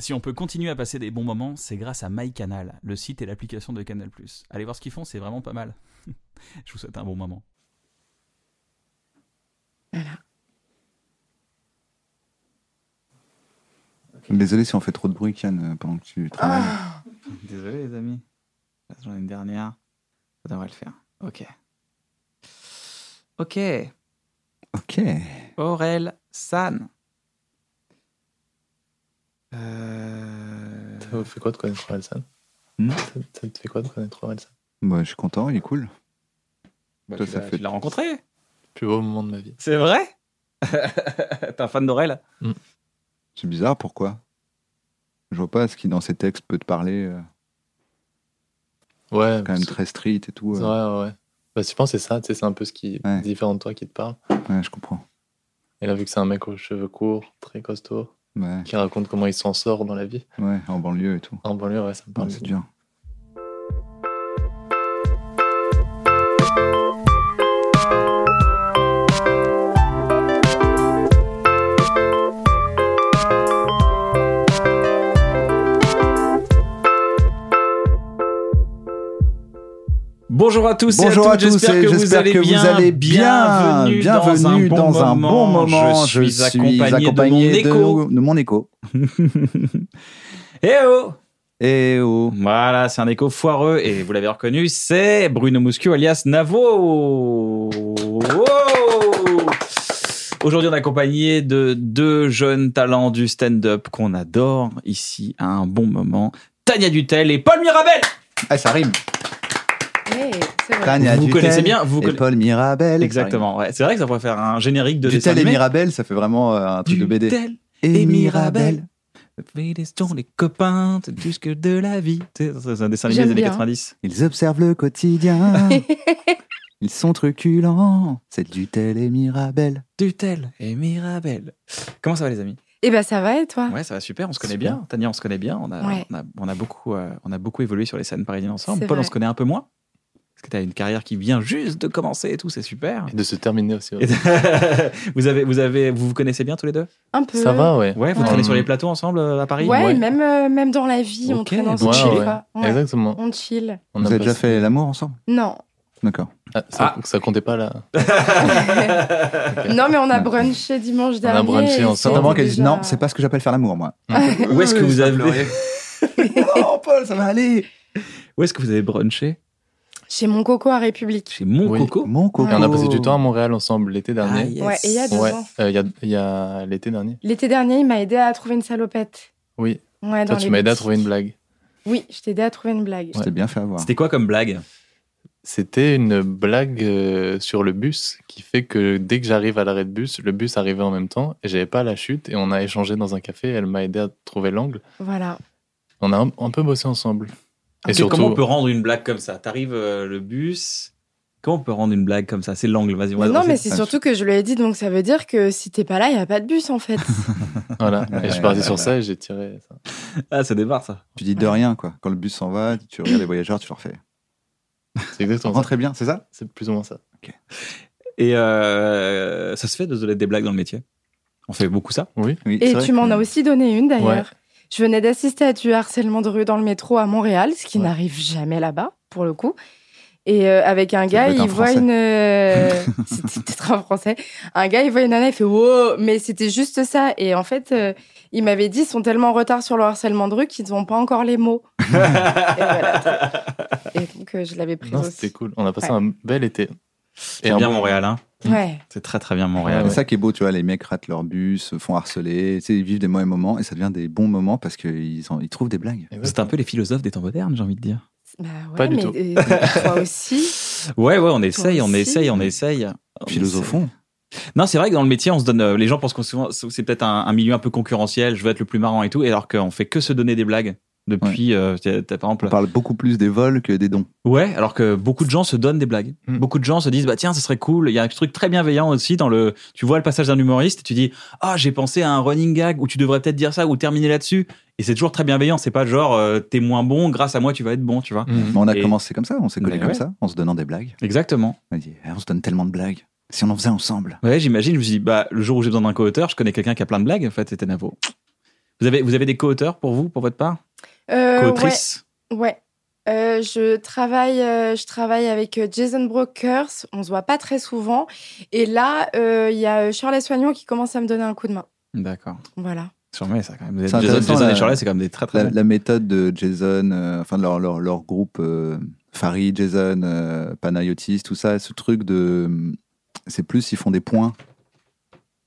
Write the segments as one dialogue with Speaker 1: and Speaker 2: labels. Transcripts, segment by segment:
Speaker 1: Si on peut continuer à passer des bons moments, c'est grâce à MyCanal, le site et l'application de Canal+. Allez voir ce qu'ils font, c'est vraiment pas mal. Je vous souhaite un bon moment.
Speaker 2: Voilà.
Speaker 3: Désolé si on fait trop de bruit, Kian, euh, pendant que tu travailles.
Speaker 1: Ah. Désolé les amis. J'en ai une dernière. Ça devrait le faire. Ok. Ok.
Speaker 3: Ok.
Speaker 1: Aurel San. Euh...
Speaker 4: Ça vous fait quoi de connaître Orelsan
Speaker 3: Hmm
Speaker 4: ça, ça te fait quoi de connaître Orelsan
Speaker 3: Bah, je suis content, il est cool.
Speaker 1: Bah,
Speaker 3: Toi,
Speaker 1: tu
Speaker 3: ça
Speaker 1: l'as-
Speaker 3: fait-
Speaker 1: tu l'as rencontré
Speaker 4: Plus beau moment de ma vie.
Speaker 1: C'est vrai T'es un fan d'Aurel
Speaker 3: C'est bizarre, pourquoi Je vois pas ce qui, dans ces textes, peut te parler. euh,
Speaker 4: Ouais,
Speaker 3: quand même très street et tout.
Speaker 4: Ouais,
Speaker 3: euh,
Speaker 4: ouais, ouais. Bah, je pense que c'est ça, tu sais, c'est un peu ce qui
Speaker 3: Ouais.
Speaker 4: est différent de toi qui te parle.
Speaker 3: ouais, je comprends.
Speaker 4: Et là, vu que c'est un mec aux cheveux courts, très costaud,
Speaker 3: Ouais,
Speaker 4: qui raconte comment il s'en sort dans la vie,
Speaker 3: ouais, en banlieue et tout.
Speaker 4: en banlieue, ouais, ça me
Speaker 3: Ouais,
Speaker 4: parle.
Speaker 3: c'est dur.
Speaker 1: Bonjour à tous
Speaker 3: Bonjour
Speaker 1: et
Speaker 3: à
Speaker 1: à toutes,
Speaker 3: tous
Speaker 1: j'espère
Speaker 3: et
Speaker 1: que, vous
Speaker 3: j'espère
Speaker 1: allez
Speaker 3: que vous
Speaker 1: bien.
Speaker 3: allez bien.
Speaker 1: bienvenue,
Speaker 3: Bienvenue
Speaker 1: dans,
Speaker 3: dans un
Speaker 1: un, bon moment.
Speaker 3: bon moment.
Speaker 1: Je suis, accompagné, de mon écho.
Speaker 3: de mon écho.
Speaker 1: Eh oh
Speaker 3: Et oh.
Speaker 1: Voilà, c'est un écho foireux et vous l'avez reconnu, c'est Bruno Muscu alias Navo. Wow Aujourd'hui, on est accompagné de deux jeunes talents du stand-up qu'on adore ici à un bon moment. Tania Dutel et Paul Mirabel.
Speaker 3: Ah, ça rime.
Speaker 2: Hey, c'est vrai.
Speaker 3: Tania
Speaker 1: Vous
Speaker 3: Dutel
Speaker 1: connaissez bien, vous
Speaker 3: et
Speaker 1: conna-
Speaker 3: Paul Mirabel.
Speaker 1: Exactement. ouais. C'est vrai que ça pourrait faire un générique de
Speaker 3: De
Speaker 1: dessin
Speaker 3: Dutel et
Speaker 1: animé.
Speaker 3: Mirabel, ça fait vraiment euh, un truc de BD.
Speaker 1: Dutel et Mirabel. Félicitons les copains jusque de la vie. Tu sais, C'est un dessin animé des
Speaker 2: J'aime
Speaker 1: années
Speaker 2: bien.
Speaker 1: 90.
Speaker 3: Ils observent le quotidien. Ils sont truculents. C'est Dutel et Mirabel.
Speaker 1: Dutel et Mirabel. Comment ça va les amis
Speaker 2: Eh ben ça va et toi
Speaker 1: Ouais, ça va super, on se connaît
Speaker 3: Super.
Speaker 1: bien. Tania, on se connaît bien. On a,
Speaker 2: Ouais.
Speaker 1: on a, on a beaucoup, euh, on a beaucoup évolué sur les scènes parisiennes ensemble.
Speaker 2: C'est
Speaker 1: Paul, on
Speaker 2: vrai.
Speaker 1: se connaît un peu moins. Parce que tu as une carrière qui vient juste de commencer et tout, c'est super.
Speaker 4: Et de se terminer aussi. ouais.
Speaker 1: Et- vous, avez, vous, avez, vous vous connaissez bien tous les deux
Speaker 2: Un peu.
Speaker 4: Ça va, ouais.
Speaker 1: Ouais, vous
Speaker 2: Ouais.
Speaker 1: traînez sur les plateaux ensemble euh, à Paris
Speaker 2: Ouais, Même, euh, même dans la vie, on
Speaker 1: Ok,
Speaker 2: traîne
Speaker 1: vous
Speaker 2: ensemble.
Speaker 4: chillez.
Speaker 2: des fois. Ouais,
Speaker 4: Exactement.
Speaker 2: On chill.
Speaker 4: On
Speaker 3: Vous
Speaker 4: a
Speaker 3: avez déjà
Speaker 4: passé-
Speaker 3: fait l'amour ensemble
Speaker 2: Non.
Speaker 3: D'accord.
Speaker 4: Ah, ça,
Speaker 1: Ah.
Speaker 4: ça comptait pas là.
Speaker 2: non, mais on a
Speaker 3: Ouais.
Speaker 2: brunché dimanche
Speaker 4: On a
Speaker 2: dernier.
Speaker 4: brunché
Speaker 2: et
Speaker 4: ensemble.
Speaker 2: c'était
Speaker 3: Notamment qu'elle dit
Speaker 2: déjà-
Speaker 3: non, c'est pas ce que j'appelle faire l'amour, moi.
Speaker 2: Ah.
Speaker 3: Ah,
Speaker 1: Où est-ce que vous avez,
Speaker 3: non, Paul, ça va aller.
Speaker 1: où est-ce que vous avez brunché
Speaker 2: Chez mon coco à République.
Speaker 1: Chez Mon
Speaker 4: Oui.
Speaker 1: Coco.
Speaker 3: Mon coco.
Speaker 4: Et on a passé
Speaker 3: Oh.
Speaker 4: du temps à Montréal ensemble l'été
Speaker 1: Ah,
Speaker 4: dernier.
Speaker 1: yes.
Speaker 2: Ouais, et il y a deux
Speaker 4: ouais,
Speaker 2: ans.
Speaker 4: euh, il y a, il y a l'été dernier.
Speaker 2: L'été dernier, il m'a aidé à trouver une salopette.
Speaker 4: Oui.
Speaker 2: Ouais,
Speaker 4: Toi,
Speaker 2: Ah, dans
Speaker 4: tu
Speaker 2: les
Speaker 4: m'as aidé à
Speaker 2: boutiques.
Speaker 4: trouver une blague.
Speaker 2: Oui, je t'ai aidé à trouver une blague.
Speaker 3: C'était bien fait avoir.
Speaker 1: C'était quoi comme blague
Speaker 4: C'était une blague euh, sur le bus qui fait que dès que j'arrive à l'arrêt de bus, le bus arrivait en même temps et j'avais pas la chute et on a échangé dans un café. Elle m'a aidé à trouver l'angle.
Speaker 2: Voilà.
Speaker 4: On a un, un peu bossé ensemble.
Speaker 1: Ah, mais Comment on peut rendre une blague comme ça T'arrives euh, le bus. Comment on peut rendre une blague comme ça C'est l'angle, vas-y, on va
Speaker 2: Mais non, mais
Speaker 1: c'est-
Speaker 2: c'est surtout que je lui ai dit, donc ça veut dire que si t'es pas là, il n'y a pas de bus en fait.
Speaker 4: Voilà.
Speaker 3: Ouais,
Speaker 4: et je suis
Speaker 3: ouais,
Speaker 4: parti
Speaker 3: ouais,
Speaker 4: sur
Speaker 3: ouais.
Speaker 4: ça et j'ai tiré. ça.
Speaker 1: Ah, ça démarre ça.
Speaker 3: Tu dis de rien, quoi. Quand le bus s'en va, tu regardes les voyageurs, tu leur fais.
Speaker 4: C'est exactement ça.
Speaker 3: Rentrez bien, c'est ça
Speaker 4: C'est plus ou moins ça.
Speaker 1: Et euh, ça se fait de se donner des blagues dans le métier. On fait beaucoup ça.
Speaker 3: Oui, c'est
Speaker 2: Et
Speaker 3: vrai
Speaker 2: tu
Speaker 3: que-
Speaker 2: m'en as aussi donné une d'ailleurs. Je venais d'assister à du harcèlement de rue dans le métro à Montréal, ce qui
Speaker 4: Ouais.
Speaker 2: n'arrive jamais là-bas, pour le coup. Et euh, avec un gars,
Speaker 3: devait être
Speaker 2: il
Speaker 3: un
Speaker 2: voit
Speaker 3: Français.
Speaker 2: une. euh, c'était peut-être un français. Un gars, il voit une nana, il fait Wow, mais c'était juste ça. Et en fait, euh, il m'avait dit ils sont tellement en retard sur le harcèlement de rue qu'ils n'ont pas encore les mots. et, voilà. Et donc, euh, je l'avais prise
Speaker 4: Non,
Speaker 2: aussi.
Speaker 4: c'était cool. On a passé
Speaker 2: Ouais.
Speaker 4: un bel été.
Speaker 1: C'est
Speaker 4: un
Speaker 1: bien
Speaker 4: bon-
Speaker 1: Montréal, hein.
Speaker 2: Ouais.
Speaker 1: C'est très très bien Montréal.
Speaker 3: C'est
Speaker 4: Ouais.
Speaker 3: ça qui est beau, tu vois, les mecs ratent leur bus, se font harceler, tu sais, ils vivent des mauvais moments et ça devient des bons moments parce qu'ils en- ils trouvent des blagues.
Speaker 1: C'est un peu les philosophes des temps modernes, j'ai envie de dire.
Speaker 2: Bah ouais,
Speaker 4: Pas du
Speaker 2: mais
Speaker 4: tout.
Speaker 2: euh, toi aussi.
Speaker 1: Ouais, ouais, on essaye, on
Speaker 2: aussi.
Speaker 4: Ah
Speaker 1: essaye, on essaye. On
Speaker 3: Philosophons.
Speaker 1: Non, c'est vrai que dans le métier, on se donne. euh, les gens pensent qu'on souvent- c'est peut-être un, un milieu un peu concurrentiel. Je veux être le plus marrant et tout, et alors qu'on fait que se donner des blagues depuis. euh, t'as- t'as, par exemple,
Speaker 3: On parle beaucoup plus des vols que des dons.
Speaker 1: Ouais, alors que beaucoup de gens se donnent des blagues.
Speaker 3: Hmm.
Speaker 4: Mm.
Speaker 1: Beaucoup de gens se disent bah tiens, ça serait cool. Il y a un truc très bienveillant aussi dans le. Tu vois le passage d'un humoriste, et tu dis ah j'ai pensé à un running gag ou tu devrais peut-être dire ça ou terminer là-dessus. Et c'est toujours très bienveillant. C'est pas genre euh, t'es moins bon, grâce à moi tu vas être bon, tu vois.
Speaker 3: Mais on a
Speaker 1: Et-
Speaker 3: commencé comme ça, on s'est connus
Speaker 1: Mais
Speaker 3: comme
Speaker 1: ouais.
Speaker 3: ça, en se donnant des blagues.
Speaker 1: Exactement.
Speaker 3: On a dit, Eh, on se donne tellement de blagues. Si on en faisait ensemble.
Speaker 1: Ouais, j'imagine. Je me suis dit bah le jour où j'ai besoin d'un co-auteur, je connais quelqu'un qui a plein de blagues. En fait, c'était Navo. Vous avez vous avez des co-auteurs pour vous, pour votre part,
Speaker 2: Euh, ouais,
Speaker 1: co-autrices.
Speaker 2: Ouais. Euh, je travaille, euh, je travaille avec euh, Jason Brokers. On se voit pas très souvent. Et là, euh, il y a euh, Shirley Soignon qui commence à me donner un coup de main.
Speaker 1: D'accord.
Speaker 2: Voilà.
Speaker 1: Sûrement, ça quand même. Jason,
Speaker 3: C'est intéressant,
Speaker 1: Jason et
Speaker 3: la-
Speaker 1: Shirley, c'est quand même des très très.
Speaker 3: La,
Speaker 1: bons.
Speaker 3: la méthode de Jason, euh, enfin de leur, leur, leur groupe euh, Farid, Jason, euh, Panayotis, tout ça, ce truc de. C'est plus, ils font des points.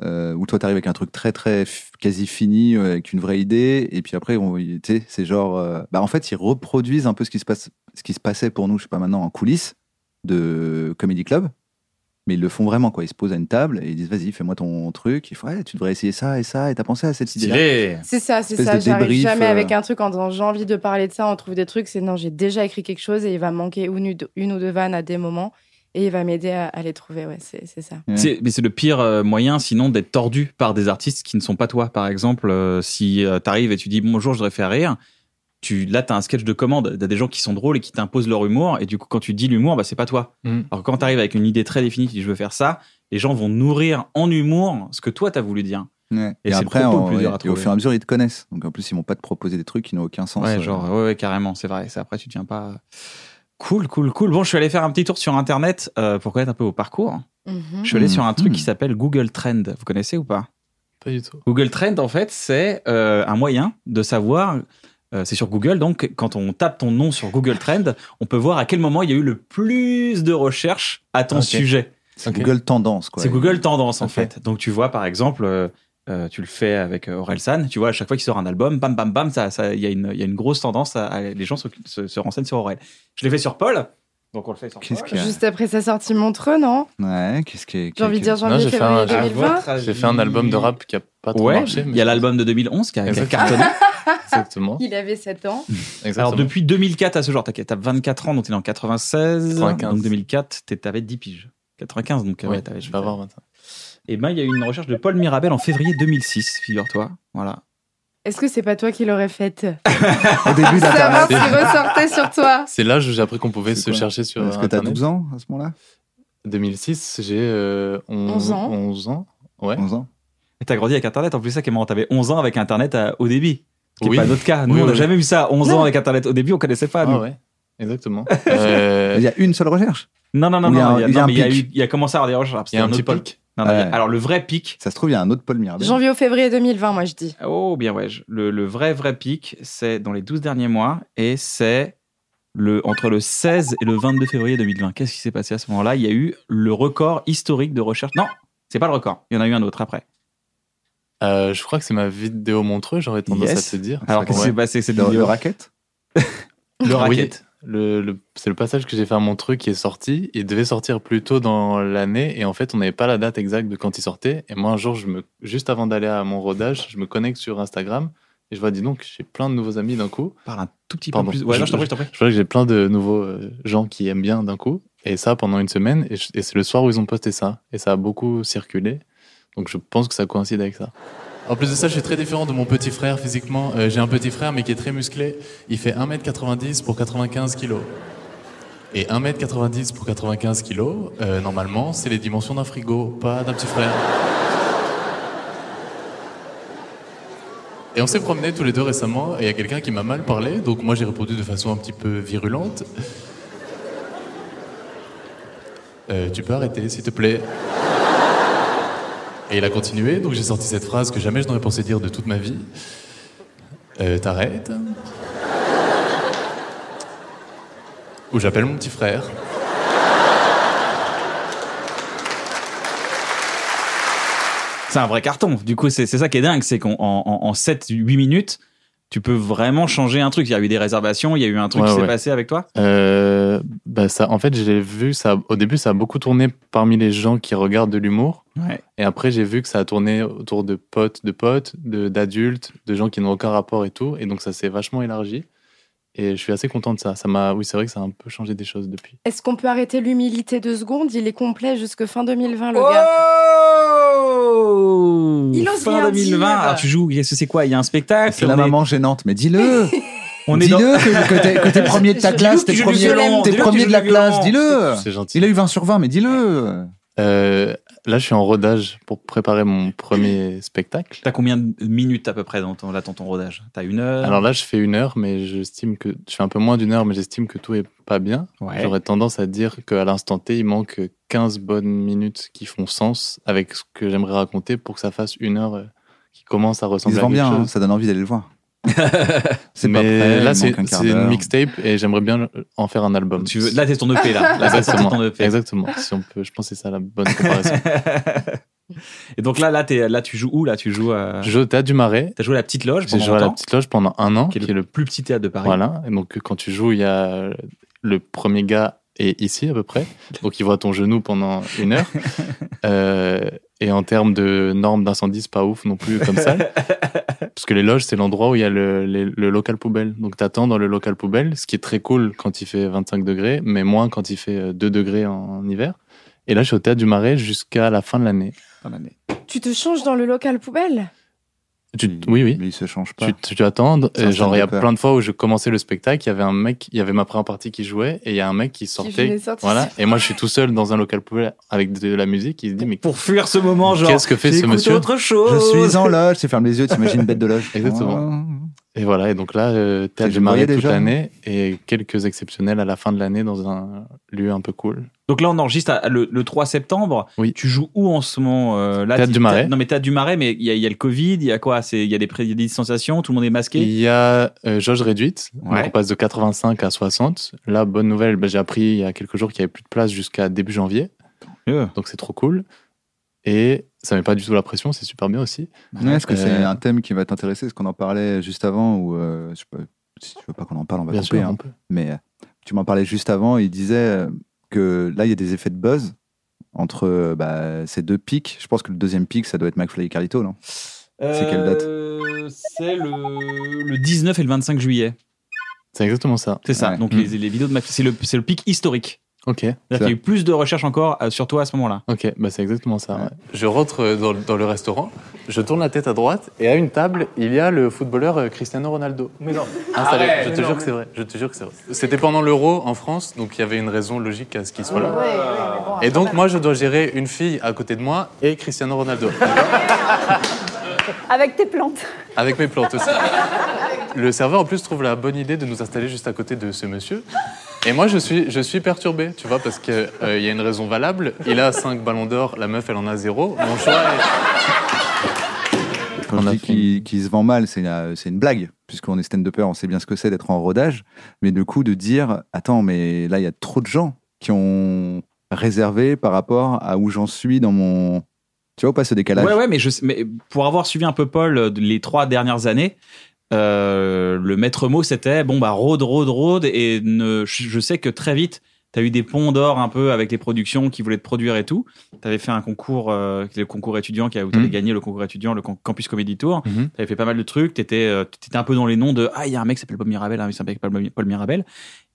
Speaker 3: Euh, où toi, t'arrives avec un truc très, très f- quasi fini, euh, avec une vraie idée, et puis après, on- tu sais, c'est genre. euh, bah, en fait, ils reproduisent un peu ce qui, se passe, ce qui se passait pour nous, je sais pas maintenant, en coulisses de Comedy Club, mais ils le font vraiment, quoi. Ils se posent à une table et ils disent, vas-y, fais-moi ton truc, il faut, ouais, tu devrais essayer ça et ça, et t'as pensé à cette idée-là.
Speaker 1: Stylé.
Speaker 2: C'est ça, c'est
Speaker 3: Espèce
Speaker 2: ça.
Speaker 3: de
Speaker 2: J'arrive
Speaker 3: débrief,
Speaker 2: jamais
Speaker 3: euh.
Speaker 2: avec un truc en disant j'ai envie de parler de ça. On trouve des trucs. C'est non, j'ai déjà écrit quelque chose et il va manquer une, ou deux- une ou deux vannes à des moments. Et il va m'aider à, à les trouver. Ouais, c'est c'est ça.
Speaker 3: Ouais.
Speaker 1: C'est- mais c'est le pire euh, moyen, sinon, d'être tordu par des artistes qui ne sont pas toi. Par exemple, euh, si euh, t'arrives et tu dis bonjour, je voudrais faire rire, tu, là, t'as un sketch de commande. T'as des gens qui sont drôles et qui t'imposent leur humour. Et du coup, quand tu dis l'humour, bah, c'est pas toi.
Speaker 4: Mm.
Speaker 1: Alors, que quand t'arrives avec une idée très définie, tu dis je veux faire ça, les gens vont nourrir en humour ce que toi t'as voulu dire.
Speaker 3: Ouais.
Speaker 1: Et
Speaker 3: Et,
Speaker 1: c'est le
Speaker 3: après,
Speaker 1: propos le
Speaker 3: on-
Speaker 1: plus
Speaker 3: et,
Speaker 1: dur à
Speaker 3: et au
Speaker 1: trouver.
Speaker 3: fur et à mesure, ils te connaissent. Donc en plus, ils vont pas te proposer des trucs qui n'ont aucun sens.
Speaker 1: Ouais,
Speaker 3: Euh,
Speaker 1: genre, ouais, ouais, carrément, c'est vrai. C'est après, tu tiens pas. Cool, cool, cool. Bon, je suis allé faire un petit tour sur Internet euh, pour connaître un peu vos parcours.
Speaker 2: Mhm.
Speaker 1: Je suis allé sur un truc
Speaker 3: Mhm.
Speaker 1: qui s'appelle Google Trend. Vous connaissez ou pas
Speaker 4: Pas du tout.
Speaker 1: Google Trend, en fait, c'est euh, un moyen de savoir. euh, c'est sur Google, donc quand on tape ton nom sur Google Trend, on peut voir à quel moment il y a eu le plus de recherches à ton
Speaker 4: Ok.
Speaker 1: sujet.
Speaker 3: c'est
Speaker 4: Ok.
Speaker 3: Google Tendance, quoi.
Speaker 1: C'est Google Tendance, en
Speaker 4: Ok.
Speaker 1: fait. Donc tu vois, par exemple, euh, euh, tu le fais avec Aurel San, tu vois, à chaque fois qu'il sort un album, bam, bam, bam, ça, ça- il y, a une- il y a une grosse tendance, à, à- les gens se, se- se renseignent sur Aurel. Je l'ai fait sur Paul, donc on le fait sur
Speaker 3: Qu'est-ce
Speaker 1: Paul.
Speaker 3: qu'il y a
Speaker 2: Juste après sa sortie Montreux, non
Speaker 3: Ouais, qu'est-ce que.
Speaker 2: J'ai envie de dire
Speaker 4: Non,
Speaker 2: janvier,
Speaker 4: j'ai fait, un,
Speaker 2: février
Speaker 4: j'ai-
Speaker 2: 2020.
Speaker 4: j'ai fait un album de rap qui a pas trop
Speaker 1: Ouais,
Speaker 4: marché. mais
Speaker 1: il y a l'album de 2011 qui a, qui a
Speaker 4: Exactement.
Speaker 1: cartonné.
Speaker 4: Exactement.
Speaker 2: Il avait 7 ans.
Speaker 4: Exactement.
Speaker 1: Alors depuis 2004 à ce jour, t'as t'as 24 ans, donc t'es né en 96.
Speaker 4: 95.
Speaker 1: Donc 2004, t'es- t'avais 10 piges. 95, donc euh, ouais,
Speaker 4: Ouais,
Speaker 1: t'avais-
Speaker 4: je vais avoir 20 ans.
Speaker 1: Et ben il y a eu une recherche de Paul Mirabel en février 2006, figure-toi. Voilà.
Speaker 2: Est-ce que c'est pas toi qui l'aurais faite
Speaker 3: Au début d'Internet.
Speaker 2: Savoir ce qui ressortait sur toi.
Speaker 4: C'est là où j'ai appris qu'on pouvait
Speaker 3: C'est
Speaker 4: se
Speaker 3: quoi
Speaker 4: chercher sur
Speaker 3: Est-ce que t'as
Speaker 4: Internet.
Speaker 3: 12 ans à ce moment-là
Speaker 4: 2006, j'ai euh,
Speaker 2: 11
Speaker 4: 11,
Speaker 2: ans.
Speaker 4: 11 ans. Ouais.
Speaker 3: 11 ans
Speaker 1: Et t'as grandi avec Internet, en plus ça qui est marrant, t'avais 11 ans avec Internet à- au début. Ce qui n'est
Speaker 4: Oui.
Speaker 1: pas notre cas. Nous,
Speaker 4: Oui,
Speaker 1: on n'a
Speaker 4: oui.
Speaker 1: jamais vu ça. 11 ans avec Internet au début, on connaissait pas.
Speaker 4: Ah,
Speaker 1: nous.
Speaker 4: ouais. Exactement. Euh,
Speaker 3: Il y a une seule recherche.
Speaker 1: Non, non, non,
Speaker 3: Ou il y a
Speaker 1: non.
Speaker 3: un-
Speaker 1: Il y a-
Speaker 3: il y a
Speaker 1: non,
Speaker 3: un
Speaker 1: mais il y a
Speaker 3: pic.
Speaker 1: eu- il y a commencé à avoir des recherches.
Speaker 4: Il y a un
Speaker 1: C'était
Speaker 4: petit
Speaker 1: autre
Speaker 4: pic.
Speaker 1: pic. Non, non, il y a-
Speaker 3: Ouais.
Speaker 1: Alors, le vrai pic,
Speaker 3: Ça se trouve, il y a un autre Paul Mirabel.
Speaker 2: Janvier ou février 2020, moi je dis.
Speaker 1: Oh, bien ouais. je- Le, le vrai, vrai pic, c'est dans les 12 derniers mois et c'est le, entre le 16 et le 22 février 2020. Qu'est-ce qui s'est passé à ce moment-là Il y a eu le record historique de recherche. Non, c'est pas le record. Il y en a eu un autre après.
Speaker 4: euh, je crois que c'est ma vidéo montreux, j'aurais tendance
Speaker 1: Yes.
Speaker 4: à te dire.
Speaker 1: Alors, qu'est-ce qui
Speaker 4: Ouais.
Speaker 1: s'est passé cette
Speaker 3: Le, le
Speaker 1: vidéo
Speaker 3: racket
Speaker 1: Le
Speaker 4: Oui.
Speaker 1: racket.
Speaker 4: Le- le- c'est le passage que j'ai fait à Montreux qui est sorti. Il devait sortir plus tôt dans l'année et en fait, on n'avait pas la date exacte de quand il sortait. Et moi, un jour, je me, juste avant d'aller à mon rodage, je me connecte sur Instagram et je vois, dis donc, j'ai plein de nouveaux amis d'un coup.
Speaker 1: Parle un tout petit
Speaker 4: Pardon.
Speaker 1: peu plus. Ouais, non, je t'en prie, je t'en prie.
Speaker 4: Je vois que j'ai plein de nouveaux euh, gens qui aiment bien d'un coup. Et ça, pendant une semaine. Et, je- et c'est le soir où ils ont posté ça. Et ça a beaucoup circulé. Donc je pense que ça coïncide avec ça. En plus de ça, je suis très différent de mon petit frère physiquement. Euh, j'ai un petit frère, mais qui est très musclé. Il fait 1m90 pour 95 kilos. Et 1m90 pour 95 kilos, euh, normalement, c'est les dimensions d'un frigo, pas d'un petit frère. Et on s'est promenés tous les deux récemment, et il y a quelqu'un qui m'a mal parlé, donc moi j'ai répondu de façon un petit peu virulente. Euh, tu peux arrêter, s'il te plaît. Et il a continué, donc j'ai sorti cette phrase que jamais je n'aurais pensé dire de toute ma vie. Euh, T'arrêtes Ou j'appelle mon petit frère.
Speaker 1: C'est un vrai carton. Du coup, c'est c'est ça qui est dingue. C'est qu'en en, en 7-8 minutes, tu peux vraiment changer un truc. Il y a eu des réservations, il y a eu un truc
Speaker 4: Ouais,
Speaker 1: qui s'est
Speaker 4: ouais.
Speaker 1: passé avec toi.
Speaker 4: Bah, ça, en fait, j'ai vu ça. Au début, ça a beaucoup tourné parmi les gens qui regardent de l'humour.
Speaker 1: Ouais.
Speaker 4: Et après, j'ai vu que ça a tourné autour de potes, de potes, de- d'adultes, de, gens qui n'ont aucun rapport et tout. Et donc, ça s'est vachement élargi. Et je suis assez content de ça. ça m'a, oui, c'est vrai que ça a un peu changé des choses depuis.
Speaker 2: Est-ce qu'on peut arrêter l'humilité deux secondes Il est complet jusque fin 2020, le gars.
Speaker 1: Oh
Speaker 2: Il ose
Speaker 1: Fin
Speaker 2: rien
Speaker 1: 2020.
Speaker 2: dire.
Speaker 1: Alors, Ah, tu joues, qu'est-ce que c'est quoi Il y a un spectacle.
Speaker 3: C'est la
Speaker 1: on est-
Speaker 3: maman gênante, mais dis-le
Speaker 1: On est
Speaker 3: Dis-le
Speaker 1: dans.
Speaker 3: que, que t'es- que t'es premier de ta
Speaker 2: Je-
Speaker 3: classe, t'es
Speaker 2: je- je
Speaker 3: premier,
Speaker 2: le violente,
Speaker 3: t'es
Speaker 2: je le
Speaker 3: premier de la
Speaker 1: violente.
Speaker 3: classe, dis-le
Speaker 4: C'est gentil.
Speaker 3: Euh, Il a eu 20 sur 20, mais dis-le
Speaker 4: Euh, là, je suis en rodage pour préparer mon premier spectacle.
Speaker 1: T'as combien de minutes à peu près dans ton, là, dans ton rodage T'as une heure
Speaker 4: Alors là, je fais une heure, mais j'estime que je fais un peu moins d'une heure, mais j'estime que tout est pas bien.
Speaker 1: Ouais.
Speaker 4: J'aurais tendance à dire qu'à l'instant T, il manque 15 bonnes minutes qui font sens avec ce que j'aimerais raconter pour que ça fasse une heure euh, qui commence à
Speaker 3: Il
Speaker 4: ressembler
Speaker 3: se
Speaker 4: à
Speaker 3: vend
Speaker 4: quelque
Speaker 3: bien, hein,
Speaker 4: chose.
Speaker 3: ça donne envie d'aller le voir. c'est pas
Speaker 4: mais
Speaker 3: prêt,
Speaker 4: là,
Speaker 3: il
Speaker 4: c'est
Speaker 3: manque un quart
Speaker 4: c'est une
Speaker 3: d'heure.
Speaker 4: mixtape et j'aimerais bien euh, en faire un album.
Speaker 1: tu veux... Là, t'es ton EP, là. là c'est
Speaker 4: exactement.
Speaker 1: ton E EP.
Speaker 4: exactement. Si on peut, je pense que c'est ça la bonne comparaison.
Speaker 1: Et donc là, là, t'es- là, tu joues où Là, tu joues à.
Speaker 4: je joue au Théâtre du Marais.
Speaker 1: T'as joué à la petite loge
Speaker 4: J'ai
Speaker 1: pendant
Speaker 4: joué à la
Speaker 1: longtemps,
Speaker 4: petite loge pendant un an,
Speaker 1: qui est le plus petit théâtre de Paris.
Speaker 4: Voilà. Et donc, quand tu joues, il y a le premier gars est ici à peu près. Donc, il voit ton genou pendant une heure. Euh, et en termes de normes d'incendie, c'est pas ouf non plus comme ça. Parce que les loges, c'est l'endroit où il y a le, les- le local poubelle. Donc, t'attends dans le local poubelle, ce qui est très cool quand il fait 25 degrés, mais moins quand il fait euh, 2 degrés en, hiver. Et là, je suis au théâtre du Marais jusqu'à la fin de l'année.
Speaker 3: Fin d'année.
Speaker 2: Tu te changes dans le local poubelle
Speaker 4: Tu-
Speaker 3: Mmh.
Speaker 4: Oui, oui.
Speaker 3: Mais il se change pas.
Speaker 4: tu, tu tu attends.
Speaker 3: C'est un
Speaker 4: euh,
Speaker 3: stade
Speaker 4: genre,
Speaker 3: de
Speaker 4: il y a
Speaker 3: peur.
Speaker 4: plein de fois où je commençais le spectacle, il y avait un mec, il y avait ma première partie qui jouait et il y a un mec qui
Speaker 2: Qui
Speaker 4: sortait.
Speaker 2: venait sortir
Speaker 4: Voilà. Et moi, je suis tout seul dans un local poubelle avec de, de la musique. Il se dit, mais
Speaker 1: Pour fuir ce moment, genre.
Speaker 4: qu'est-ce que fait ce
Speaker 1: j'écoute
Speaker 4: monsieur
Speaker 1: autre
Speaker 3: Je
Speaker 1: chose.
Speaker 3: suis en loge, tu fermes les yeux, t'imagines une bête de loge.
Speaker 4: Oh. Exactement. Et voilà. Et donc là, euh,
Speaker 3: Et
Speaker 4: théâtre
Speaker 3: je
Speaker 4: du Marais
Speaker 3: voyais
Speaker 4: toute
Speaker 3: déjà.
Speaker 4: l'année et quelques exceptionnels à la fin de l'année dans un lieu un peu cool.
Speaker 1: Donc là, on enregistre à- le, le 3 septembre.
Speaker 4: Oui.
Speaker 1: Tu joues où en ce moment euh, là,
Speaker 4: Théâtre
Speaker 1: tu-
Speaker 4: du Marais.
Speaker 1: Non, mais Théâtre du Marais, mais il y, a- il y a le Covid, il y a quoi C'est- Il y a des, pré- des distanciations, tout le monde est masqué.
Speaker 4: Il y a euh, jauge réduite.
Speaker 1: Ouais.
Speaker 4: Donc on passe de 85 à 60. Là, bonne nouvelle, bah, j'ai appris il y a quelques jours qu'il n'y avait plus de place jusqu'à début janvier.
Speaker 1: Euh,
Speaker 4: Donc c'est trop cool. Et ça met pas du tout la pression, c'est super bien aussi.
Speaker 3: Ouais, Est-ce que c'est
Speaker 4: Euh,
Speaker 3: un thème qui va t'intéresser Est-ce qu'on en parlait juste avant ou euh, je sais pas, Si tu veux pas qu'on en parle, on va
Speaker 4: Bien
Speaker 3: couper.
Speaker 4: sûr,
Speaker 3: hein.
Speaker 4: on peut.
Speaker 3: Mais euh, tu m'en parlais juste avant. Il disait euh, que là, il y a des effets de buzz entre euh, bah, ces deux pics. Je pense que le deuxième pic, ça doit être McFly et Carlito, non C'est quelle date
Speaker 1: Euh, C'est le, le 19 et le 25 juillet.
Speaker 4: C'est exactement ça.
Speaker 1: C'est ça.
Speaker 3: Ouais.
Speaker 1: Donc les, les vidéos de Max, c'est le, c'est le pic historique.
Speaker 4: Ok,
Speaker 1: Il y a eu plus de recherches encore euh, sur toi à ce moment-là.
Speaker 4: ok, bah c'est exactement ça.
Speaker 3: Ouais.
Speaker 4: ouais. Je rentre euh, dans, le- dans le restaurant, je tourne la tête à droite et à une table, il y a le footballeur euh, Cristiano Ronaldo. Mais non, je te jure que c'est vrai. Je te jure que c'est vrai. C'était pendant l'Euro en France, donc il y avait une raison logique à ce qu'il soit là. et donc moi, je dois gérer une fille à côté de moi et Cristiano Ronaldo.
Speaker 5: Avec tes plantes.
Speaker 4: Avec mes plantes aussi. Le serveur en plus trouve la bonne idée de nous installer juste à côté de ce monsieur. Et moi je suis, je suis perturbé, tu vois, parce qu'il y a une raison valable. Il a 5 ballons d'or, la meuf elle en a 0. Mon choix est...
Speaker 3: Quand
Speaker 4: On
Speaker 3: je
Speaker 4: a
Speaker 3: dis
Speaker 4: fait
Speaker 3: qu'il qu'il se vend mal, c'est une, c'est une blague, puisqu'on est stand-upper, on sait bien ce que c'est d'être en rodage. Mais du coup, de dire Attends, mais là, il y a trop de gens qui ont réservé par rapport à où j'en suis dans mon. Tu vois ou pas ce décalage
Speaker 1: Ouais, ouais, mais, je, sais- mais pour avoir suivi un peu Paul euh, les trois dernières années, euh, le maître mot c'était bon bah rôde, rôde, rôde et ne, je je sais que très vite t'as eu des ponts d'or un peu avec les productions qui voulaient te produire et tout. T'avais fait un concours, euh, le concours étudiant qui a- où t'avais
Speaker 4: Mhm.
Speaker 1: gagné le concours étudiant, le con- Campus Comedy Tour.
Speaker 4: Mhm.
Speaker 1: T'avais fait pas mal de trucs. T'étais, euh, t'étais un peu dans les noms de ah il y a un mec qui s'appelle Paul Mirabel, un mec qui s'appelle Paul Mi- Paul Mirabel.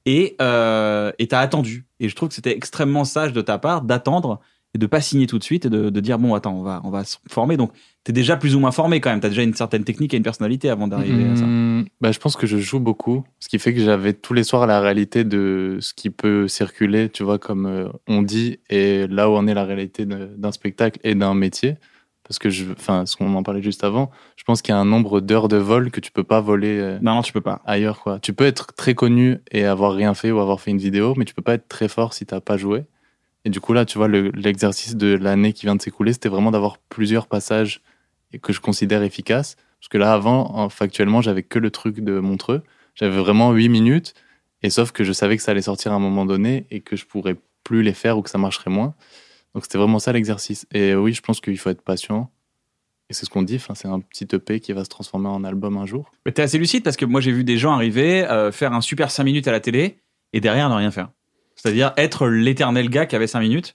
Speaker 1: Et euh, et t'as attendu. Et je trouve que c'était extrêmement sage de ta part d'attendre et de pas signer tout de suite et de, de dire bon attends on va on va se former donc t'es déjà plus ou moins formé quand même t'as déjà une certaine technique et une personnalité avant d'arriver à ça
Speaker 4: Mmh, bah, je pense que je joue beaucoup, ce qui fait que j'avais tous les soirs la réalité de ce qui peut circuler, tu vois, comme euh, on dit, et là où en est la réalité de- d'un spectacle et d'un métier. Parce que, je, enfin, ce qu'on en parlait juste avant, je pense qu'il y a un nombre d'heures de vol que tu peux pas voler. euh,
Speaker 1: non non tu peux pas
Speaker 4: ailleurs quoi. Tu peux être très connu et avoir rien fait ou avoir fait une vidéo, mais tu peux pas être très fort si t'as pas joué. Et du coup là, tu vois, le- l'exercice de l'année qui vient de s'écouler, c'était vraiment d'avoir plusieurs passages et que je considère efficaces. Parce que là, avant, en- factuellement, j'avais que le truc de Montreux. J'avais vraiment 8 minutes. Et sauf que je savais que ça allait sortir à un moment donné et que je pourrais plus les faire ou que ça marcherait moins. Donc c'était vraiment ça l'exercice. Et oui, je pense qu'il faut être patient. Et c'est ce qu'on dit, enfin, c'est un petit EP qui va se transformer en album un jour.
Speaker 1: mais t'es assez lucide parce que moi j'ai vu des gens arriver euh, faire un super 5 minutes à la télé et derrière ne rien faire C'est-à-dire être l'éternel gars qui avait 5 minutes.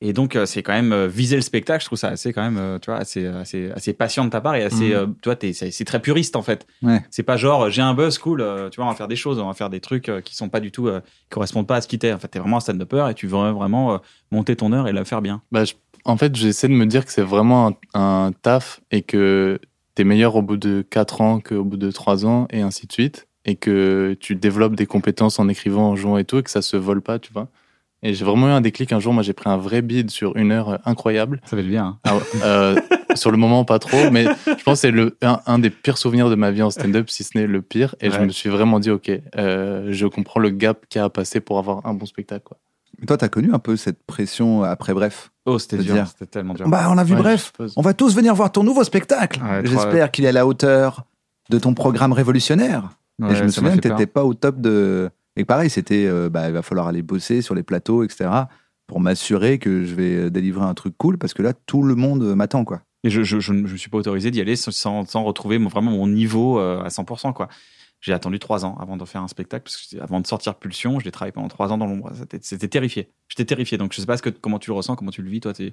Speaker 1: Et donc, euh, c'est quand même euh, viser le spectacle. Je trouve ça assez, quand même, euh, tu vois, assez, assez, assez patient de ta part et assez,
Speaker 4: Mhm.
Speaker 1: euh, tu vois, t'es- c'est c'est très puriste en fait.
Speaker 3: Ouais.
Speaker 1: C'est pas genre euh, j'ai un buzz, cool, euh, tu vois, on va faire des choses, on va faire des trucs euh, qui sont pas du tout, euh, qui correspondent pas à ce qui t'es. En fait, t'es vraiment un stand-upper et tu veux vraiment euh, monter ton heure et la faire bien.
Speaker 4: Bah, je- en fait, j'essaie de me dire que c'est vraiment un, un taf et que t'es meilleur au bout de 4 ans qu'au bout de 3 ans et ainsi de suite. Et que tu développes des compétences en écrivant, en jouant et tout, et que ça se vole pas, tu vois. Et j'ai vraiment eu un déclic un jour. Moi, j'ai pris un vrai bid sur une heure euh, incroyable.
Speaker 1: Ça fait du bien. hein.
Speaker 4: Ah ouais, euh, sur le moment, pas trop, mais je pense que c'est le, un, un des pires souvenirs de ma vie en stand-up, si ce n'est le pire. Et je
Speaker 1: Ouais.
Speaker 4: me suis vraiment dit, OK, euh, je comprends le gap qu'il y a à passer pour avoir un bon spectacle. Quoi.
Speaker 3: Mais toi, t'as connu un peu cette pression après Bref
Speaker 1: Oh, c'était
Speaker 3: C'est
Speaker 1: dur,
Speaker 3: dire-
Speaker 1: c'était tellement dur.
Speaker 3: Bah, on a vu
Speaker 4: Ouais, je
Speaker 3: Bref.
Speaker 4: suppose.
Speaker 3: On va tous venir voir ton nouveau spectacle.
Speaker 1: Ouais, trois-
Speaker 3: J'espère qu'il est à la hauteur de ton programme révolutionnaire.
Speaker 1: Ouais,
Speaker 3: et je me
Speaker 1: ça m'a
Speaker 3: souviens que
Speaker 1: fait peur.
Speaker 3: t'étais pas au top de. Et pareil, c'était euh, bah, il va falloir aller bosser sur les plateaux, etc. pour m'assurer que je vais euh, délivrer un truc cool parce que là, tout le monde m'attend, quoi.
Speaker 1: Et je, je, je, ne- je me suis pas autorisé d'y aller sans, sans retrouver mon- vraiment mon niveau euh, à 100%. Quoi. J'ai attendu trois ans avant de faire un spectacle, parce que c'est- avant de sortir Pulsion, je l'ai travaillé pendant trois ans dans l'ombre. C'était, c'était terrifié. J'étais terrifié. Donc je sais pas ce que, comment tu le ressens, comment tu le vis, toi. t'es-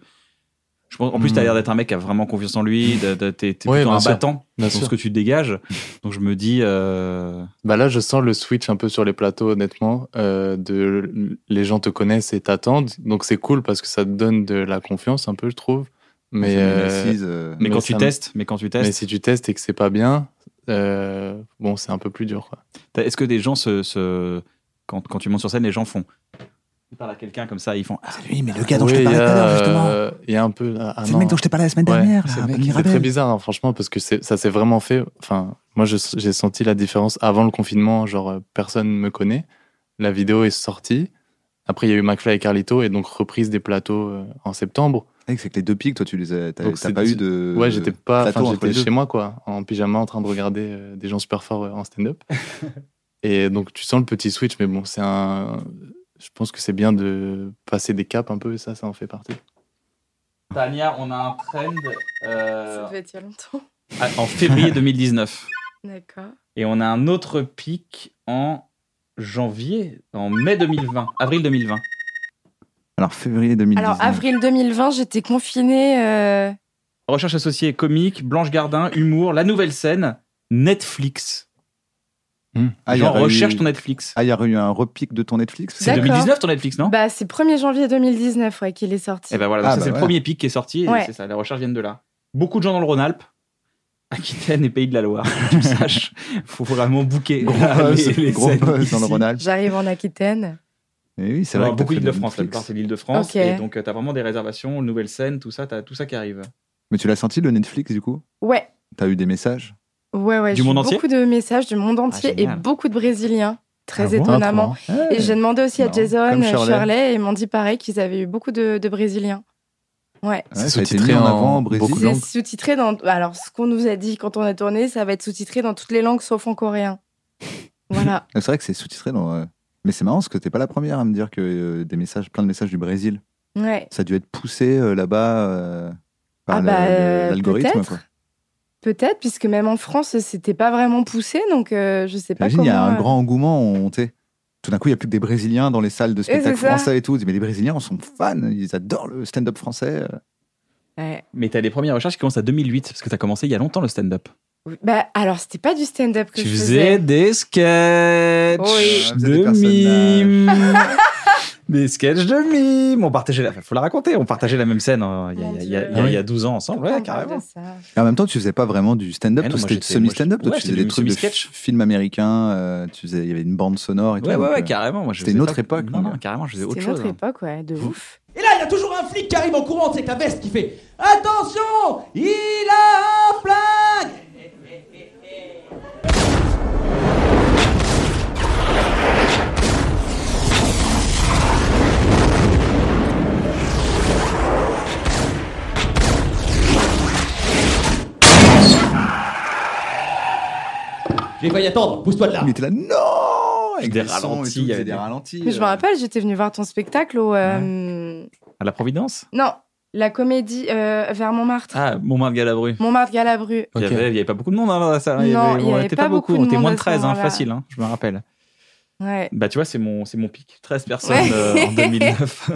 Speaker 1: Je pense, en plus, tu as l'air d'être un mec qui a vraiment confiance en lui, de, de- t'es, t'es
Speaker 4: Hmm. Ouais,
Speaker 1: plutôt
Speaker 4: bien
Speaker 1: un
Speaker 4: sûr.
Speaker 1: battant
Speaker 4: Bien
Speaker 1: dans
Speaker 4: sûr.
Speaker 1: ce que tu dégages. Donc je me dis, euh,
Speaker 4: Bah là, je sens le switch un peu sur les plateaux, honnêtement. euh, de les gens te connaissent et t'attendent, donc c'est cool parce que ça te donne de la confiance un peu, je trouve. Mais
Speaker 3: C'est une
Speaker 4: euh,
Speaker 3: assise, euh,
Speaker 1: mais,
Speaker 4: Mais
Speaker 1: quand
Speaker 4: ça
Speaker 1: tu
Speaker 4: me-
Speaker 1: testes, mais quand tu
Speaker 4: mais
Speaker 1: testes,
Speaker 4: si tu testes et que c'est pas bien, euh, bon, c'est un peu plus dur. Quoi.
Speaker 1: T'as- Est-ce que des gens se. se- Quand, quand tu montes sur scène, les gens font. Tu parles à quelqu'un comme ça, ils font. Ah,
Speaker 3: C'est lui, mais le gars dont je t'ai
Speaker 4: Oui,
Speaker 3: parlé tout
Speaker 4: il y a,
Speaker 3: à l'heure, justement.
Speaker 4: euh, Il y a un peu. ah, ah
Speaker 3: c'est le mec
Speaker 4: non.
Speaker 3: dont je t'ai parlé la semaine
Speaker 4: Ouais,
Speaker 3: dernière, là,
Speaker 4: c'est le mec. C'est
Speaker 3: Mirabel.
Speaker 4: très bizarre, hein, franchement, parce que c'est- ça s'est vraiment fait. Enfin, moi, je- j'ai senti la différence avant le confinement. Genre, euh, personne me connaît. La vidéo est sortie. Après, il y a eu McFly et Carlito, et donc reprise des plateaux euh, en septembre.
Speaker 3: Ouais, c'est que les deux pics, toi, tu les as, t'as,
Speaker 4: Donc,
Speaker 3: t'as
Speaker 4: c'est-
Speaker 3: pas eu de.
Speaker 4: ouais, j'étais pas.
Speaker 3: Euh, plateau
Speaker 4: Enfin,
Speaker 3: entre les
Speaker 4: j'étais
Speaker 3: deux.
Speaker 4: chez moi, quoi, en pyjama, en train de regarder euh, des gens super forts euh, en stand-up. et donc, tu sens le petit switch, mais bon, c'est un. Je pense que c'est bien de passer des caps un peu, et ça, ça en fait partie.
Speaker 1: Tania, on a un trend Euh.
Speaker 2: Ça devait être il y a longtemps.
Speaker 1: Ah, en février 2019.
Speaker 2: D'accord.
Speaker 1: Et on a un autre pic en janvier, en mai 2020, avril 2020.
Speaker 3: Alors, février 2019.
Speaker 2: Alors, avril 2020, j'étais confinée. euh,
Speaker 1: Recherche associée comique, Blanche Gardin, humour, la nouvelle scène, Netflix.
Speaker 3: Ah, il y
Speaker 1: Genre,
Speaker 3: aurait eu-
Speaker 1: recherche ton Netflix.
Speaker 3: Ah, il y aurait eu un repic de ton Netflix
Speaker 1: C'est
Speaker 2: D'accord.
Speaker 1: 2019 ton Netflix, non
Speaker 2: Bah, c'est 1er janvier 2019 ouais, qu'il est sorti.
Speaker 1: Et ben voilà, donc
Speaker 3: Ah,
Speaker 1: ça
Speaker 3: bah
Speaker 1: c'est le
Speaker 3: ouais.
Speaker 1: premier pic qui est sorti. et
Speaker 2: Ouais.
Speaker 1: C'est ça, les recherches viennent de là. Beaucoup de gens dans le Rhône-Alpes, Aquitaine et Pays de la Loire, que tu le saches. Faut vraiment booker.
Speaker 3: Gros
Speaker 1: les-
Speaker 3: buzz,
Speaker 1: les
Speaker 3: Ah, gros
Speaker 1: scènes
Speaker 3: buzz dans le
Speaker 1: ici.
Speaker 3: Rhône-Alpes.
Speaker 2: J'arrive en Aquitaine.
Speaker 3: Et oui, c'est
Speaker 1: Alors,
Speaker 3: vrai. que t'as
Speaker 1: beaucoup
Speaker 3: fait
Speaker 1: l'île de France, la
Speaker 3: Netflix.
Speaker 1: plupart c'est l'île de France.
Speaker 2: Ok.
Speaker 1: Et donc, tu as vraiment des réservations, nouvelle scène, tout ça, t'as tout ça qui arrive.
Speaker 3: Mais tu l'as senti le Netflix du coup
Speaker 2: Ouais,
Speaker 3: T'as eu des messages
Speaker 2: ouais, ouais.
Speaker 1: Du
Speaker 2: j'ai eu
Speaker 1: monde entier
Speaker 2: Beaucoup de messages du monde entier et
Speaker 1: génial.
Speaker 2: beaucoup de Brésiliens, très
Speaker 3: Ah bon
Speaker 2: étonnamment. Et j'ai demandé aussi à
Speaker 3: Marrant.
Speaker 2: Jason,
Speaker 3: Comme
Speaker 2: Shirley.
Speaker 3: Shirley.
Speaker 2: et ils m'ont dit pareil qu'ils avaient eu beaucoup de, de Brésiliens. Ouais.
Speaker 3: Ouais,
Speaker 4: C'est
Speaker 3: ça a été
Speaker 4: sous-titré
Speaker 3: mis en
Speaker 4: en
Speaker 3: avant au Brésil.
Speaker 4: beaucoup de
Speaker 2: C'est
Speaker 4: langues.
Speaker 2: sous-titré dans. Alors, ce qu'on nous a dit quand on a tourné, ça va être sous-titré dans toutes les langues sauf en coréen. Voilà.
Speaker 3: C'est vrai que c'est sous-titré dans. euh, Mais c'est marrant parce que t'es pas la première à me dire que euh, des messages, plein de messages du Brésil,
Speaker 2: Ouais.
Speaker 3: ça a dû être poussé euh, là-bas euh, par
Speaker 2: Ah
Speaker 3: le-
Speaker 2: bah,
Speaker 3: le-
Speaker 2: euh,
Speaker 3: l'algorithme.
Speaker 2: peut-être.
Speaker 3: quoi.
Speaker 2: Peut-être, puisque même en France, c'était pas vraiment poussé, donc euh, je sais pas
Speaker 3: T'imagines,
Speaker 2: comment.
Speaker 3: il y a un
Speaker 2: euh,
Speaker 3: grand engouement. On, t'sais, tout d'un coup, il n'y a plus que des Brésiliens dans les salles de
Speaker 2: c'est
Speaker 3: spectacle
Speaker 2: ça.
Speaker 3: français et tout. Mais les Brésiliens, on sont fans. Ils adorent le stand-up français.
Speaker 2: euh, ouais.
Speaker 1: Mais t'as des premières recherches qui commencent à 2008, parce que t'as commencé il y a longtemps le stand-up.
Speaker 2: Bah, alors, c'était pas du stand-up que
Speaker 1: Tu
Speaker 2: je
Speaker 1: faisais
Speaker 2: faisais.
Speaker 1: des sketchs
Speaker 2: Oui.
Speaker 3: Ah, vous êtes des
Speaker 1: de
Speaker 3: personnages.
Speaker 2: euh,
Speaker 1: mime. des sketchs de mime. On partageait la... Faut la raconter, on partageait la même scène euh, il y a-
Speaker 2: Mon
Speaker 1: il y, a-
Speaker 2: Dieu. Ah,
Speaker 1: il y a- il y a 12 ans ensemble.
Speaker 2: On
Speaker 1: Ouais,
Speaker 2: parle de
Speaker 1: carrément.
Speaker 2: ça.
Speaker 3: Et en même temps, tu faisais pas vraiment du stand-up.
Speaker 1: Eh non,
Speaker 3: toi,
Speaker 1: moi,
Speaker 3: C'était du
Speaker 1: j'étais- moi,
Speaker 3: semi-stand-up. Toi,
Speaker 1: ouais,
Speaker 3: tu
Speaker 1: c'est
Speaker 3: faisais des
Speaker 1: du
Speaker 3: trucs de
Speaker 1: semi-sketch.
Speaker 3: f- films américains. euh, tu faisais, il y avait une bande sonore et
Speaker 1: Ouais,
Speaker 3: tout.
Speaker 1: ouais,
Speaker 3: donc,
Speaker 1: ouais,
Speaker 3: euh,
Speaker 1: carrément. Moi, je
Speaker 3: c'était
Speaker 1: faisais
Speaker 3: une
Speaker 1: pas
Speaker 3: autre
Speaker 1: que-
Speaker 3: époque,
Speaker 1: Non,
Speaker 3: mon
Speaker 1: non,
Speaker 3: gars.
Speaker 1: carrément, je faisais
Speaker 2: C'était
Speaker 1: autre
Speaker 2: une
Speaker 1: chose. hein.
Speaker 2: autre
Speaker 3: hein.
Speaker 2: époque, ouais, de ouf.
Speaker 5: Et là, il y a toujours un flic qui arrive en courant avec la veste qui fait Attention Il a un flingue Je vais pas y attendre, pousse-toi de là
Speaker 3: Il était là, non Avec
Speaker 1: Ah. Des
Speaker 3: des sons et
Speaker 1: ralentis,
Speaker 3: tout,
Speaker 1: il
Speaker 3: il
Speaker 1: y
Speaker 3: faisait
Speaker 1: avait
Speaker 3: des
Speaker 1: des-
Speaker 3: ralentis.
Speaker 2: Mais je me
Speaker 3: euh.
Speaker 2: rappelle, j'étais venue voir ton spectacle au. euh,
Speaker 1: À la Providence
Speaker 2: Non, la comédie euh, vers Montmartre.
Speaker 1: Ah, Montmartre Galabru.
Speaker 2: Montmartre Galabru.
Speaker 1: Il y avait- il y avait pas beaucoup de monde hein, dans la salle. hein.
Speaker 2: Non, il y
Speaker 1: on
Speaker 2: avait
Speaker 1: était
Speaker 2: pas beaucoup de
Speaker 1: On était
Speaker 2: monde
Speaker 1: moins
Speaker 2: à
Speaker 1: de
Speaker 2: ce
Speaker 1: 13, hein,
Speaker 2: moment-là.
Speaker 1: facile, hein, je me rappelle.
Speaker 2: Ouais.
Speaker 1: Bah, tu vois, c'est mon, c'est mon pic. 13 personnes
Speaker 2: Ouais.
Speaker 1: euh, en 2009.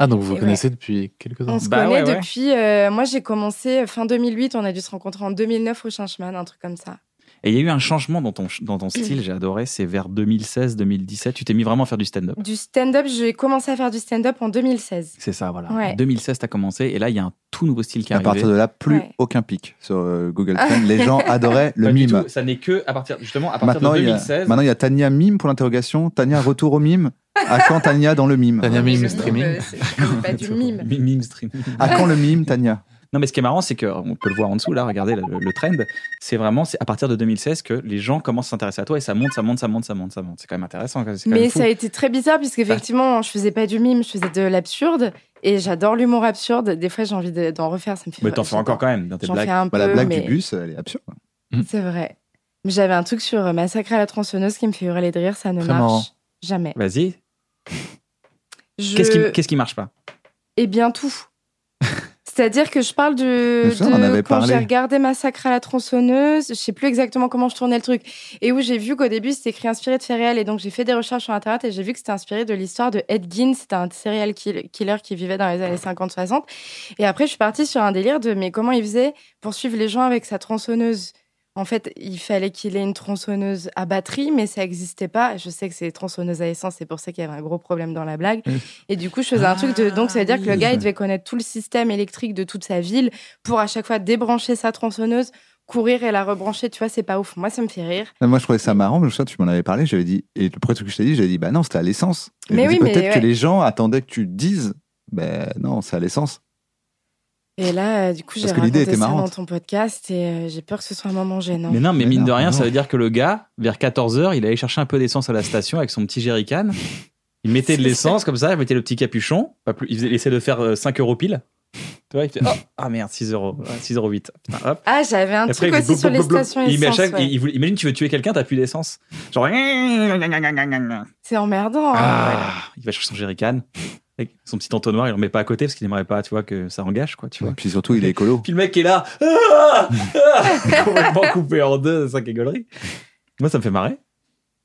Speaker 4: Ah, donc vous
Speaker 2: Et
Speaker 4: connaissez depuis quelques
Speaker 2: On
Speaker 4: temps.
Speaker 2: se
Speaker 1: Bah
Speaker 2: connaît
Speaker 1: ouais, ouais.
Speaker 2: depuis. euh, moi, j'ai commencé fin 2008. On a dû se rencontrer en 2009 au Chinchman, un truc comme ça.
Speaker 1: Et il y a eu un changement dans ton, dans ton style, j'ai adoré. C'est vers 2016-2017. Tu t'es mis vraiment à faire du stand-up.
Speaker 2: Du stand-up, j'ai commencé à faire du stand-up en 2016.
Speaker 1: C'est ça, voilà.
Speaker 2: Ouais.
Speaker 1: 2016, t'as commencé. Et là, il y a un tout nouveau style qui est
Speaker 3: À
Speaker 1: arrivé.
Speaker 3: partir de là, plus
Speaker 2: Ouais.
Speaker 3: aucun pic sur euh, Google Trends. Les gens adoraient le
Speaker 1: Pas Bah, du
Speaker 3: mime.
Speaker 1: tout, Ça n'est que à partir, justement, à partir
Speaker 3: Maintenant
Speaker 1: de
Speaker 3: il, y a,
Speaker 1: 2016.
Speaker 3: maintenant, il y a Tania mime pour l'interrogation. Tania retour au mime. À quand Tania dans le mime
Speaker 4: Tania
Speaker 3: Euh,
Speaker 4: mime
Speaker 2: Le
Speaker 4: streaming.
Speaker 2: euh, c'est- je connais pas du mime.
Speaker 1: Mi- mime streaming.
Speaker 3: À quand le mime, Tania
Speaker 1: Non, mais ce qui est marrant, c'est que on peut le voir en dessous, là, regardez le, le trend. C'est vraiment c'est à partir de 2016 que les gens commencent à s'intéresser à toi et ça monte, ça monte, ça monte, ça monte, ça monte. C'est quand même intéressant. c'est quand même
Speaker 2: Mais
Speaker 1: fou.
Speaker 2: ça a été très bizarre puisqu'effectivement, je faisais pas du mime, je faisais de l'absurde. Et j'adore l'humour absurde. Des fois, j'ai envie de- d'en refaire. Ça me fait
Speaker 1: Mais t'en fais encore quand même dans tes
Speaker 2: J'en fais
Speaker 1: blagues.
Speaker 2: un
Speaker 3: Bah,
Speaker 2: peu.
Speaker 3: La blague
Speaker 2: mais
Speaker 3: du bus, elle est absurde.
Speaker 2: C'est vrai. Mais J'avais un truc sur euh, Massacre à la tronçonneuse qui me fait hurler de rire. Ça ne
Speaker 4: Très
Speaker 2: marche
Speaker 4: marrant.
Speaker 2: jamais.
Speaker 1: Vas-y.
Speaker 2: Je-
Speaker 1: Qu'est-ce qui, qu'est-ce qui marche pas
Speaker 2: Eh bien, tout. C'est-à-dire que je parle de,
Speaker 3: Mais ça, on en
Speaker 2: de-
Speaker 3: avait
Speaker 2: quand
Speaker 3: parlé.
Speaker 2: j'ai regardé Massacre à la tronçonneuse, je sais plus exactement comment je tournais le truc, et où j'ai vu qu'au début c'était écrit inspiré de faits réels, et donc j'ai fait des recherches sur internet et j'ai vu que c'était inspiré de l'histoire de Ed Gein, c'était un serial kill- killer qui vivait dans les années 50-60, et après je suis partie sur un délire de mais comment il faisait pour suivre les gens avec sa tronçonneuse. En fait, il fallait qu'il ait une tronçonneuse à batterie, mais ça n'existait pas. Je sais que c'est tronçonneuse à essence, c'est pour ça qu'il y avait un gros problème dans la blague. Et du coup, je faisais un truc de. Donc, ça veut dire
Speaker 1: Ah
Speaker 2: que le gars, il devait connaître tout le système électrique de toute sa ville pour à chaque fois débrancher sa tronçonneuse, courir et la rebrancher. Tu vois, c'est pas ouf. Moi, ça me fait rire.
Speaker 3: Moi, je trouvais ça marrant, mais ça, tu m'en avais parlé. J'avais dit, et le premier truc que je t'ai dit, j'avais dit, bah non, c'était à l'essence. Et je
Speaker 2: Mais
Speaker 3: me dis,
Speaker 2: oui, mais
Speaker 3: Peut-être que
Speaker 2: ouais.
Speaker 3: les gens attendaient que tu dises, ben non, c'est à l'essence.
Speaker 2: Et là, euh, du coup, j'ai
Speaker 3: Parce que l'idée
Speaker 2: raconté ça
Speaker 3: était marrante.
Speaker 2: dans ton podcast et euh, j'ai peur que ce soit un moment gênant.
Speaker 1: Mais non, mais,
Speaker 3: Mais
Speaker 1: mine
Speaker 3: non,
Speaker 1: de rien,
Speaker 3: non.
Speaker 1: ça veut dire que le gars, vers 14h, il allait chercher un peu d'essence à la station avec son petit jerrycan. Il mettait de
Speaker 2: C'est
Speaker 1: l'essence comme ça, il mettait le petit capuchon. Pas plus, il, faisait, il essayait de faire euh, 5 euros pile. Tu vois, il fait oh, ah merde, 6 euros, ouais, 6 euros 8. Putain, hop.
Speaker 2: Ah, j'avais un
Speaker 1: Et il
Speaker 2: truc
Speaker 1: fait
Speaker 2: aussi
Speaker 1: blop,
Speaker 2: sur
Speaker 1: blop,
Speaker 2: les
Speaker 1: blop, blop.
Speaker 2: stations
Speaker 1: Il met à
Speaker 2: essence.
Speaker 1: chaque-
Speaker 2: ouais.
Speaker 1: il voulait- Imagine, tu veux tuer quelqu'un, t'as plus d'essence. Genre.
Speaker 2: C'est emmerdant. hein.
Speaker 1: Ah, il va chercher son jerrycan. avec Son petit entonnoir, il en met pas à côté parce qu'il aimerait pas, tu vois, que ça engage, quoi, tu vois.
Speaker 3: Et puis surtout, il est écolo.
Speaker 1: Puis le mec est là, Ah Ah complètement coupé en deux, ça qui est gaulerie. Moi, ça me fait marrer.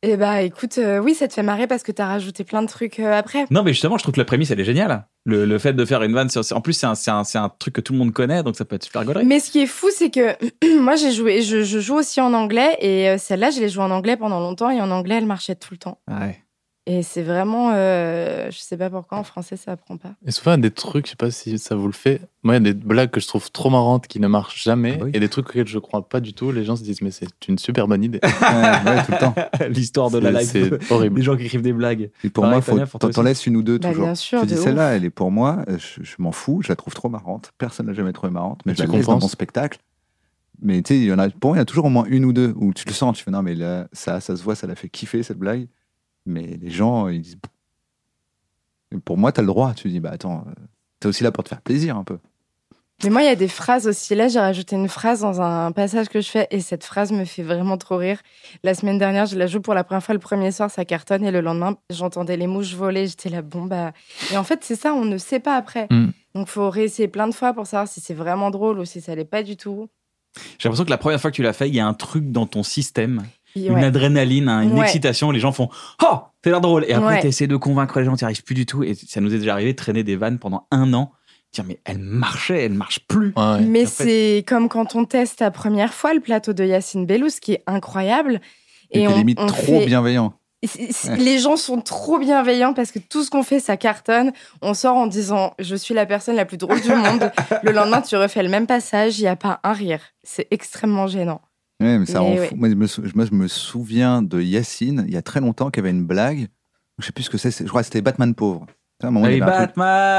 Speaker 2: Eh bah, écoute, euh, oui, ça te fait marrer parce que t'as rajouté plein de trucs euh, après.
Speaker 1: Non, mais justement, je trouve que la prémisse, elle est géniale. Le, le fait de faire une vanne sur. En plus, c'est un, c'est un, c'est un truc que tout le monde connaît, donc ça peut être super gaulerie.
Speaker 2: Mais ce qui est fou, c'est que moi, j'ai joué, je, je joue aussi en anglais et euh, celle-là, je l'ai jouée en anglais pendant longtemps et en anglais, elle marchait tout le temps.
Speaker 1: Ouais.
Speaker 2: Et c'est vraiment, euh, je sais pas pourquoi en français ça apprend pas.
Speaker 4: Et souvent, il y a des trucs, je sais pas si ça vous le fait. Moi, il y a des blagues que je trouve trop marrantes qui ne marchent jamais.
Speaker 3: Ah oui.
Speaker 4: Et des trucs auxquels je crois pas du tout. Les gens se disent, mais c'est une super bonne idée.
Speaker 3: ouais, ouais, tout le temps.
Speaker 1: L'histoire de la
Speaker 4: C'est-
Speaker 1: live.
Speaker 4: C'est horrible.
Speaker 1: Des gens qui écrivent des blagues.
Speaker 3: Et pour
Speaker 1: Pareil,
Speaker 3: moi, faut,
Speaker 1: Tania, pour toi
Speaker 3: t'en
Speaker 1: aussi.
Speaker 3: laisses une ou deux
Speaker 2: Bah,
Speaker 3: toujours.
Speaker 2: bien sûr,
Speaker 3: je te dis
Speaker 2: de
Speaker 3: celle-là, elle est pour moi. euh, Je, je m'en fous, je la trouve trop marrante. Personne l'a jamais trouvée marrante, mais
Speaker 4: Et
Speaker 3: je
Speaker 4: tu
Speaker 3: la laisse dans
Speaker 4: compenses.
Speaker 3: mon spectacle. Mais tu sais, il y en a. Pour moi, il y a toujours au moins une ou deux où tu le sens. Tu fais non, mais là, ça, ça se voit, ça l'a fait kiffer cette blague. Mais les gens, ils disent. Et Pour moi, t'as le droit. Tu dis bah attends, euh, t'es aussi là pour te faire plaisir un peu.
Speaker 2: Mais moi, il y a des phrases aussi. Là, j'ai rajouté une phrase dans un passage que je fais et cette phrase me fait vraiment trop rire. La semaine dernière, je la joue pour la première fois. Le premier soir, ça cartonne et le lendemain, j'entendais les mouches voler. J'étais là, bon, bah. Et en fait, c'est ça, on ne sait pas après.
Speaker 4: Mm.
Speaker 2: Donc, faut réessayer plein de fois pour savoir si c'est vraiment drôle ou si ça l'est pas du tout.
Speaker 1: J'ai l'impression que la première fois que tu l'as fait, il y a un truc dans ton système,
Speaker 2: Et
Speaker 1: une
Speaker 2: ouais.
Speaker 1: adrénaline, hein, une
Speaker 2: Ouais.
Speaker 1: excitation. Les gens font Oh, c'est l'air drôle. Et après,
Speaker 2: Ouais.
Speaker 1: tu essaies de convaincre les gens, tu arrives plus du tout. Et ça nous est déjà arrivé de traîner des vannes pendant un an. Dire, mais elle marchait, elle marche plus.
Speaker 4: Ouais, ouais.
Speaker 2: Mais
Speaker 1: Après-
Speaker 2: c'est comme quand on teste la première fois le plateau de Yacine Bellous, qui est incroyable.
Speaker 3: Et t'es
Speaker 2: on,
Speaker 3: limite
Speaker 2: on
Speaker 3: trop
Speaker 2: fait-
Speaker 3: bienveillant.
Speaker 2: C- c- Les gens sont trop bienveillants parce que tout ce qu'on fait, ça cartonne. On sort en disant Je suis la personne la plus drôle du monde. Le lendemain, tu refais le même passage, il n'y a pas un rire. C'est extrêmement gênant.
Speaker 3: Ouais, mais ça
Speaker 2: Mais
Speaker 3: rend
Speaker 2: ouais.
Speaker 3: fou. Moi, je me, sou- moi, je me souviens de Yacine, il y a très longtemps, qui avait une blague. Je sais plus ce que c'est. c'est- Je crois que c'était Batman pauvre. À un moment, il
Speaker 1: Allez,
Speaker 3: y avait un truc
Speaker 1: Ah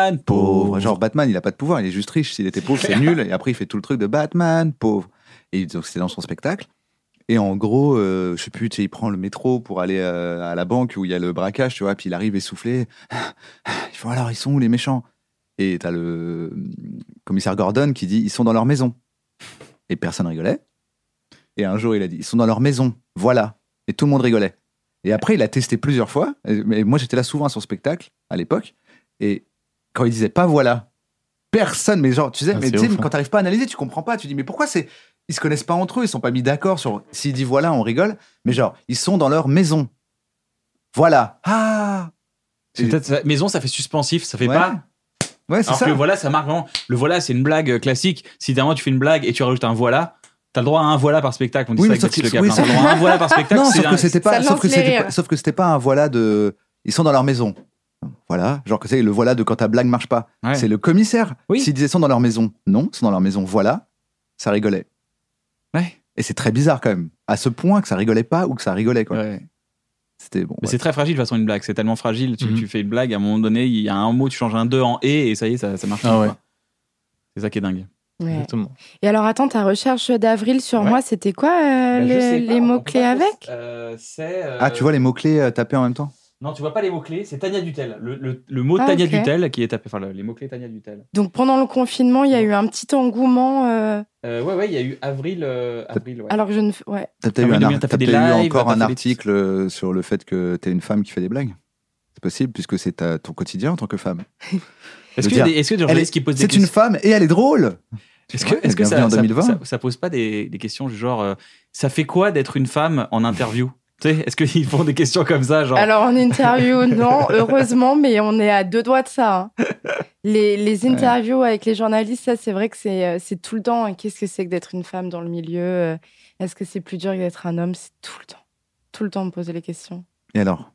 Speaker 1: Batman,
Speaker 3: pauvre.
Speaker 1: pauvre.
Speaker 3: Genre, Batman, il a pas de pouvoir, il est juste riche. S'il était pauvre, c'est nul. Et après, il fait tout le truc de Batman pauvre. Et donc, c'était dans son spectacle. Et en gros, euh, je sais plus, tu sais, il prend le métro pour aller euh, à la banque où il y a le braquage, tu vois. Puis il arrive essoufflé. Il faut alors, ils sont où les méchants Et t'as le euh, commissaire Gordon qui dit, ils sont dans leur maison. Et personne rigolait. Et un jour, il a dit, ils sont dans leur maison. Voilà. Et tout le monde rigolait. Et après, il a testé plusieurs fois. Et- Mais moi, j'étais là souvent à son spectacle, à l'époque. Et quand il disait pas voilà, personne, mais genre, tu sais,
Speaker 4: Ah,
Speaker 3: mais
Speaker 4: c'est
Speaker 3: tu sais,
Speaker 4: ouf, hein.
Speaker 3: quand t'arrives pas à analyser, tu comprends pas. Tu dis, mais pourquoi c'est. ils se connaissent pas entre eux, ils sont pas mis d'accord sur s'il dit voilà, on rigole, mais genre ils sont dans leur maison. Voilà. Ah
Speaker 1: C'est peut-être ça- Maison, ça fait suspensif, ça fait
Speaker 3: Ouais,
Speaker 1: pas.
Speaker 3: Ouais, c'est
Speaker 1: Alors
Speaker 3: ça.
Speaker 1: que le voilà, ça marque vraiment. Le voilà, c'est une blague euh, classique. Si d'un moment, tu fais une blague et tu rajoutes un voilà, t'as le droit à un voilà par spectacle. On dit
Speaker 3: Oui,
Speaker 1: ça
Speaker 3: mais
Speaker 1: avec
Speaker 3: sauf
Speaker 1: Mathilde
Speaker 3: que-
Speaker 1: Capin.
Speaker 3: oui,
Speaker 1: T'as le droit à un voilà par spectacle.
Speaker 3: Non,
Speaker 1: c'est
Speaker 3: sauf que
Speaker 1: un-
Speaker 3: c'était
Speaker 2: Ça
Speaker 3: pas sauf
Speaker 2: lance
Speaker 3: que
Speaker 2: les
Speaker 3: c'était
Speaker 2: rires.
Speaker 3: pas, sauf que c'était pas un voilà de ils sont dans leur maison. Voilà, genre que c'est le voilà de quand ta blague marche pas.
Speaker 1: Ouais.
Speaker 3: C'est le commissaire.
Speaker 1: Oui.
Speaker 3: S'il disait sont dans leur maison, non, sont dans leur maison, voilà, ça rigolait.
Speaker 1: Ouais.
Speaker 3: Et c'est très bizarre quand même. À ce point que ça rigolait pas ou que ça rigolait quoi.
Speaker 1: Ouais.
Speaker 3: C'était bon.
Speaker 1: Mais
Speaker 3: ouais.
Speaker 1: c'est très fragile de toute façon une blague, c'est tellement fragile. Tu,
Speaker 4: Mhm.
Speaker 1: tu fais une blague, à un moment donné, il y a un mot, tu changes un 2 en et et ça y est, ça, ça marche.
Speaker 4: Ah
Speaker 1: plus,
Speaker 4: ouais.
Speaker 1: quoi. C'est ça qui est dingue.
Speaker 2: Ouais.
Speaker 4: Exactement.
Speaker 2: Et alors, attends, ta recherche d'avril sur
Speaker 1: Ouais. Bah,
Speaker 2: moi, c'était quoi euh, les, les mots-clés avec
Speaker 3: Ah, tu vois les mots clés tapés en même temps.
Speaker 1: euh, Non, tu vois pas les mots-clés, c'est Tania Dutel. Le, le- le mot
Speaker 2: Ah,
Speaker 1: Tania
Speaker 2: ok.
Speaker 1: Dutel qui est tapé, enfin le- les mots-clés Tania Dutel.
Speaker 2: Donc, pendant le confinement, il y a eu un petit engouement, euh,
Speaker 1: Euh, ouais, ouais, il y a eu avril. euh, avril ouais.
Speaker 2: alors que je ne... f- Ouais.
Speaker 3: T'as peut-être
Speaker 1: Ah
Speaker 3: eu,
Speaker 1: oui,
Speaker 3: un
Speaker 1: non,
Speaker 3: ar-
Speaker 1: mais t'as
Speaker 3: t'as
Speaker 1: fait des
Speaker 3: peut-être eu
Speaker 1: lives,
Speaker 3: encore
Speaker 1: t'as fait
Speaker 3: un
Speaker 1: des-
Speaker 3: article euh, sur le fait que t'es une femme qui fait des blagues. C'est possible, puisque c'est ta- ton quotidien en tant que femme.
Speaker 1: Est-ce
Speaker 3: je veux
Speaker 1: qu'il y a
Speaker 3: dire,
Speaker 1: des, est-ce que des
Speaker 3: elle
Speaker 1: journalistes qui posent des
Speaker 3: C'est une
Speaker 1: questions
Speaker 3: femme et elle est drôle
Speaker 1: Est-ce que, est-ce que
Speaker 3: Bienvenue
Speaker 1: ça,
Speaker 3: en
Speaker 1: ça-
Speaker 3: 2020.
Speaker 1: ça- ça pose pas des, des questions du genre euh, ça fait quoi d'être une femme en interview Tu sais, est-ce qu'ils font des questions comme ça genre
Speaker 2: Alors, en interview, non, heureusement, mais on est à deux doigts de ça. hein. Les, les interviews avec les journalistes, ça, c'est vrai que c'est euh, c'est tout le temps. hein. Qu'est-ce que c'est que d'être une femme dans le milieu euh, Est-ce que c'est plus dur que d'être un homme C'est tout le temps. Tout le temps me poser les questions.
Speaker 3: Et alors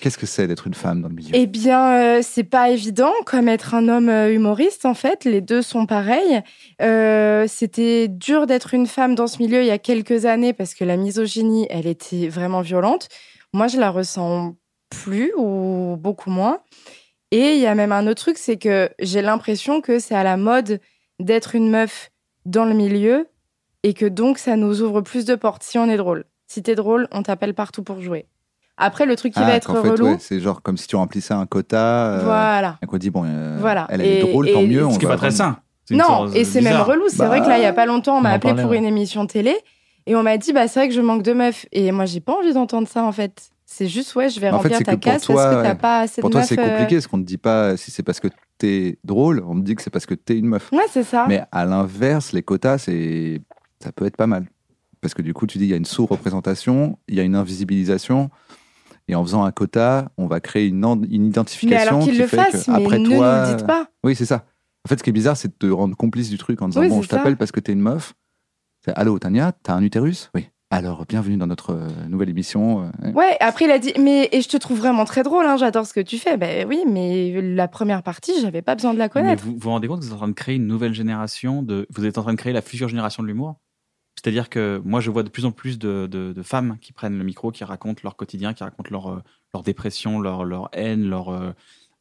Speaker 3: Qu'est-ce que c'est d'être une femme dans le milieu
Speaker 2: Eh bien, euh, c'est pas évident, comme être un homme euh, humoriste, en fait. Les deux sont pareils. Euh, C'était dur d'être une femme dans ce milieu il y a quelques années parce que la misogynie, elle était vraiment violente. Moi, je la ressens plus ou beaucoup moins. Et il y a même un autre truc, c'est que j'ai l'impression que c'est à la mode d'être une meuf dans le milieu et que donc ça nous ouvre plus de portes si on est drôle. Si t'es drôle, on t'appelle partout pour jouer. Après, le truc qui
Speaker 3: Ah,
Speaker 2: va être
Speaker 3: qu'en fait,
Speaker 2: relou,
Speaker 3: ouais, c'est genre comme si tu remplissais un quota. euh,
Speaker 2: voilà.
Speaker 3: Et qu'on dit, bon, euh,
Speaker 2: Voilà.
Speaker 3: elle, elle est
Speaker 2: Et-
Speaker 3: drôle,
Speaker 2: et-
Speaker 3: tant mieux.
Speaker 2: Ce
Speaker 3: on
Speaker 1: Ce qui est
Speaker 3: va
Speaker 1: pas très
Speaker 3: vraiment-
Speaker 1: sain. C'est une
Speaker 2: Non,
Speaker 1: sorte
Speaker 2: et
Speaker 1: de-
Speaker 2: c'est même
Speaker 1: bizarre.
Speaker 2: relou. C'est
Speaker 3: Bah,
Speaker 2: vrai que là, il y a pas longtemps, on m'a
Speaker 4: en
Speaker 2: appelé
Speaker 4: parlait,
Speaker 2: pour
Speaker 4: ouais.
Speaker 2: une émission télé et on m'a dit, bah, c'est vrai que je manque de meufs. Et moi, j'ai pas envie d'entendre ça, en fait. C'est juste, ouais, je vais
Speaker 3: Mais en fait,
Speaker 2: remplir
Speaker 3: c'est que
Speaker 2: ta
Speaker 3: pour
Speaker 2: case
Speaker 3: toi,
Speaker 2: parce que
Speaker 3: ouais.
Speaker 2: t'as pas assez
Speaker 3: Pour
Speaker 2: de
Speaker 3: toi,
Speaker 2: meufs,
Speaker 3: c'est
Speaker 2: euh.
Speaker 3: compliqué, parce qu'on ne dit pas si c'est parce que t'es drôle, on me dit que c'est parce que t'es une meuf.
Speaker 2: Ouais, c'est ça.
Speaker 3: Mais à l'inverse, les quotas, c'est ça peut être pas mal. Parce que du coup, tu dis, il y a une sous-représentation, il y a une invisibilisation. Et en faisant un quota, on va créer une, en- une
Speaker 2: Mais
Speaker 3: identification.
Speaker 2: alors qu'ils
Speaker 3: qui
Speaker 2: le
Speaker 3: fait
Speaker 2: fassent,
Speaker 3: que
Speaker 2: mais
Speaker 3: après
Speaker 2: ne
Speaker 3: toi, euh,
Speaker 2: nous le dites pas.
Speaker 3: Oui, c'est ça. En fait, ce qui est bizarre, c'est de te rendre complice du truc en disant
Speaker 2: Oui,
Speaker 3: Bon,
Speaker 2: c'est
Speaker 3: je
Speaker 2: ça.
Speaker 3: t'appelle parce que t'es une meuf. C'est, Allô, Tania, t'as un utérus Oui. Alors, bienvenue dans notre euh, nouvelle émission. euh, ouais.
Speaker 2: Ouais, après, il a dit, mais et je te trouve vraiment très drôle, hein, j'adore ce que tu fais. Ben oui, mais la première partie, j'avais pas besoin de la
Speaker 1: Mais
Speaker 2: connaître.
Speaker 1: vous vous vous rendez compte que vous êtes en train de créer une nouvelle génération de. Vous êtes en train de créer la future génération de l'humour. C'est-à-dire que moi, je vois de plus en plus de, de- de femmes qui prennent le micro, qui racontent leur quotidien, qui racontent leur, euh, leur dépression, leur, leur haine, leur, euh,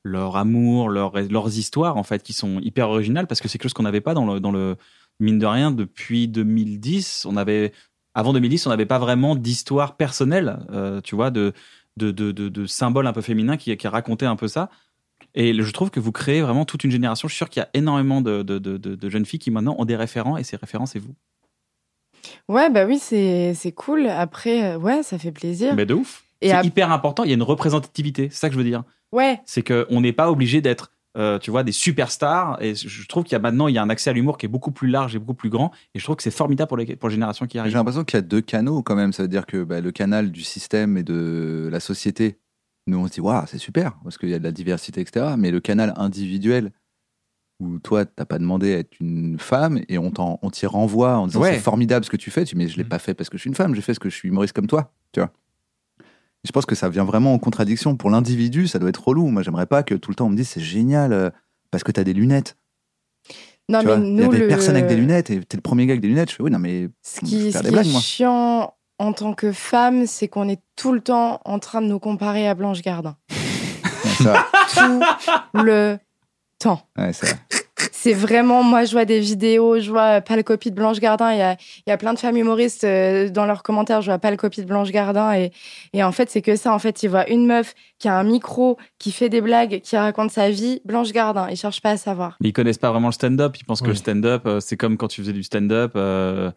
Speaker 1: leur amour, leur- leurs histoires, en fait, qui sont hyper originales parce que c'est quelque chose qu'on n'avait pas dans le, dans le. Mine de rien, depuis 2010, on avait. Avant 2010, on n'avait pas vraiment d'histoire personnelle, euh, tu vois, de, de, de, de, de symboles un peu féminins qui, qui racontaient un peu ça. Et le- je trouve que vous créez vraiment toute une génération. Je suis sûr qu'il y a énormément de, de- de- de- de jeunes filles qui maintenant ont des référents et ces référents, c'est vous.
Speaker 2: Ouais, bah oui, c'est c'est cool. Après, euh, ouais, ça fait plaisir.
Speaker 1: Mais de ouf.
Speaker 2: Et
Speaker 1: c'est
Speaker 2: ap-
Speaker 1: hyper important. Il y a une représentativité. C'est ça que je veux dire.
Speaker 2: Ouais,
Speaker 1: C'est qu'on n'est pas obligé d'être, euh, tu vois, des superstars. Et je trouve qu'il y a maintenant, il y a un accès à l'humour qui est beaucoup plus large et beaucoup plus grand. Et je trouve que c'est formidable pour les, pour les générations qui
Speaker 3: J'ai
Speaker 1: arrivent.
Speaker 3: l'impression qu'il y a deux canaux quand même. Ça veut dire que bah, le canal du système et de la société, nous on se dit Waouh, c'est super, parce qu'il y a de la diversité, etc. Mais le canal individuel, où toi, t'as pas demandé à être une femme et on t'en- on t'y renvoie en disant
Speaker 1: Ouais.
Speaker 3: C'est formidable ce que tu fais. Tu dis Mais je l'ai
Speaker 2: Mm.
Speaker 3: pas fait parce que je suis une femme, j'ai fait ce que je suis humoriste comme toi. Tu vois je pense que ça vient vraiment en contradiction. Pour l'individu, ça doit être relou. Moi, j'aimerais pas que tout le temps on me dise C'est génial euh, parce que t'as des lunettes.
Speaker 2: non,
Speaker 3: Tu
Speaker 2: mais
Speaker 3: vois, Il y
Speaker 2: nous,
Speaker 3: avait
Speaker 2: le-
Speaker 3: personne avec des lunettes et t'es le premier gars avec des lunettes. Je fais Oui, non, mais
Speaker 2: Ce
Speaker 3: Je
Speaker 2: qui,
Speaker 3: vais
Speaker 2: ce
Speaker 3: faire
Speaker 2: qui
Speaker 3: des blagues,
Speaker 2: est
Speaker 3: moi.
Speaker 2: chiant en tant que femme, c'est qu'on est tout le temps en train de nous comparer à Blanche Gardin.
Speaker 3: ça,
Speaker 2: Tout le temps.
Speaker 3: ouais, ça.
Speaker 2: C'est vraiment, moi, je vois des vidéos, je vois euh, pas le copie de Blanche Gardin. Il y a, il y a plein de femmes humoristes euh, dans leurs commentaires, je vois pas le copie de Blanche Gardin. Et, et en fait, c'est que ça. En fait, ils voient une meuf qui a un micro, qui fait des blagues, qui raconte sa vie, Blanche Gardin. Ils cherchent pas à savoir.
Speaker 1: Mais ils connaissent pas vraiment le stand-up. Ils pensent que
Speaker 4: Oui.
Speaker 1: le stand-up, euh, c'est comme quand tu faisais du stand-up. euh,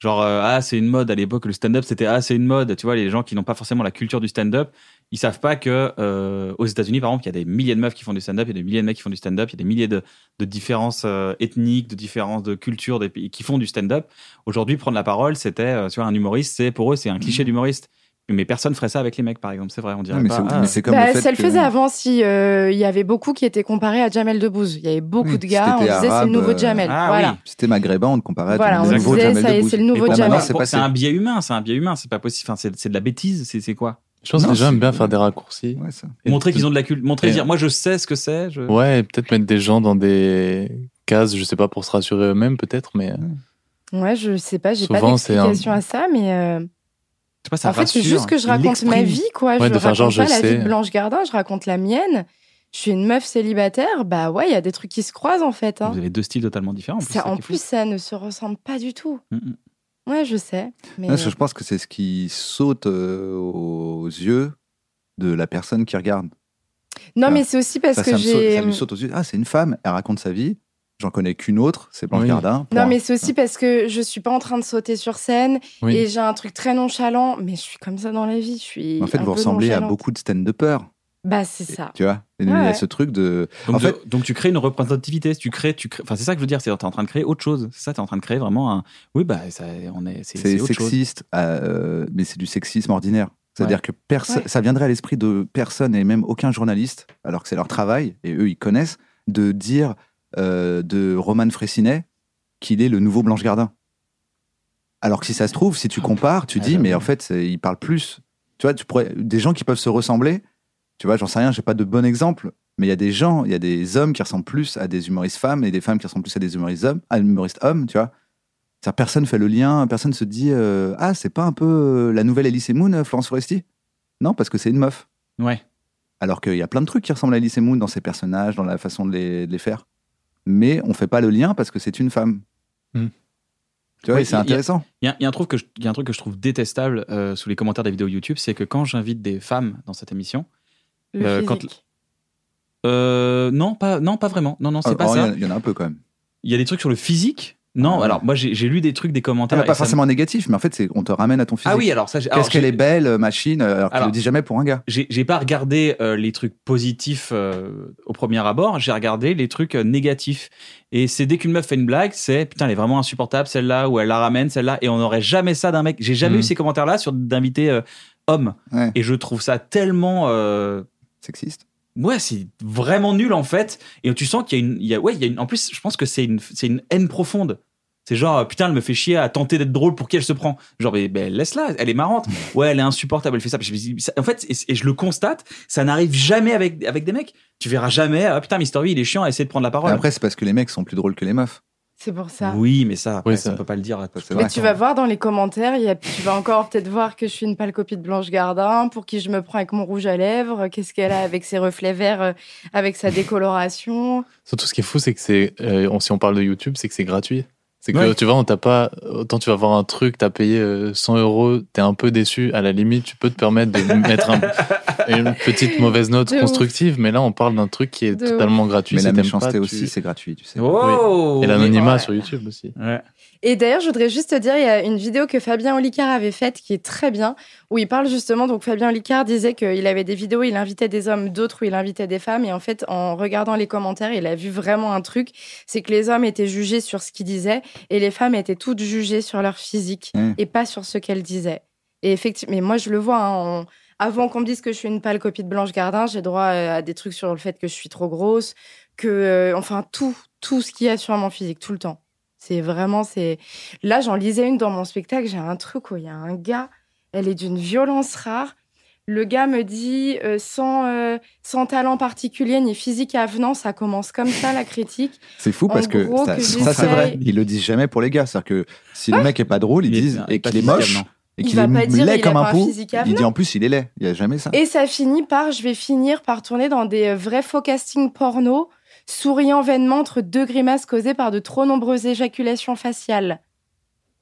Speaker 1: genre, euh, ah, c'est une mode. À l'époque, le stand-up, c'était ah, c'est une mode. Tu vois, les gens qui n'ont pas forcément la culture du stand-up, Ils savent pas que euh, aux États-Unis, par exemple, il y a des milliers de meufs qui font du stand-up, il y a des milliers de mecs qui font du stand-up, il y a des milliers de, de différences euh, ethniques, de différences de culture, des pays qui font du stand-up. Aujourd'hui, prendre la parole, c'était euh, sur un humoriste, c'est pour eux, c'est un cliché d'humoriste. Mais personne ferait ça avec les mecs, par exemple. C'est vrai, on dirait
Speaker 3: Mmh. Non, mais
Speaker 1: pas,
Speaker 3: c'est
Speaker 1: ah,
Speaker 3: mais c'est comme
Speaker 2: Bah,
Speaker 3: le fait
Speaker 2: ça le
Speaker 3: que-
Speaker 2: faisait avant si euh, il y avait beaucoup qui étaient comparés à Jamel Debbouze. Il y avait beaucoup
Speaker 3: Oui,
Speaker 2: de gars, on
Speaker 3: c'était
Speaker 2: disait c'est
Speaker 3: arabe,
Speaker 2: le nouveau
Speaker 3: euh,
Speaker 2: Jamel.
Speaker 1: ah
Speaker 2: voilà.
Speaker 1: oui.
Speaker 3: Si t'es maghrébin, on te comparait
Speaker 2: Voilà,
Speaker 3: à ton
Speaker 2: on
Speaker 3: nouveau
Speaker 2: disait
Speaker 3: Jamel
Speaker 2: ça y est,
Speaker 3: Debbouze.
Speaker 2: c'est le nouveau
Speaker 3: Mais
Speaker 1: Mais
Speaker 3: Ah, maintenant,
Speaker 2: Jamel.
Speaker 3: c'est
Speaker 1: pour-
Speaker 3: passé.
Speaker 1: Bah, C'est un biais humain, c'est un biais humain, c'est pas possible. Enfin, c'est c'est de la bêtise, c'est c'est quoi
Speaker 4: Je pense que les
Speaker 3: Non,
Speaker 4: gens aiment bien
Speaker 3: c'est-
Speaker 4: faire des raccourcis.
Speaker 3: Ouais, ça.
Speaker 4: Et
Speaker 1: Montrer
Speaker 4: tout-
Speaker 1: qu'ils ont de la culture, montrer
Speaker 4: Et-
Speaker 1: dire moi je sais ce que c'est. je-
Speaker 4: Ouais, et peut-être mettre des gens dans des cases, je sais pas, pour se rassurer eux-mêmes, peut-être, mais
Speaker 2: Ouais, je sais pas, j'ai pas
Speaker 4: Souvent, c'est un-
Speaker 2: d'explication à ça, mais euh,
Speaker 1: Je sais pas, ça
Speaker 2: en fait, c'est
Speaker 1: rassure.
Speaker 2: juste que je
Speaker 1: Il
Speaker 2: raconte
Speaker 1: l'exprime.
Speaker 2: ma vie, quoi.
Speaker 4: Ouais,
Speaker 2: je
Speaker 4: de faire
Speaker 2: raconte
Speaker 4: genre,
Speaker 2: pas
Speaker 4: je
Speaker 2: la vie
Speaker 4: sais.
Speaker 2: de Blanche Gardin, je raconte la mienne. Je suis une meuf célibataire, bah ouais, il y a des trucs qui se croisent en fait. hein.
Speaker 1: Vous avez deux styles totalement différents.
Speaker 2: Ça-
Speaker 1: c'est ça
Speaker 2: en
Speaker 1: qui est fou.
Speaker 2: plus, ça ne se ressemble pas du tout.
Speaker 1: Mm, mm.
Speaker 2: Ouais, je sais. Mais euh.
Speaker 3: Non, ça, je pense que c'est ce qui saute euh, aux yeux de la personne qui regarde.
Speaker 2: euh, non,
Speaker 3: ça-
Speaker 2: mais c'est aussi parce
Speaker 3: Ça,
Speaker 2: que
Speaker 3: ça, me saute,
Speaker 2: j'ai. euh,
Speaker 3: ça lui saute aux yeux. Ah, c'est une femme, elle raconte sa vie. J'en connais qu'une autre, c'est Blanche
Speaker 4: Oui.
Speaker 3: Gardin.
Speaker 2: euh, Non,
Speaker 3: Point.
Speaker 2: mais c'est aussi parce que je suis pas en train de sauter sur scène
Speaker 4: Oui.
Speaker 2: et j'ai un truc très nonchalant, mais je suis comme ça dans la vie. Je suis.
Speaker 3: En fait,
Speaker 2: un
Speaker 3: vous
Speaker 2: peu
Speaker 3: ressemblez à
Speaker 2: nonchalante.
Speaker 3: beaucoup de stand de peur.
Speaker 2: Bah, c'est ça.
Speaker 3: Tu vois Et Il y
Speaker 2: Ouais,
Speaker 3: a
Speaker 2: ouais.
Speaker 3: ce truc de.
Speaker 1: Donc,
Speaker 3: En
Speaker 1: de-
Speaker 3: fait-
Speaker 1: donc tu crées une représentativité. Tu crées, tu crées. Enfin, c'est ça que je veux dire. C'est t'es en train de créer autre chose. C'est ça, t'es en train de créer vraiment un. Oui, bah, ça, on est. C'est
Speaker 3: C'est
Speaker 1: c'est autre chose.
Speaker 3: sexiste, euh, mais c'est du sexisme ordinaire. C'est-à-dire que perso-
Speaker 2: Ouais.
Speaker 3: ça viendrait à l'esprit de personne et même aucun journaliste, alors que c'est leur travail, et eux ils connaissent, de dire euh, de Roman Fraissinet qu'il est le nouveau Blanche Gardin. Alors que si ça se trouve, si tu compares, tu
Speaker 1: Ah,
Speaker 3: dis,
Speaker 1: j'avoue.
Speaker 3: mais en fait, c'est- il parle plus. Tu vois, tu pourrais, des gens qui peuvent se ressembler, tu vois, j'en sais rien, j'ai pas de bon exemple, mais il y a des gens, il y a des hommes qui ressemblent plus à des humoristes femmes et des femmes qui ressemblent plus à des humoristes hommes, à des humoristes hommes, tu vois. C'est-à-dire, personne fait le lien, personne se dit, euh, ah, c'est pas un peu euh, la nouvelle Elise Moon, euh, Florence Foresti Non, parce que c'est une meuf.
Speaker 1: Ouais.
Speaker 3: Alors qu'il y a plein de trucs qui ressemblent à Elise Moon dans ses personnages, dans la façon de les, de les faire. Mais on fait pas le lien parce que c'est une femme.
Speaker 4: Hmm.
Speaker 3: Tu vois,
Speaker 1: Ouais,
Speaker 3: et c'est
Speaker 1: il y a-
Speaker 3: intéressant.
Speaker 1: Il y a, il y a un truc que je, il y a un truc que je trouve détestable euh, sous les commentaires des vidéos YouTube, c'est que quand j'invite des femmes dans cette émission,
Speaker 2: Le
Speaker 1: Euh, quand-
Speaker 2: physique.
Speaker 1: euh, non, pas, non, pas vraiment. Non, non, c'est
Speaker 3: Oh,
Speaker 1: pas
Speaker 3: oh, Il y
Speaker 1: ça.
Speaker 3: en a- il y en a un peu quand même.
Speaker 1: Il y a des trucs sur le physique. Non,
Speaker 3: Ouais.
Speaker 1: alors moi j'ai j'ai lu des trucs, des
Speaker 3: Ah,
Speaker 1: commentaires.
Speaker 3: mais
Speaker 1: et
Speaker 3: pas
Speaker 1: ça me-
Speaker 3: forcément négatif, mais en fait, c'est on te ramène à ton physique.
Speaker 1: Ah oui, alors ça. j'ai- alors,
Speaker 3: Qu'est-ce qu'elle
Speaker 1: j'ai-
Speaker 3: est belle, euh, machine, alors qu'il
Speaker 1: Alors-
Speaker 3: le dit jamais pour un gars.
Speaker 1: J'ai j'ai pas regardé euh, les trucs positifs euh, au premier abord, j'ai regardé les trucs euh, négatifs. Et c'est dès qu'une meuf fait une blague, c'est putain, elle est vraiment insupportable celle-là, ou elle la ramène celle-là, et on n'aurait jamais ça d'un mec. J'ai jamais
Speaker 4: Mhm.
Speaker 1: eu ces commentaires-là sur d'inviter euh, homme.
Speaker 3: Ouais.
Speaker 1: Et je trouve ça tellement. euh,
Speaker 3: Sexiste.
Speaker 1: Ouais, c'est vraiment nul en fait. Et tu sens qu'il y a une. il y a- ouais, il y a une, en plus, je pense que c'est une, c'est une haine profonde. C'est genre, euh, putain, elle me fait chier à tenter d'être drôle pour qui elle se prend. Genre, mais, mais laisse-la, elle est marrante. Ouais, elle est insupportable, elle fait ça. Je me dis, ça- En fait, et, et je le constate, ça n'arrive jamais avec, avec des mecs. Tu verras jamais, ah putain, Mister V, il est chiant à essayer de prendre la
Speaker 3: Et
Speaker 1: parole.
Speaker 3: Après, c'est parce que les mecs sont plus drôles que les meufs.
Speaker 2: C'est pour ça.
Speaker 1: oui, mais ça, après,
Speaker 4: Oui,
Speaker 1: ça,
Speaker 4: ça-
Speaker 1: on peut pas le dire. à tout-
Speaker 3: c'est
Speaker 1: tout
Speaker 3: vrai.
Speaker 2: Mais
Speaker 1: le
Speaker 2: tu
Speaker 1: temps.
Speaker 2: vas voir dans les commentaires, il y a- tu vas encore peut-être voir que je suis une pâle copie de Blanche Gardin, pour qui je me prends avec mon rouge à lèvres, qu'est-ce qu'elle a avec ses reflets verts, euh, avec sa décoloration.
Speaker 4: Surtout, ce qui est fou, c'est que c'est, euh, on- si on parle de YouTube, c'est que c'est gratuit. C'est que
Speaker 1: Ouais.
Speaker 4: tu vois, on t'a pas, autant tu vas voir un truc, t'as payé euh, 100 euros, t'es un peu déçu, à la limite, tu peux te permettre de mettre un- une petite mauvaise note
Speaker 2: De ouf.
Speaker 4: constructive, mais là, on parle d'un truc qui est
Speaker 2: De
Speaker 4: totalement gratuit.
Speaker 3: mais
Speaker 4: si
Speaker 3: la
Speaker 4: t'aimes
Speaker 3: méchanceté
Speaker 4: pas, tu-
Speaker 3: aussi, c'est gratuit, tu sais.
Speaker 1: Oh
Speaker 4: Et l'anonymat
Speaker 2: Ouais.
Speaker 4: sur YouTube aussi.
Speaker 1: Ouais.
Speaker 2: Et d'ailleurs, je voudrais juste te dire, il y a une vidéo que Fabien Olicard avait faite qui est très bien, où il parle justement, donc Fabien Olicard disait qu'il avait des vidéos, il invitait des hommes, d'autres où il invitait des femmes, et en fait, en regardant les commentaires, il a vu vraiment un truc, c'est que les hommes étaient jugés sur ce qu'ils disaient, et les femmes étaient toutes jugées sur leur physique,
Speaker 3: Mm.
Speaker 2: et pas sur ce qu'elles disaient. Et effectivement, mais moi je le vois, hein, on- avant qu'on me dise que je suis une pâle copie de Blanche Gardin, j'ai droit euh, à des trucs sur le fait que je suis trop grosse, que, euh, enfin, tout, tout ce qu'il y a sur mon physique, tout le temps. C'est vraiment, c'est. Là, j'en lisais une dans mon spectacle. J'ai un truc où il y a un gars, elle est d'une violence rare. Le gars me dit, euh, sans, euh, sans talent particulier ni physique avenant, ça commence comme ça la critique.
Speaker 3: C'est fou
Speaker 2: En
Speaker 3: parce que
Speaker 2: gros,
Speaker 3: ça,
Speaker 2: que
Speaker 3: ça, c'est
Speaker 2: j'essaye-
Speaker 3: vrai. Ils le disent jamais pour les gars. C'est-à-dire que si le mec est pas drôle, ils
Speaker 1: Il est-
Speaker 3: disent
Speaker 1: il est
Speaker 3: et
Speaker 1: pas
Speaker 3: qu'il est moche
Speaker 1: physiquement.
Speaker 3: et
Speaker 2: Il
Speaker 3: qu'il
Speaker 2: va
Speaker 3: est
Speaker 2: pas dire,
Speaker 3: laid
Speaker 2: il a
Speaker 3: comme
Speaker 2: pas
Speaker 3: un
Speaker 2: un
Speaker 3: pot.
Speaker 2: physique
Speaker 3: Il dit en plus, il est laid. Il y a jamais ça.
Speaker 2: Et ça finit par, je vais finir par tourner dans des euh, vrais faux castings porno, souriant vainement entre deux grimaces causées par de trop nombreuses éjaculations faciales.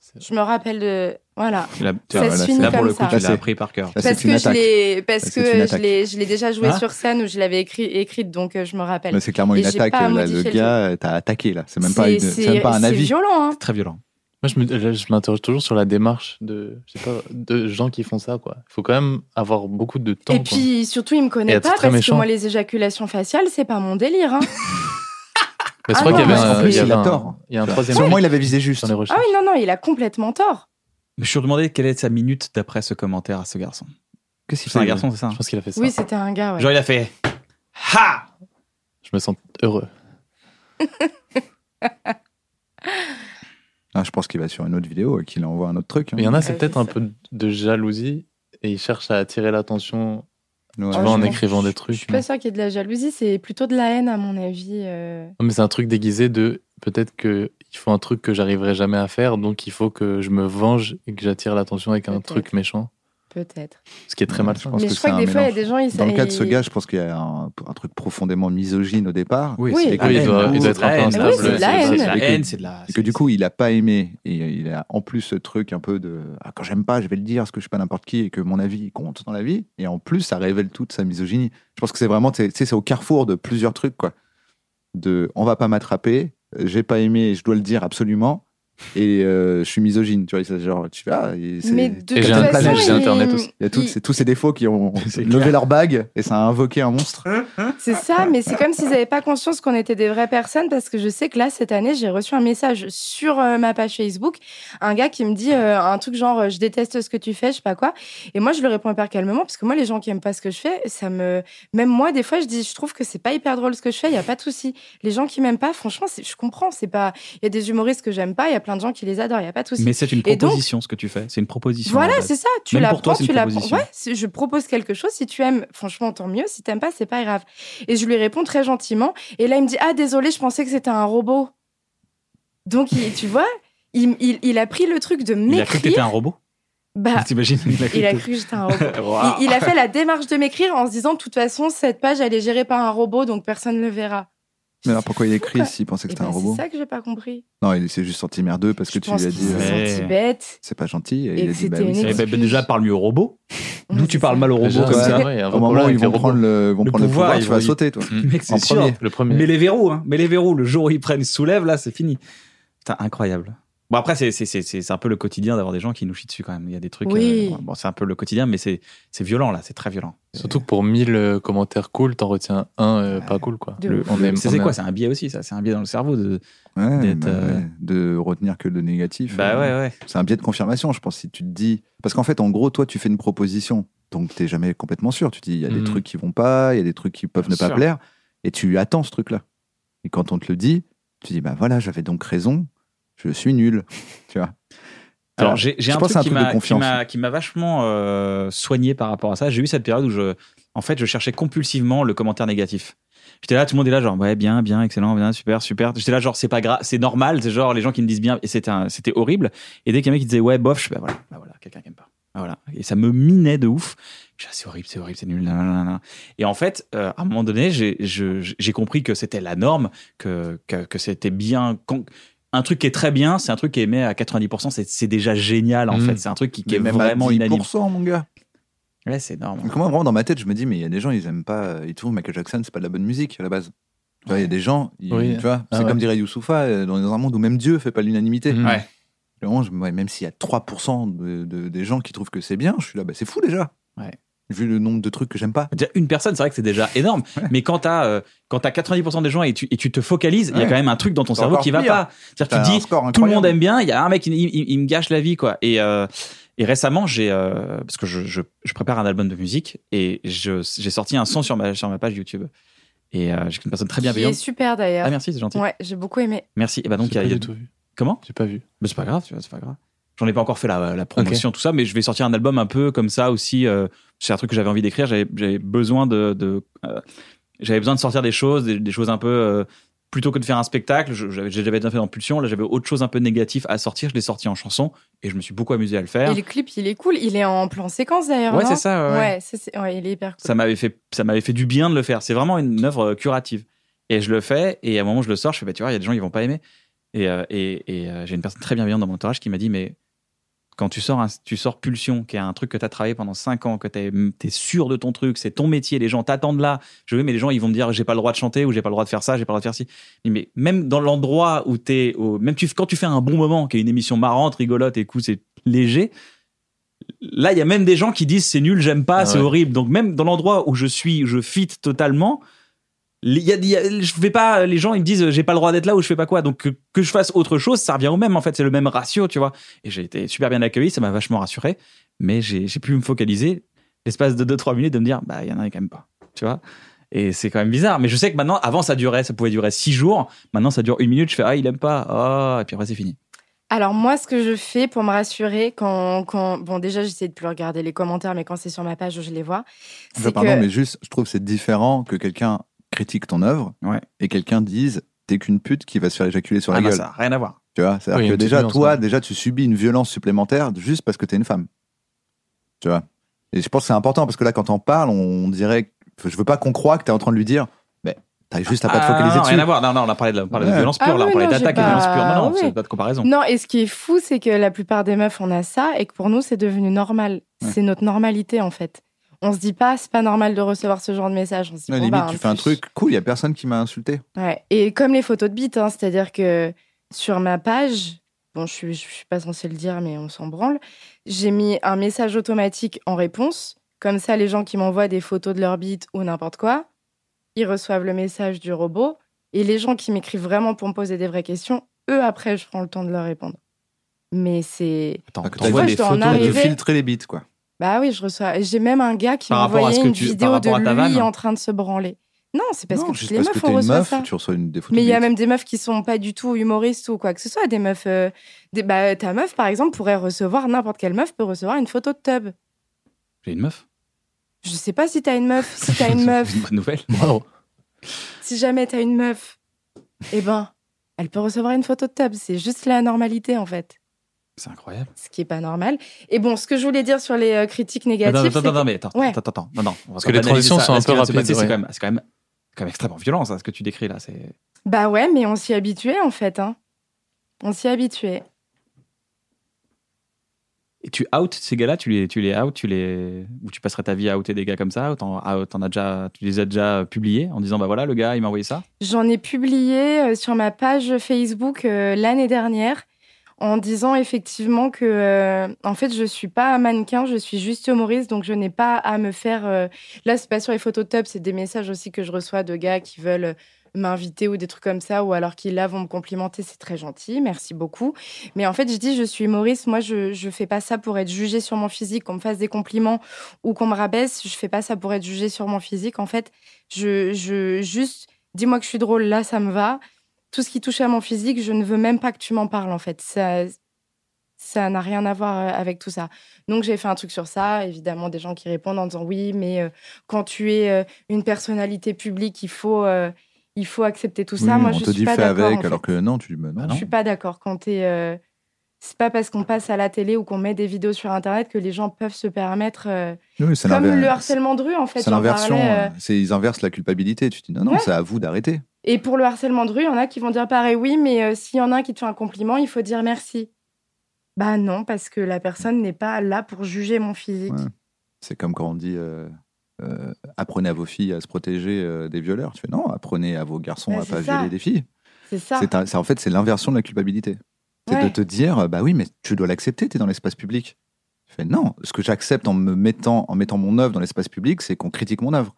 Speaker 4: C'est-
Speaker 2: Je me rappelle de. Voilà.
Speaker 1: Tu l'as- tu
Speaker 2: Ça
Speaker 1: l'as-
Speaker 2: se
Speaker 1: là,
Speaker 2: finit
Speaker 1: là, pour
Speaker 2: comme
Speaker 1: le coup,
Speaker 2: ça.
Speaker 1: tu
Speaker 3: Là,
Speaker 1: l'as
Speaker 3: c'est-
Speaker 1: appris par cœur.
Speaker 3: Là,
Speaker 2: Parce
Speaker 3: c'est une
Speaker 2: que, je
Speaker 3: attaque.
Speaker 2: l'ai, parce
Speaker 3: Ça,
Speaker 2: que
Speaker 3: c'est une
Speaker 2: je
Speaker 3: attaque. Ah.
Speaker 2: l'ai, je l'ai déjà joué
Speaker 1: Hein
Speaker 2: sur scène où je l'avais écrit, écrite, donc euh, je me rappelle.
Speaker 3: Mais c'est clairement
Speaker 2: Et
Speaker 3: une
Speaker 2: j'ai
Speaker 3: attaque. euh,
Speaker 2: pas
Speaker 3: là,
Speaker 2: à modifier
Speaker 3: le
Speaker 2: le
Speaker 3: gars, euh, t'as attaqué là. C'est même pas une- c'est même pas un
Speaker 2: c'est
Speaker 3: avis.
Speaker 2: violent, hein.
Speaker 1: Très violent.
Speaker 4: Moi, je me- je je m'interroge toujours sur la démarche de, je sais pas, de gens qui font ça, quoi. Il faut quand même avoir beaucoup de temps.
Speaker 2: Et
Speaker 4: quoi.
Speaker 2: puis surtout, il me
Speaker 4: Et
Speaker 2: connaît
Speaker 4: être
Speaker 2: pas
Speaker 4: très
Speaker 2: parce
Speaker 4: méchant.
Speaker 2: que moi, les éjaculations faciales, c'est pas mon délire. hein.
Speaker 4: Mais je
Speaker 2: Ah
Speaker 4: crois
Speaker 2: non,
Speaker 4: qu'il y avait
Speaker 2: mais en
Speaker 4: un,
Speaker 2: plus,
Speaker 4: il y avait
Speaker 3: il a
Speaker 4: un-
Speaker 3: tort.
Speaker 4: il y a un troisième.
Speaker 3: Sûrement, il avait visé juste.
Speaker 4: dans les recherches.
Speaker 2: ah oui, non, non, il a complètement tort.
Speaker 1: Je me suis demandé quelle est sa minute d'après ce commentaire à ce garçon.
Speaker 3: Qu'est-ce qu'il
Speaker 1: C'est un
Speaker 3: fait
Speaker 1: garçon, c'est ça hein
Speaker 4: Je pense qu'il a fait ça.
Speaker 2: Oui, c'était un gars. ouais.
Speaker 1: Genre, il a fait Ha
Speaker 4: Je me sens heureux.
Speaker 3: Ah, Je pense qu'il va sur une autre vidéo et qu'il envoie un autre truc. hein.
Speaker 4: Mais il y en a, c'est
Speaker 2: Ouais,
Speaker 4: peut-être
Speaker 2: c'est
Speaker 4: un
Speaker 2: ça.
Speaker 4: peu de jalousie et ils cherchent à attirer l'attention.
Speaker 3: Ouais.
Speaker 4: Tu
Speaker 2: Ah,
Speaker 4: vois, en
Speaker 2: je-
Speaker 4: écrivant des
Speaker 2: Je suis
Speaker 4: trucs.
Speaker 2: pas sûre qu'il y ait de la jalousie, c'est plutôt de la haine, à mon avis. euh.
Speaker 4: Non, mais c'est un truc déguisé de peut-être que il faut un truc que j'arriverai jamais à faire, donc il faut que je me venge et que j'attire l'attention avec un
Speaker 2: Peut-être.
Speaker 4: truc méchant,
Speaker 2: peut-être.
Speaker 4: ce qui est très
Speaker 3: Ouais,
Speaker 4: mal.
Speaker 3: je pense
Speaker 2: Mais
Speaker 3: que
Speaker 2: je crois
Speaker 3: c'est
Speaker 2: que
Speaker 3: un
Speaker 2: des fois, il y a
Speaker 3: mélange.
Speaker 2: des gens, ils
Speaker 3: Dans le cas de ce
Speaker 2: ils-
Speaker 3: gars, je pense qu'il y a un, un truc profondément misogyne au départ.
Speaker 1: Oui,
Speaker 2: Oui.
Speaker 3: Et
Speaker 2: c'est-
Speaker 3: que
Speaker 4: Oui,
Speaker 3: du
Speaker 4: il doit,
Speaker 3: coup-
Speaker 4: il doit être un
Speaker 1: la
Speaker 4: peu
Speaker 1: haine.
Speaker 4: instable.
Speaker 2: Ah oui, c'est de la
Speaker 4: ouais,
Speaker 2: haine.
Speaker 4: c'est-
Speaker 1: La
Speaker 3: Et que-
Speaker 1: haine, c'est de
Speaker 2: Ah,
Speaker 1: la.
Speaker 3: et que du coup, il a pas aimé. Et euh, il a en plus ce truc un peu de ah, quand j'aime pas, je vais le dire, parce que je suis pas n'importe qui et que mon avis compte dans la vie. Et en plus, ça révèle toute sa misogynie. Je pense que c'est vraiment, tu sais, c'est au carrefour de plusieurs trucs, quoi. De on va pas m'attraper, euh, j'ai pas aimé, je dois le dire absolument. Et euh, je suis misogyne, tu vois. C'est genre, tu vois, et c'est-
Speaker 2: Mais de
Speaker 4: Et
Speaker 2: toute
Speaker 4: j'ai un-
Speaker 2: façon,
Speaker 4: j'ai Internet
Speaker 2: il-
Speaker 4: aussi.
Speaker 3: il y a tous
Speaker 2: il-
Speaker 3: ces- tous ces défauts qui ont
Speaker 1: C'est
Speaker 3: levé leur bague et ça a invoqué un monstre.
Speaker 2: C'est ça, mais c'est comme s'ils n'avaient pas conscience qu'on était des vraies personnes parce que je sais que là, cette année, j'ai reçu un message sur euh, ma page Facebook, un gars qui me dit euh, un truc genre euh, je déteste ce que tu fais, je sais pas quoi. Et moi, je lui réponds hyper calmement parce que moi, les gens qui aiment pas ce que je fais, ça me. Même moi, des fois, je dis je trouve que c'est pas hyper drôle ce que je fais, il y a pas de souci. Les gens qui m'aiment pas, franchement, c'est- je comprends, c'est pas. Il y a des humoristes que j'aime pas, il y a plein de gens qui les adorent, il y a pas de souci.
Speaker 1: Mais c'est une
Speaker 2: Et donc-
Speaker 1: proposition, ce que tu fais. C'est une proposition. à
Speaker 2: Voilà,
Speaker 1: la base.
Speaker 2: c'est ça. Tu
Speaker 1: Même
Speaker 2: la
Speaker 1: pour toi,
Speaker 2: prends,
Speaker 1: c'est
Speaker 2: tu
Speaker 1: une
Speaker 2: la
Speaker 1: proposition.
Speaker 2: prends. Ouais, c'est- je propose quelque chose. Si tu aimes, franchement, tant mieux. Si t'aimes pas, c'est pas grave. Et je lui réponds très gentiment. Et là, il me dit Ah, désolé, je pensais que c'était un robot. Donc, il- tu vois, il, il- il a pris le truc de
Speaker 1: Il a cru que t'étais
Speaker 2: m'écrire.
Speaker 1: un robot.
Speaker 2: Bah,
Speaker 1: T'imagines Il a cru
Speaker 2: il a
Speaker 1: que
Speaker 2: cru que j'étais un robot.
Speaker 1: t'étais- Waouh.
Speaker 2: Il, il a fait la démarche de m'écrire en se disant De toute façon, cette page, elle est gérée par un robot, donc personne ne le verra.
Speaker 3: Mais alors pourquoi il écrit s'il pensait que
Speaker 2: Et
Speaker 3: c'était un
Speaker 2: ben,
Speaker 3: robot
Speaker 2: C'est ça que j'ai pas compris.
Speaker 3: Non, il s'est juste senti merdeux parce que
Speaker 2: je
Speaker 3: tu
Speaker 2: pense
Speaker 3: lui as
Speaker 2: qu'il
Speaker 3: dit.
Speaker 2: s'est
Speaker 3: euh,
Speaker 1: Ouais.
Speaker 2: senti bête.
Speaker 3: c'est pas gentil. Et,
Speaker 2: Et
Speaker 3: il a
Speaker 2: que
Speaker 3: dit, bah
Speaker 2: c'était
Speaker 3: oui,
Speaker 2: une
Speaker 3: c'est-
Speaker 1: Eh ben,
Speaker 2: excuse.
Speaker 1: déjà, parle mieux au robot. Nous,
Speaker 2: Ouais,
Speaker 1: tu
Speaker 2: c'est
Speaker 1: parles
Speaker 2: ça.
Speaker 1: mal au robot
Speaker 4: Déjà,
Speaker 1: comme
Speaker 3: ouais.
Speaker 1: ça.
Speaker 4: vrai, il y a un vrai
Speaker 3: au moment
Speaker 4: problème
Speaker 3: où ils
Speaker 4: avec les
Speaker 3: vont
Speaker 4: robots.
Speaker 3: prendre le, vont
Speaker 1: Le
Speaker 3: prendre
Speaker 1: pouvoir,
Speaker 3: le pouvoir,
Speaker 1: ils
Speaker 3: tu vas
Speaker 1: vont y-
Speaker 3: sauter, toi.
Speaker 1: Mec,
Speaker 3: En
Speaker 1: c'est sûr.
Speaker 3: premier.
Speaker 4: Le premier.
Speaker 1: Mais les verrous, hein. Mais les verrous, le jour où ils prennent, soulèvent, là, c'est fini. Putain, incroyable. Bon, après, c'est- c'est- c'est c'est un peu le quotidien d'avoir des gens qui nous chient dessus quand même. Il y a des trucs.
Speaker 2: Oui.
Speaker 1: euh, bon, c'est un peu le quotidien, mais c'est c'est violent, là. C'est très violent.
Speaker 4: Surtout que pour 1000 euh, commentaires cool, t'en retiens un euh, pas cool, quoi.
Speaker 2: De
Speaker 4: Le-
Speaker 2: ouf.
Speaker 4: on aime-
Speaker 1: C'est
Speaker 4: on
Speaker 1: c'est
Speaker 4: aime-
Speaker 1: quoi C'est un biais aussi, ça. C'est un biais dans le cerveau. De...
Speaker 3: Ouais,
Speaker 1: D'être,
Speaker 3: bah
Speaker 1: euh,
Speaker 3: ouais, De retenir que le négatif.
Speaker 1: Bah
Speaker 3: euh,
Speaker 1: ouais, ouais.
Speaker 3: C'est un biais de confirmation, je pense. Si tu te dis. Parce qu'en fait, en gros, toi, tu fais une proposition. Donc, t'es jamais complètement sûr. Tu te dis, il y a des
Speaker 4: Mhm.
Speaker 3: trucs qui vont pas, il y a des trucs qui peuvent
Speaker 1: Hmm. Bien
Speaker 3: ne pas
Speaker 1: sûr.
Speaker 3: plaire. Et tu attends ce truc-là. Et quand on te le dit, tu dis, bah voilà, j'avais donc raison. Je suis nul. Tu vois.
Speaker 1: Alors, j'ai j'ai
Speaker 3: je
Speaker 1: un
Speaker 3: pense
Speaker 1: truc
Speaker 3: à un
Speaker 1: qui
Speaker 3: truc de
Speaker 1: m'a- qui
Speaker 3: confiance.
Speaker 1: m'a qui m'a vachement euh, soigné par rapport à ça. J'ai eu cette période où je, en fait, je cherchais compulsivement le commentaire négatif. J'étais là, tout le monde est là, genre ouais, bien, bien, excellent, bien, super, super. J'étais là, genre c'est pas grave, c'est normal. C'est genre les gens qui me disent bien, et c'était un- c'était horrible. Et dès qu'il y a un mec qui disait ouais, bof, je fais bah voilà, bah voilà, quelqu'un qui aime pas. Ah, Voilà. Et ça me minait de ouf. Je dis, ah, C'est horrible, c'est horrible, c'est nul. nan, nan, nan, nan. Et en fait, euh, à un moment donné, j'ai je- j'ai compris que c'était la norme, que, que, que c'était bien. con- Un truc qui est très bien, c'est un truc qui est aimé à 90%, c'est- c'est déjà génial en
Speaker 4: Mhm.
Speaker 1: fait. C'est un truc qui, qui est
Speaker 3: Mmh. Mais même à
Speaker 1: vraiment unanime.
Speaker 3: 10%, mon gars.
Speaker 1: Ouais, c'est énorme.
Speaker 3: Donc moi, vraiment, dans ma tête, je me dis, mais il y a des gens, ils aiment pas, euh, ils trouvent Michael Jackson, c'est pas de la bonne musique à la base. Tu vois, il y a des gens, ils-
Speaker 4: Oui.
Speaker 3: tu vois,
Speaker 4: Ah
Speaker 3: c'est
Speaker 4: ouais.
Speaker 3: comme dirait Youssoufa, euh, dans un monde où même Dieu fait pas l'unanimité.
Speaker 4: Mhm.
Speaker 1: Ouais.
Speaker 3: Et vraiment, je- ouais, même s'il y a 3% de, de- des gens qui trouvent que c'est bien, je suis là, bah, c'est fou déjà.
Speaker 1: Ouais.
Speaker 3: Vu le nombre de trucs que j'aime pas.
Speaker 1: Déjà, une personne, c'est vrai que c'est déjà énorme. Mais quand t'as euh, quand t'as 90% des gens et tu, et tu te focalises, il y a
Speaker 3: Ouais.
Speaker 1: quand même un truc dans ton
Speaker 3: C'est
Speaker 1: cerveau
Speaker 3: encore
Speaker 1: qui va
Speaker 3: pire.
Speaker 1: pas.
Speaker 3: T'as
Speaker 1: C'est-à-dire, que tu
Speaker 3: un
Speaker 1: dis,
Speaker 3: score
Speaker 1: tout le monde
Speaker 3: incroyable.
Speaker 1: aime bien, il y a un mec, il, il- il me gâche la vie, quoi. Et, euh, et récemment, j'ai, euh, parce que je, je- je prépare un album de musique et je- j'ai sorti un son sur ma, sur ma page YouTube. Et euh, j'ai une personne très
Speaker 2: Qui est
Speaker 1: bienveillante.
Speaker 2: super d'ailleurs.
Speaker 1: Ah, merci, c'est gentil.
Speaker 2: ouais, j'ai beaucoup aimé.
Speaker 1: Merci. Et bah donc, il
Speaker 4: J'ai
Speaker 1: y a-
Speaker 4: pas
Speaker 1: il y a-
Speaker 4: du tout vu.
Speaker 1: Comment
Speaker 4: J'ai pas vu.
Speaker 1: mais c'est pas grave, tu vois, c'est pas grave. J'en ai pas encore fait la, la promotion, tout ça, mais je vais sortir un album un peu comme ça aussi. euh, c'est un truc que j'avais envie d'écrire. J'avais j'avais besoin de, de, euh, j'avais besoin de sortir des choses, des, des choses un peu. euh, plutôt que de faire un spectacle, je- j'avais j'avais déjà fait dans Pulsion. Là, j'avais autre chose un peu négatif à sortir. Je l'ai sorti en chanson et je me suis beaucoup amusé à le faire.
Speaker 2: Et le clip, il est cool. Il est en plan séquence d'ailleurs.
Speaker 1: Ouais,
Speaker 2: non
Speaker 1: c'est ça. ouais, ouais.
Speaker 2: Ouais, ça, c'est- ouais, il est hyper cool.
Speaker 1: Ça m'avait fait, ça m'avait fait du bien de le faire. C'est vraiment une œuvre euh, curative. Et je le fais, et à un moment, je le sors, je fais, bah, tu vois, il y a des gens, ils vont pas aimer. Et, euh, et, et, euh, j'ai une personne très bienveillante dans mon entourage qui m'a dit, mais quand tu sors, un- tu sors Pulsion, qui est un truc que tu as travaillé pendant 5 ans, que tu es, sûr de ton truc, c'est ton métier, les gens t'attendent là. Je vais, mais les gens, ils vont me dire, j'ai pas le droit de chanter, ou j'ai pas le droit de faire ça, j'ai pas le droit de faire ci. Mais- Mais même dans l'endroit où tu es, même tu, quand tu fais un bon moment, qui est une émission marrante, rigolote, et coup, c'est léger, là, il y a même des gens qui disent, c'est nul, j'aime pas,
Speaker 4: Ah
Speaker 1: c'est
Speaker 4: ouais.
Speaker 1: horrible. Donc même dans l'endroit où je suis, je fit totalement, il y a- il y a- je fais pas les gens ils me disent j'ai pas le droit d'être là ou je fais pas quoi donc que, que je fasse autre chose ça revient au même en fait c'est le même ratio tu vois et j'ai été super bien accueilli ça m'a vachement rassuré mais j'ai j'ai pu me focaliser l'espace de 2-3 minutes de me dire bah il y en a quand même pas tu vois et c'est quand même bizarre mais je sais que maintenant avant ça durait ça pouvait durer 6 jours maintenant ça dure une minute je fais ah il aime pas ah et puis après c'est fini
Speaker 2: Alors moi, ce que je fais pour me rassurer, quand, quand bon déjà j'essaie de plus regarder les commentaires, mais quand c'est sur ma page, je les vois.
Speaker 3: Enfin,
Speaker 2: C'est
Speaker 3: pardon,
Speaker 2: que
Speaker 3: mais juste, je trouve que c'est différent que quelqu'un critique ton œuvre
Speaker 1: Ouais.
Speaker 3: et quelqu'un dise t'es qu'une pute qui va se faire éjaculer sur la
Speaker 1: ah, bah,
Speaker 3: gueule.
Speaker 1: ça a rien à voir
Speaker 3: Tu vois, c'est-à-dire
Speaker 4: Oui, il y a
Speaker 3: que
Speaker 4: une petite
Speaker 3: déjà,
Speaker 4: nuance,
Speaker 3: toi,
Speaker 4: ouais.
Speaker 3: déjà, tu subis une violence supplémentaire juste parce que t'es une femme. Tu vois. Et je pense que c'est important parce que là, quand on parle, on dirait. que- Je veux pas qu'on croie que t'es en train de lui dire, mais t'as juste à pas te
Speaker 1: Ah,
Speaker 3: focaliser
Speaker 1: non,
Speaker 3: dessus.
Speaker 1: rien à voir non non on a parlé de, on parlait de
Speaker 3: Ouais.
Speaker 1: violence pure
Speaker 2: Ah
Speaker 1: là on
Speaker 2: oui,
Speaker 1: parlait
Speaker 2: non, j'ai
Speaker 1: d'attaque et de
Speaker 2: pas- Mm.
Speaker 1: violence pure non non
Speaker 2: oui.
Speaker 1: c'est pas de comparaison
Speaker 2: non, et ce qui est fou, c'est que la plupart des meufs on a ça et que pour nous c'est devenu normal. C'est notre normalité en fait. On se dit pas c'est pas normal de recevoir ce genre de message. On se dit
Speaker 3: Ouais,
Speaker 2: bon,
Speaker 3: limite,
Speaker 2: bah,
Speaker 3: tu
Speaker 2: de
Speaker 3: fais un
Speaker 2: plus.
Speaker 3: truc cool, il y a personne qui m'a insulté.
Speaker 2: Ouais. Et comme les photos de bites, hein, c'est-à-dire que sur ma page, bon, je suis, je suis pas censée le dire, mais on s'en branle, j'ai mis un message automatique en réponse. Comme ça, les gens qui m'envoient des photos de leur bite ou n'importe quoi, ils reçoivent le message du robot. Et les gens qui m'écrivent vraiment pour me poser des vraies questions, eux, après, je prends le temps de leur répondre. Mais c'est.
Speaker 1: Attends,
Speaker 3: Enfin, que
Speaker 1: t'envoies
Speaker 2: vois,
Speaker 3: t'envoies
Speaker 2: je
Speaker 3: des
Speaker 2: dois en
Speaker 3: photos de
Speaker 2: arriver.
Speaker 3: filtrer les bites, quoi.
Speaker 2: Bah oui, je reçois. J'ai même un gars qui
Speaker 1: Par
Speaker 2: m'a
Speaker 1: rapport à
Speaker 2: envoyé
Speaker 1: ce que
Speaker 2: une
Speaker 1: tu- par
Speaker 2: vidéo de
Speaker 1: rapport à ta vanne
Speaker 2: lui en train de se branler. Non, c'est parce
Speaker 3: Non,
Speaker 2: que
Speaker 3: juste
Speaker 2: toutes les
Speaker 3: parce
Speaker 2: meufs,
Speaker 3: que
Speaker 2: on
Speaker 3: t'es une
Speaker 2: reçoit
Speaker 3: meuf,
Speaker 2: ça.
Speaker 3: tu reçois une, des photos
Speaker 2: Mais il y a
Speaker 3: de bites.
Speaker 2: même des meufs qui sont pas du tout humoristes ou quoi que ce soit. Des meufs. euh, des, bah, ta meuf, par exemple, pourrait recevoir, n'importe quelle meuf peut recevoir une photo de tub.
Speaker 1: j'ai une meuf
Speaker 2: Je sais pas si t'as une meuf, si t'as une meuf,
Speaker 1: bonne nouvelle
Speaker 4: Waouh.
Speaker 2: si jamais t'as une meuf, eh ben, elle peut recevoir une photo de tub. C'est juste la normalité, en fait.
Speaker 1: c'est incroyable
Speaker 2: Ce qui est pas normal. Et bon, ce que je voulais dire sur les euh, critiques négatives.
Speaker 1: Attends, attends,
Speaker 2: c'est
Speaker 1: attends, mais attends,
Speaker 2: Ouais.
Speaker 1: attends, attends, non, non. on va
Speaker 4: Parce
Speaker 1: pas
Speaker 4: que les
Speaker 1: banaliser
Speaker 4: transitions
Speaker 1: ça.
Speaker 4: sont un
Speaker 1: Là, ce qui
Speaker 4: peu
Speaker 1: vient de se
Speaker 4: rapides,
Speaker 1: passer, C'est
Speaker 4: ouais.
Speaker 1: quand même, c'est quand même, c'est quand même extrêmement violent, ça, ce que tu décris là. C'est
Speaker 2: que- Bah ouais, mais on s'y habituait, en fait. Hein. On s'y habituait.
Speaker 1: Et tu out ces gars-là, tu les, tu les out, tu les, ou tu passerais ta vie à outer des gars comme ça, ou t'en, ah, t'en as déjà, tu les as déjà euh, publiés en disant bah voilà le gars il m'a envoyé ça.
Speaker 2: J'en ai publié euh, sur ma page Facebook euh, l'année dernière en disant effectivement que, euh, en fait, je suis pas un mannequin, je suis juste humoriste, donc je n'ai pas à me faire. euh, Là, c'est pas sur les photos de top, c'est des messages aussi que je reçois de gars qui veulent euh, m'inviter ou des trucs comme ça, ou alors qui là vont me complimenter, c'est très gentil, merci beaucoup. Mais en fait, je dis, je suis humoriste, moi, je, je fais pas ça pour être jugée sur mon physique, qu'on me fasse des compliments ou qu'on me rabaisse, je fais pas ça pour être jugée sur mon physique. En fait, je, je juste dis-moi que je suis drôle, là, ça me va. Tout ce qui touche à mon physique, je ne veux même pas que tu m'en parles, en fait. Ça, ça n'a rien à voir euh, avec tout ça. Donc, j'ai fait un truc sur ça. Évidemment, des gens qui répondent en disant oui, mais euh, quand tu es euh, une personnalité publique, il faut, euh, il faut accepter tout ça.
Speaker 3: Oui,
Speaker 2: Moi,
Speaker 3: on
Speaker 2: je
Speaker 3: te
Speaker 2: suis
Speaker 3: dit
Speaker 2: pas
Speaker 3: fais
Speaker 2: d'accord.
Speaker 3: avec,
Speaker 2: en fait.
Speaker 3: alors que non, tu dis, bah non.
Speaker 1: Ah
Speaker 2: Je suis pas d'accord. Quand t'es, euh, c'est pas parce qu'on passe à la télé ou qu'on met des vidéos sur Internet que les gens peuvent se permettre. euh,
Speaker 3: Oui, c'est
Speaker 2: comme
Speaker 3: l'inver-
Speaker 2: le harcèlement de rue, en fait.
Speaker 3: C'est
Speaker 2: j'en
Speaker 3: l'inversion.
Speaker 2: parlais, euh,
Speaker 3: euh, c'est- Ils inversent la culpabilité. Tu te dis, non, non,
Speaker 2: Ouais.
Speaker 3: c'est à vous d'arrêter.
Speaker 2: Et pour le harcèlement de rue, il y en a qui vont dire pareil, oui, mais euh, s'il y en a un qui te fait un compliment, il faut dire merci. Bah non, parce que la personne n'est pas là pour juger mon physique.
Speaker 3: Ouais. C'est comme quand on dit euh, euh, apprenez à vos filles à se protéger euh, des violeurs. Tu fais non, apprenez à vos garçons
Speaker 2: Bah,
Speaker 3: à
Speaker 2: c'est
Speaker 3: pas
Speaker 2: ça.
Speaker 3: violer des filles.
Speaker 2: C'est ça.
Speaker 3: C'est un- c'est- en fait, c'est l'inversion de la culpabilité. C'est
Speaker 2: Ouais.
Speaker 3: de te dire euh, bah oui, mais tu dois l'accepter, tu es dans l'espace public. Tu fais non, ce que j'accepte en me mettant en mettant mon œuvre dans l'espace public, c'est qu'on critique mon œuvre.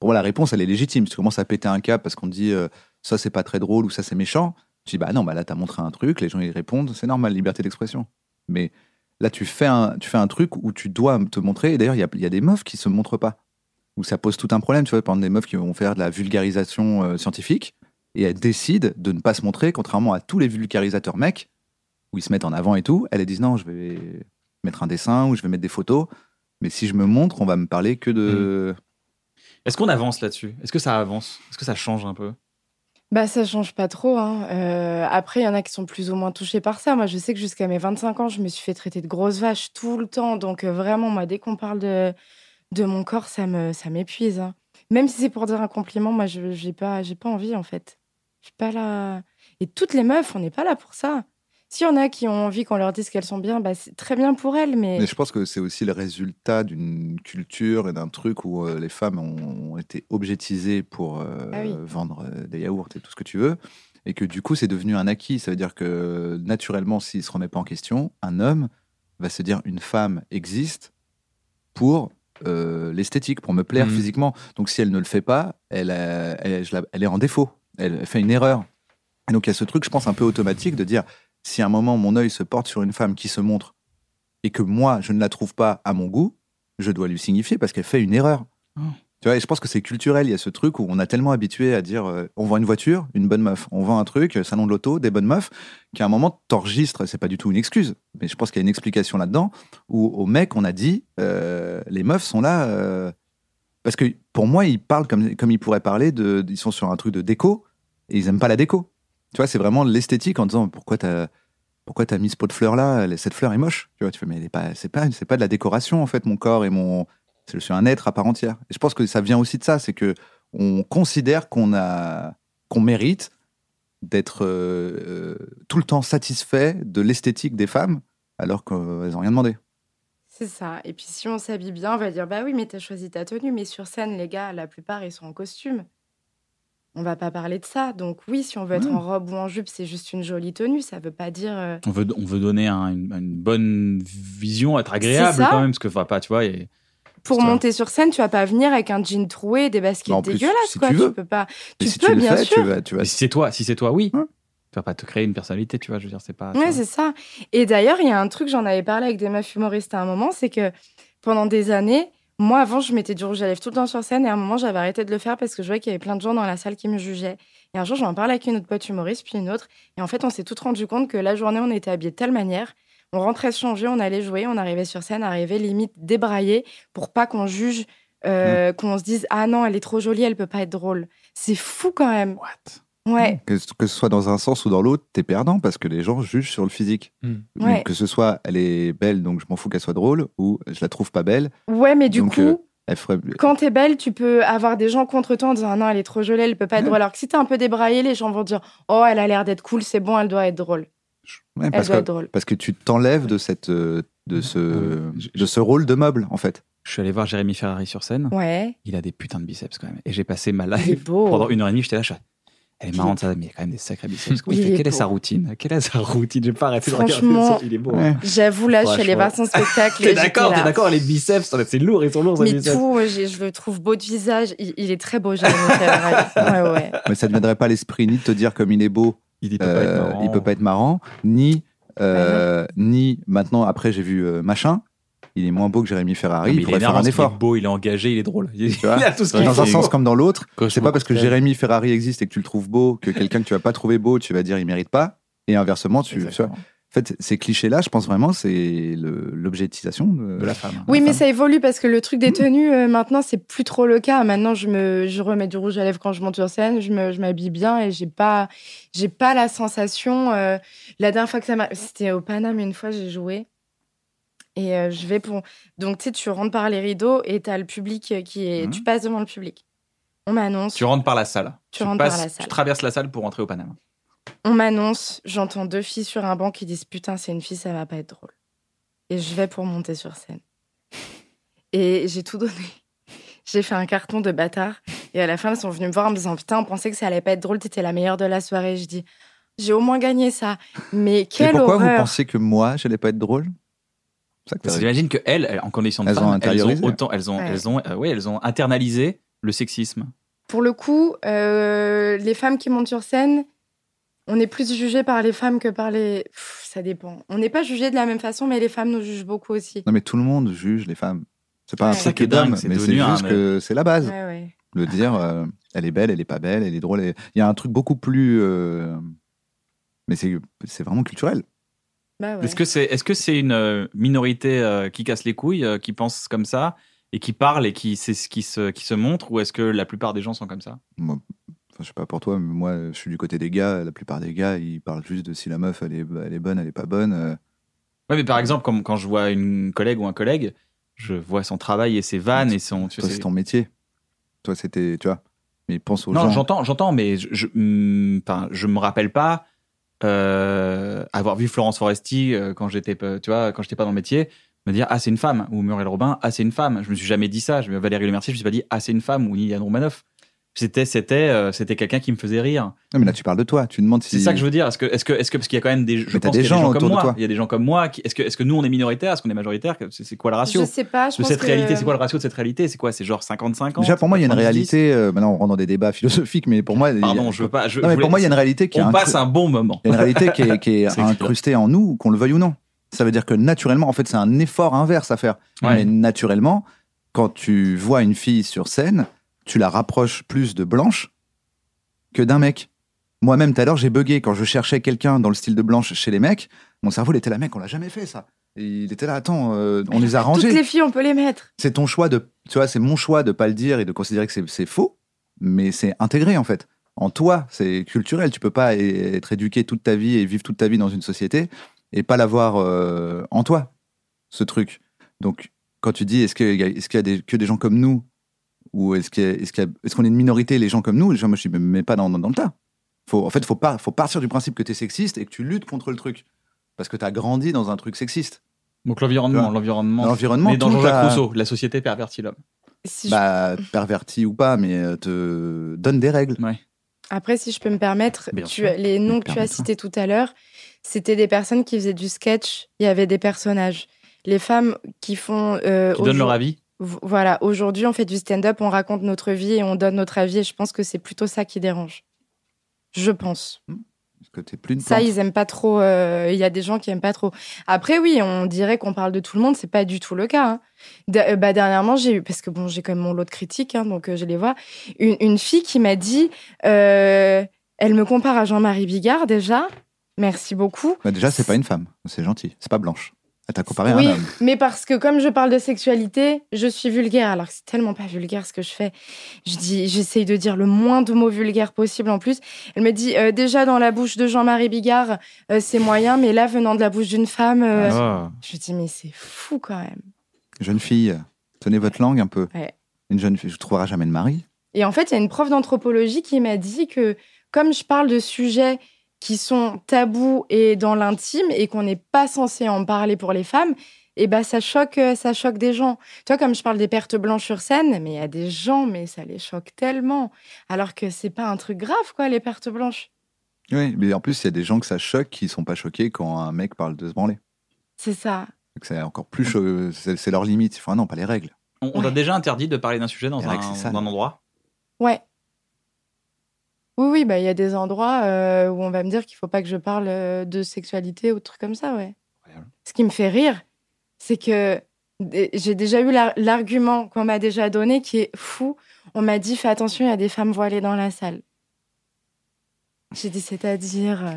Speaker 3: Pour moi, la réponse, elle est légitime. Si tu commences à péter un câble parce qu'on te dit euh, ça, c'est pas très drôle ou ça, c'est méchant, tu dis bah non, bah là, t'as montré un truc, les gens ils répondent, c'est normal, liberté d'expression. Mais là, tu fais, un, tu fais un truc où tu dois te montrer. Et d'ailleurs, il y a, il y a des meufs qui se montrent pas. Où ça pose tout un problème. Tu vois, par exemple, des meufs qui vont faire de la vulgarisation euh, scientifique et elles décident de ne pas se montrer, contrairement à tous les vulgarisateurs mecs, où ils se mettent en avant et tout. Elles elles disent non, je vais mettre un dessin ou je vais mettre des photos. Mais si je me montre, on va me parler que de.
Speaker 1: Est-ce qu'on avance là-dessus Est-ce que ça avance Est-ce que ça change un peu
Speaker 2: Bah ça change pas trop. hein. Euh, après, il y en a qui sont plus ou moins touchés par ça. Moi, je sais que jusqu'à mes 25 ans, je me suis fait traiter de grosse vache tout le temps. Donc euh, vraiment, moi, dès qu'on parle de, de mon corps, ça me ça m'épuise. hein. Même si c'est pour dire un compliment, moi, je j'ai pas j'ai pas envie en fait. Je suis pas là. Et toutes les meufs, on n'est pas là pour ça. S'il y en a qui ont envie qu'on leur dise qu'elles sont bien, bah, c'est très bien pour elles, mais
Speaker 3: Mais je pense que c'est aussi le résultat d'une culture et d'un truc où euh, les femmes ont, ont été objetisées pour euh,
Speaker 2: Ah oui.
Speaker 3: vendre euh, des yaourts et tout ce que tu veux. Et que du coup, c'est devenu un acquis. Ça veut dire que naturellement, s'il ne se remet pas en question, un homme va se dire une femme existe pour euh, l'esthétique, pour me plaire
Speaker 1: Mhm.
Speaker 3: physiquement. Donc si elle ne le fait pas, elle, euh, elle, je la- elle est en défaut. Elle, elle fait une erreur. Et donc il y a ce truc, je pense, un peu automatique de dire si à un moment mon œil se porte sur une femme qui se montre et que moi je ne la trouve pas à mon goût, je dois lui signifier parce qu'elle fait une erreur. Tu vois, et je pense que c'est culturel. Il y a ce truc où on a tellement habitué à dire euh, on vend une voiture, une bonne meuf, on vend un truc, euh, salon de l'auto, des bonnes meufs, qu'à un moment t'enregistres. C'est pas du tout une excuse, mais je pense qu'il y a une explication là-dedans où au mec on a dit euh, les meufs sont là euh, parce que pour moi ils parlent comme comme ils pourraient parler de ils sont sur un truc de déco et ils aiment pas la déco. Tu vois, c'est vraiment l'esthétique en disant pourquoi t'as pourquoi t'as mis ce pot de fleurs là Elle- Cette fleur est moche. Tu vois, tu fais mais elle est pas, c'est pas, c'est pas de la décoration en fait. Mon corps et mon, je suis un être à part entière. Et je pense que ça vient aussi de ça, c'est que on considère qu'on a, qu'on mérite d'être euh, euh, tout le temps satisfait de l'esthétique des femmes, alors qu'elles n'ont rien demandé.
Speaker 2: c'est ça. Et puis si on s'habille bien, on va dire bah oui, mais t'as choisi ta tenue. Mais sur scène, les gars, la plupart, ils sont en costume. On va pas parler de ça. Donc oui, si on veut être
Speaker 3: Ouais.
Speaker 2: en robe ou en jupe, c'est juste une jolie tenue. Ça veut pas dire. euh,
Speaker 1: On veut, on veut donner un- une, une bonne vision, être
Speaker 2: C'est
Speaker 1: agréable
Speaker 2: ça.
Speaker 1: quand même, parce que, enfin, pas, tu vois, et-
Speaker 2: Pour
Speaker 1: Putain.
Speaker 2: monter sur scène, tu vas pas venir avec un jean troué, des baskets
Speaker 3: Bah, en plus,
Speaker 2: dégueulasses,
Speaker 3: si
Speaker 2: quoi.
Speaker 3: tu veux.
Speaker 2: peux pas.
Speaker 3: Et
Speaker 2: Tu
Speaker 3: si
Speaker 2: peux,
Speaker 3: tu le
Speaker 2: bien
Speaker 3: fais, tu
Speaker 2: sûr.
Speaker 3: vas, tu vas.
Speaker 1: mais Bah, si c'est toi, si c'est toi, oui.
Speaker 3: Ouais.
Speaker 1: Tu vas pas te créer une personnalité, tu vois, je veux dire, c'est pas. Ah, tu
Speaker 2: Hein Ouais,
Speaker 1: vois.
Speaker 2: c'est ça. Et d'ailleurs, il y a un truc, j'en avais parlé avec des meufs humoristes à un moment, c'est que pendant des années, moi, avant, je mettais du rouge à lèvres tout le temps sur scène et à un moment, j'avais arrêté de le faire parce que je voyais qu'il y avait plein de gens dans la salle qui me jugeaient. Et un jour, j'en parlais avec une autre pote humoriste, puis une autre. Et en fait, on s'est toutes rendu compte que la journée, on était habillés de telle manière. On rentrait se changer, on allait jouer, on arrivait sur scène, arrivait limite débraillé pour pas qu'on juge, euh, qu'on se dise Ah non, elle est trop jolie, elle peut pas être drôle. C'est fou quand même. Ouais,
Speaker 3: Que, ce- que ce soit dans un sens ou dans l'autre, t'es perdant parce que les gens jugent sur le physique.
Speaker 4: Hmm.
Speaker 2: Ouais.
Speaker 3: Que ce soit elle est belle, donc je m'en fous qu'elle soit drôle, ou je la trouve pas belle,
Speaker 2: ouais, mais du
Speaker 3: Donc,
Speaker 2: coup.
Speaker 3: euh, elle ferait.
Speaker 2: quand t'es belle, tu peux avoir des gens contre toi en disant ah non, elle est trop jolie, elle peut pas être
Speaker 3: Ouais.
Speaker 2: drôle. Alors que si t'es un peu débraillé, les gens vont dire oh, elle a l'air d'être cool, c'est bon, elle doit être drôle.
Speaker 3: Ouais,
Speaker 2: Elle
Speaker 3: parce
Speaker 2: doit
Speaker 3: que
Speaker 2: être drôle.
Speaker 3: Parce que tu t'enlèves de, cette, euh, de, ce,
Speaker 1: Ouais.
Speaker 3: de ce rôle de meuble, en fait.
Speaker 1: Je suis allé voir Jérémy Ferrari sur scène.
Speaker 2: Ouais, Oh.
Speaker 1: Il a des putains de biceps quand même. Et j'ai passé ma
Speaker 2: il est
Speaker 1: live
Speaker 2: beau.
Speaker 1: Bah, pendant une heure et demie, j'étais là, je... fais, elle est marrante, ça, mais il y a quand même des sacrés biceps. Comment il
Speaker 2: Il
Speaker 1: fait
Speaker 2: est
Speaker 1: Quelle est
Speaker 2: beau.
Speaker 1: sa routine Quelle est sa routine J'ai pas arrêté de regarder
Speaker 2: Franchement.
Speaker 1: son- Il est beau.
Speaker 3: Ouais.
Speaker 1: hein.
Speaker 2: J'avoue, là, je suis allée
Speaker 1: Franchement.
Speaker 2: voir son spectacle. et
Speaker 1: T'es
Speaker 2: j'étais
Speaker 1: d'accord,
Speaker 2: là.
Speaker 1: t'es d'accord, les biceps, ça, c'est lourd, ils sont lourds, ces
Speaker 2: Mais
Speaker 1: biceps.
Speaker 2: tout, ouais, j'ai- je le trouve beau de visage. Il, il est très beau, Jérémy Ferrari. Ouais, ouais.
Speaker 3: Mais ça ne viendrait pas à l'esprit ni de te dire comme il est beau,
Speaker 1: Il, il peut pas être
Speaker 3: euh,
Speaker 1: marrant.
Speaker 3: il peut pas être marrant, ni, euh, ni maintenant, après j'ai vu euh, machin, il est moins beau que Jérémy
Speaker 1: Ah,
Speaker 3: Ferrari,
Speaker 1: mais
Speaker 3: il
Speaker 1: est
Speaker 3: pourrait faire
Speaker 1: marrant,
Speaker 3: un
Speaker 1: il
Speaker 3: effort.
Speaker 1: est beau, il est engagé, il est drôle. Il
Speaker 3: vois
Speaker 1: a tout ce qu'il
Speaker 3: Dans un
Speaker 4: Ouais,
Speaker 1: faut.
Speaker 3: sens comme dans l'autre, c'est
Speaker 4: Cauchemar
Speaker 3: pas parce que
Speaker 4: cocktail.
Speaker 3: Jérémy Ferrari existe et que tu le trouves beau que quelqu'un que tu vas pas trouver beau, tu vas dire il mérite pas. Et inversement, tu, tu vois.
Speaker 4: Exactement.
Speaker 3: En fait, ces clichés-là, je pense vraiment, c'est le- l'objectisation de,
Speaker 1: De la femme.
Speaker 2: Oui,
Speaker 3: la
Speaker 2: mais
Speaker 3: femme.
Speaker 2: ça évolue parce que le truc des tenues, euh, maintenant, c'est plus trop le cas. Maintenant, je, me, je remets du rouge à lèvres quand je monte sur scène, je me- je m'habille bien et j'ai pas, j'ai pas la sensation. euh, la dernière fois que ça m'a. C'était au Paname une fois, j'ai joué. Et euh, je vais pour. Donc, tu sais, tu rentres par les rideaux et t'as le public euh, qui est.
Speaker 3: Mhm.
Speaker 2: Tu passes devant le public. On m'annonce.
Speaker 1: Tu rentres par la salle.
Speaker 2: Tu rentres par la salle.
Speaker 1: Tu traverses la salle pour rentrer au Panama.
Speaker 2: On m'annonce, j'entends deux filles sur un banc qui disent Putain, c'est une fille, ça va pas être drôle. Et je vais pour monter sur scène. Et j'ai tout donné. J'ai fait un carton de bâtard. Et à la fin, elles sont venues me voir en me disant Putain, on pensait que ça allait pas être drôle, t'étais la meilleure de la soirée. Je dis J'ai au moins gagné ça. Mais
Speaker 3: Et
Speaker 2: quelle
Speaker 3: pourquoi vous
Speaker 2: horreur
Speaker 3: pensez que moi, j'allais pas être drôle C'est ça que t'as
Speaker 1: Parce que j'imagine que elles, elles, en condition de
Speaker 3: Elles ont
Speaker 1: femme, elles
Speaker 3: intériorisé.
Speaker 1: ont autant, elles ont,
Speaker 2: Ouais.
Speaker 1: elles ont, euh, ouais, elles ont internalisé le sexisme.
Speaker 2: Pour le coup, euh, les femmes qui montent sur scène, on est plus jugé par les femmes que par les. Pff, ça dépend. On n'est pas jugé de la même façon, mais les femmes nous jugent beaucoup aussi.
Speaker 3: Non, mais tout le monde juge les femmes. C'est pas un
Speaker 2: Ouais.
Speaker 3: truc
Speaker 1: C'est
Speaker 3: qui est
Speaker 1: dingue,
Speaker 3: dingue,
Speaker 1: c'est
Speaker 3: mais c'est
Speaker 1: devenu un-
Speaker 3: juste que c'est la base.
Speaker 2: Ouais, ouais.
Speaker 3: De dire, euh, elle est belle, elle est pas belle, elle est drôle. elle- Il y a un truc beaucoup plus. euh, Mais c'est c'est vraiment culturel.
Speaker 2: Bah ouais.
Speaker 1: Est-ce que c'est, est-ce que c'est une euh, minorité euh, qui casse les couilles, euh, qui pense comme ça et qui parle et qui, c'est ce qui se, qui se montre, ou est-ce que la plupart des gens sont comme ça
Speaker 3: Moi, enfin, je sais pas pour toi, mais moi, je suis du côté des gars. La plupart des gars, ils parlent juste de si la meuf, elle est, elle est bonne, elle est pas bonne. euh.
Speaker 1: Ouais, mais par exemple, comme quand je vois une collègue ou un collègue, je vois son travail et ses vannes et son. tu
Speaker 3: Toi,
Speaker 1: sais-
Speaker 3: c'est ton métier. Toi, c'était. Tu vois. Mais pense aux
Speaker 1: Non,
Speaker 3: gens.
Speaker 1: hmm, j'entends, j'entends, mais je, je, hum, enfin, je me rappelle pas euh, avoir vu Florence Foresti euh, quand j'étais, pas- tu vois, quand j'étais pas dans le métier, me dire ah c'est une femme ou Muriel Robin ah c'est une femme. Je me suis jamais dit ça. Je Valérie Le Mercier, je me suis pas dit ah c'est une femme ou Liliane Romanoff. C'était c'était euh, c'était quelqu'un qui me faisait rire.
Speaker 3: Non, mais là, tu parles de toi. Tu demandes si.
Speaker 1: C'est ça que je veux dire. Est-ce que, est-ce que, est-ce que, parce qu'il y a quand même des, je
Speaker 3: Mais t'as
Speaker 1: pense
Speaker 3: des
Speaker 1: qu'il y a
Speaker 3: gens
Speaker 1: comme
Speaker 3: autour de
Speaker 1: moi.
Speaker 3: toi.
Speaker 1: Il y a des gens comme moi. qui- Est-ce que, est-ce que nous on est minoritaire Est-ce qu'on est majoritaire c'est, c'est quoi le ratio
Speaker 2: Je sais pas,
Speaker 1: de
Speaker 2: je pense
Speaker 1: oh. cette
Speaker 2: que-
Speaker 1: réalité C'est quoi le ratio de cette réalité C'est quoi C'est genre 50-50
Speaker 3: Déjà, pour moi, il y a une
Speaker 1: 90?
Speaker 3: réalité. euh, maintenant, on rentre dans des débats philosophiques, mais pour moi. il y a-
Speaker 1: Pardon, je veux pas. je-
Speaker 3: Non,
Speaker 1: je
Speaker 3: mais
Speaker 1: voulais-
Speaker 3: pour moi, il y a une réalité qui est
Speaker 1: On
Speaker 3: incru-
Speaker 1: passe un bon moment.
Speaker 3: il y a une réalité qui est, qui est
Speaker 4: C'est clair.
Speaker 3: incrustée en nous, qu'on le veuille ou non. Ça veut dire que naturellement, en fait, c'est un effort inverse à faire.
Speaker 1: Ouais.
Speaker 3: Mais naturellement, quand tu vois une fille sur scène, tu la rapproches plus de Blanche que d'un mec. Moi-même, tout à l'heure, j'ai bugué quand je cherchais quelqu'un dans le style de Blanche chez les mecs. Mon cerveau, il était là, mec, on l'a jamais fait ça. Et il était là, attends, euh, on les a rangés
Speaker 2: Toutes les filles, on peut les mettre.
Speaker 3: c'est ton choix de tu vois c'est mon choix de pas le dire et de considérer que c'est- c'est faux mais c'est intégré en fait en toi c'est culturel tu peux pas é- être éduqué toute ta vie et vivre toute ta vie dans une société et pas l'avoir euh, en toi ce truc donc quand tu dis est-ce qu'il y a, est-ce qu'il y a des- que des gens comme nous ou est-ce qu'il y a- est-ce qu'il y a- est-ce qu'on est, une minorité les gens comme nous les gens moi je suis mais- mais pas dans, dans- dans le tas faut en fait faut pas faut partir du principe que tu es sexiste et que tu luttes contre le truc parce que tu as grandi dans un truc sexiste
Speaker 1: Donc l'environnement,
Speaker 3: Ouais.
Speaker 1: l'environnement.
Speaker 3: Dans l'environnement
Speaker 1: Mais dans
Speaker 3: tout
Speaker 1: Jean-Jacques
Speaker 3: a-
Speaker 1: Rousseau, la société pervertit l'homme.
Speaker 2: Si je-
Speaker 3: bah, perverti ou pas, mais euh, te donne des règles.
Speaker 2: Après, si je peux me permettre,
Speaker 1: Bien
Speaker 2: tu-
Speaker 1: sûr.
Speaker 2: les noms que tu as
Speaker 1: hein.
Speaker 3: Permets-toi.
Speaker 2: cités tout à l'heure, c'était des personnes qui faisaient du sketch. Il y avait des personnages. Les femmes qui font. euh,
Speaker 1: Qui donne leur
Speaker 2: aujourd-
Speaker 1: avis.
Speaker 2: v- Voilà, aujourd'hui, on fait du stand-up, on raconte notre vie et on donne notre avis. Et je pense que c'est plutôt ça qui dérange. Je pense.
Speaker 3: Parce que t'es plus une
Speaker 2: Ça,
Speaker 3: plante.
Speaker 2: ils aiment pas trop. euh, Il y a des gens qui aiment pas trop. Après, oui, on dirait qu'on parle de tout le monde. C'est pas du tout le cas. hein. De- euh, bah, dernièrement, j'ai eu, parce que bon, j'ai quand même mon lot de critiques, hein, donc euh, je les vois. Une, une fille qui m'a dit, euh, elle me compare à Jean-Marie Bigard déjà. Merci beaucoup.
Speaker 3: Bah, déjà, c'est pas une femme. C'est gentil. C'est pas blanche. Elle t'a comparé
Speaker 2: oui,
Speaker 3: à un homme.
Speaker 2: mais parce que comme je parle de sexualité, je suis vulgaire. Alors que c'est tellement pas vulgaire ce que je fais. Je dis, j'essaye de dire le moins de mots vulgaires possible en plus. Elle me dit euh, déjà dans la bouche de Jean-Marie Bigard, euh, c'est moyen, mais là venant de la bouche d'une femme, euh, je me dis mais c'est fou quand même.
Speaker 3: Jeune fille, euh, tenez votre langue un peu.
Speaker 2: Ouais.
Speaker 3: Une jeune fille, je trouverai jamais de mari.
Speaker 2: Et en fait, il y a une prof d'anthropologie qui m'a dit que comme je parle de sujets qui sont tabous et dans l'intime et qu'on n'est pas censé en parler pour les femmes, eh ben ça choque, euh, ça choque des gens. Tu vois, comme je parle des pertes blanches sur scène, mais il y a des gens, mais ça les choque tellement. Alors que c'est pas un truc grave, quoi, les pertes blanches.
Speaker 3: Oui, mais en plus, il y a des gens que ça choque qui sont pas choqués quand un mec parle de se branler.
Speaker 2: C'est ça.
Speaker 3: Donc, C'est encore plus. cho- C'est c'est leur limite. Enfin, non, pas les règles.
Speaker 1: On, on a
Speaker 2: Ouais.
Speaker 1: déjà interdit de parler d'un sujet dans
Speaker 3: Il y en a que
Speaker 1: un,
Speaker 3: c'est ça,
Speaker 1: dans un
Speaker 3: là.
Speaker 1: endroit.
Speaker 2: Ouais. Oui, oui, bah il y a des endroits euh, où on va me dire qu'il faut pas que je parle euh, de sexualité ou de trucs comme ça, ouais.
Speaker 1: Incroyable.
Speaker 2: Ce qui me fait rire, c'est que d- j'ai déjà eu l'ar- l'argument qu'on m'a déjà donné qui est fou. On m'a dit fais attention, il y a des femmes voilées dans la salle. J'ai dit c'est-à-dire euh,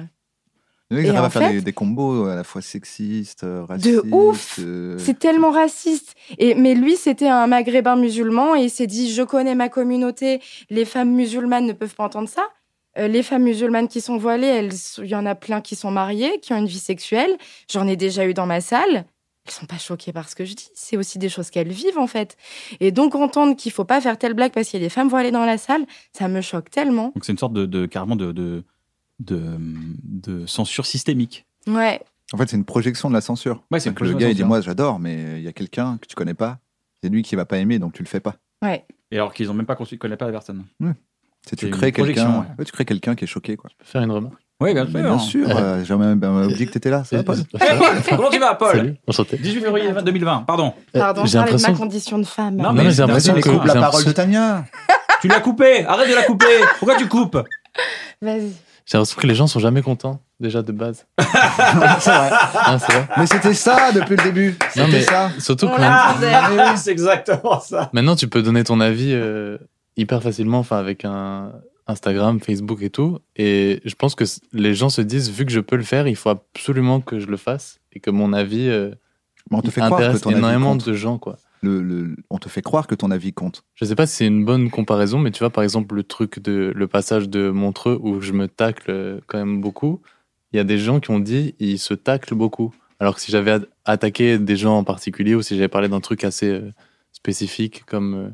Speaker 3: Les mecs, ils
Speaker 2: Et
Speaker 3: arrivent
Speaker 2: en
Speaker 3: à faire
Speaker 2: fait-
Speaker 3: des, des combos à la fois sexistes, euh, racistes.
Speaker 2: ouf
Speaker 3: euh,
Speaker 2: C'est tellement raciste. Et, mais lui, c'était un maghrébin musulman et il s'est dit Je connais ma communauté, les femmes musulmanes ne peuvent pas entendre ça. Euh, les femmes musulmanes qui sont voilées, elles sont- il y en a plein qui sont mariées, qui ont une vie sexuelle. J'en ai déjà eu dans ma salle. Elles sont pas choquées par ce que je dis. C'est aussi des choses qu'elles vivent, en fait. Et donc, entendre qu'il faut pas faire telle blague parce qu'il y a des femmes voilées dans la salle, ça me choque tellement.
Speaker 1: Donc c'est une sorte de, de- carrément de, de, de, de censure systémique.
Speaker 2: Ouais,
Speaker 3: En fait, c'est une projection de la censure.
Speaker 1: Ouais, c'est une
Speaker 3: Donc, le
Speaker 1: projection de
Speaker 3: gars,
Speaker 1: la
Speaker 3: il dit
Speaker 1: censure.
Speaker 3: Moi, j'adore, mais il y a quelqu'un que tu connais pas. C'est lui qui va pas aimer, donc tu le fais pas.
Speaker 2: ouais.
Speaker 1: Et alors qu'ils n'ont même pas construit, connaissent pas la personne.
Speaker 3: C'est
Speaker 1: C'est
Speaker 3: tu
Speaker 1: une
Speaker 3: crées quelqu'un,
Speaker 1: projection, ouais.
Speaker 3: ouais, tu crées quelqu'un qui est choqué quoi.
Speaker 4: Je peux faire une remarque.
Speaker 1: Oui,
Speaker 3: Mais bien sûr, euh, j'ai même ben, oublié que t'étais là, ça va Paul
Speaker 1: Hey, Paul, comment tu vas, Paul
Speaker 4: Salut, enchanté.
Speaker 1: 18 février 2020, pardon.
Speaker 2: Pardon, je
Speaker 4: Euh, j'ai
Speaker 2: parlais de ma
Speaker 4: l'impression.
Speaker 2: condition de femme.
Speaker 1: Non,
Speaker 4: Non,
Speaker 1: mais
Speaker 4: mais
Speaker 1: c'est
Speaker 4: j'ai l'impression
Speaker 1: un
Speaker 4: que.
Speaker 1: peu
Speaker 3: Coupe
Speaker 4: j'ai
Speaker 3: la
Speaker 4: l'impression
Speaker 3: parole de Tania.
Speaker 1: Tu l'as coupé, arrête de la couper. Pourquoi tu coupes Ah
Speaker 2: Vas-y.
Speaker 4: J'ai l'impression que les gens sont jamais contents, déjà de base.
Speaker 3: C'est vrai.
Speaker 4: Hein, c'est vrai.
Speaker 3: Mais c'était ça depuis le début. C'était
Speaker 4: mais-
Speaker 3: ça.
Speaker 4: Surtout
Speaker 2: On
Speaker 4: quand
Speaker 2: l'attendait.
Speaker 1: C'est exactement ça.
Speaker 4: maintenant tu peux donner ton avis euh, hyper facilement, enfin avec un Instagram, Facebook et tout. Et je pense que c- les gens se disent, vu que je peux le faire, il faut absolument que je le fasse et que mon avis euh,
Speaker 3: Mais on te fait croire que
Speaker 4: intéresse
Speaker 3: ton avis
Speaker 4: énormément
Speaker 3: compte.
Speaker 4: de gens, quoi.
Speaker 3: Le- le- on te fait croire que ton avis compte.
Speaker 4: Je sais pas si c'est une bonne comparaison, mais tu vois, par exemple, le truc de le passage de Montreux où je me tacle euh, quand même beaucoup, il y a des gens qui ont dit ils se taclent beaucoup. Alors que si j'avais ad- attaqué des gens en particulier ou si j'avais parlé d'un truc assez euh, spécifique comme euh,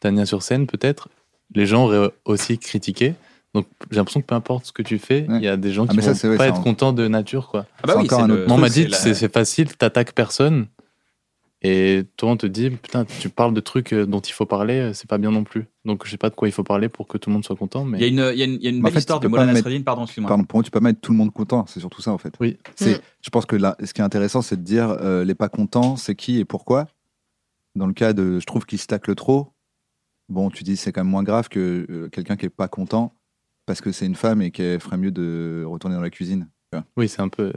Speaker 4: Tania sur scène, peut-être, les gens auraient aussi critiqué. Donc j'ai l'impression que peu importe ce que tu fais, il
Speaker 3: Ouais.
Speaker 4: y a des gens
Speaker 3: Ah,
Speaker 4: qui
Speaker 3: mais ça,
Speaker 4: vont
Speaker 3: c'est vrai,
Speaker 4: pas
Speaker 3: ça,
Speaker 4: être
Speaker 3: en-
Speaker 4: contents de nature, quoi.
Speaker 1: Ah bah
Speaker 3: C'est
Speaker 1: oui,
Speaker 3: encore
Speaker 1: c'est
Speaker 3: un
Speaker 1: le-
Speaker 3: autre
Speaker 4: Moi, on m'a
Speaker 1: c'est
Speaker 4: dit,
Speaker 1: la-
Speaker 4: c'est c'est facile, t'attaques personne. Et toi, on te dit, putain, tu parles de trucs euh, dont il faut parler, euh, c'est pas bien non plus. Donc, je sais pas de quoi il faut parler pour que tout le monde soit content, mais
Speaker 1: Il y a une, il y a une, il y a une
Speaker 3: Mais en
Speaker 1: belle
Speaker 3: fait,
Speaker 1: histoire
Speaker 3: tu
Speaker 1: de
Speaker 3: peux
Speaker 1: Moulin
Speaker 3: pas mettre-
Speaker 1: Nasreddin, pardon, excuse-moi.
Speaker 3: Pardon, pour moi, tu peux pas mettre tout le monde content, c'est surtout ça en fait.
Speaker 4: Oui.
Speaker 3: C'est,
Speaker 2: Mm.
Speaker 3: Je pense que là, ce qui est intéressant, c'est de dire euh, les pas contents, c'est qui et pourquoi. Dans le cas de, je trouve qu'il se tacle trop. Bon, tu dis c'est quand même moins grave que euh, quelqu'un qui est pas content parce que c'est une femme et qu'elle ferait mieux de retourner dans la cuisine.
Speaker 4: oui, c'est un peu.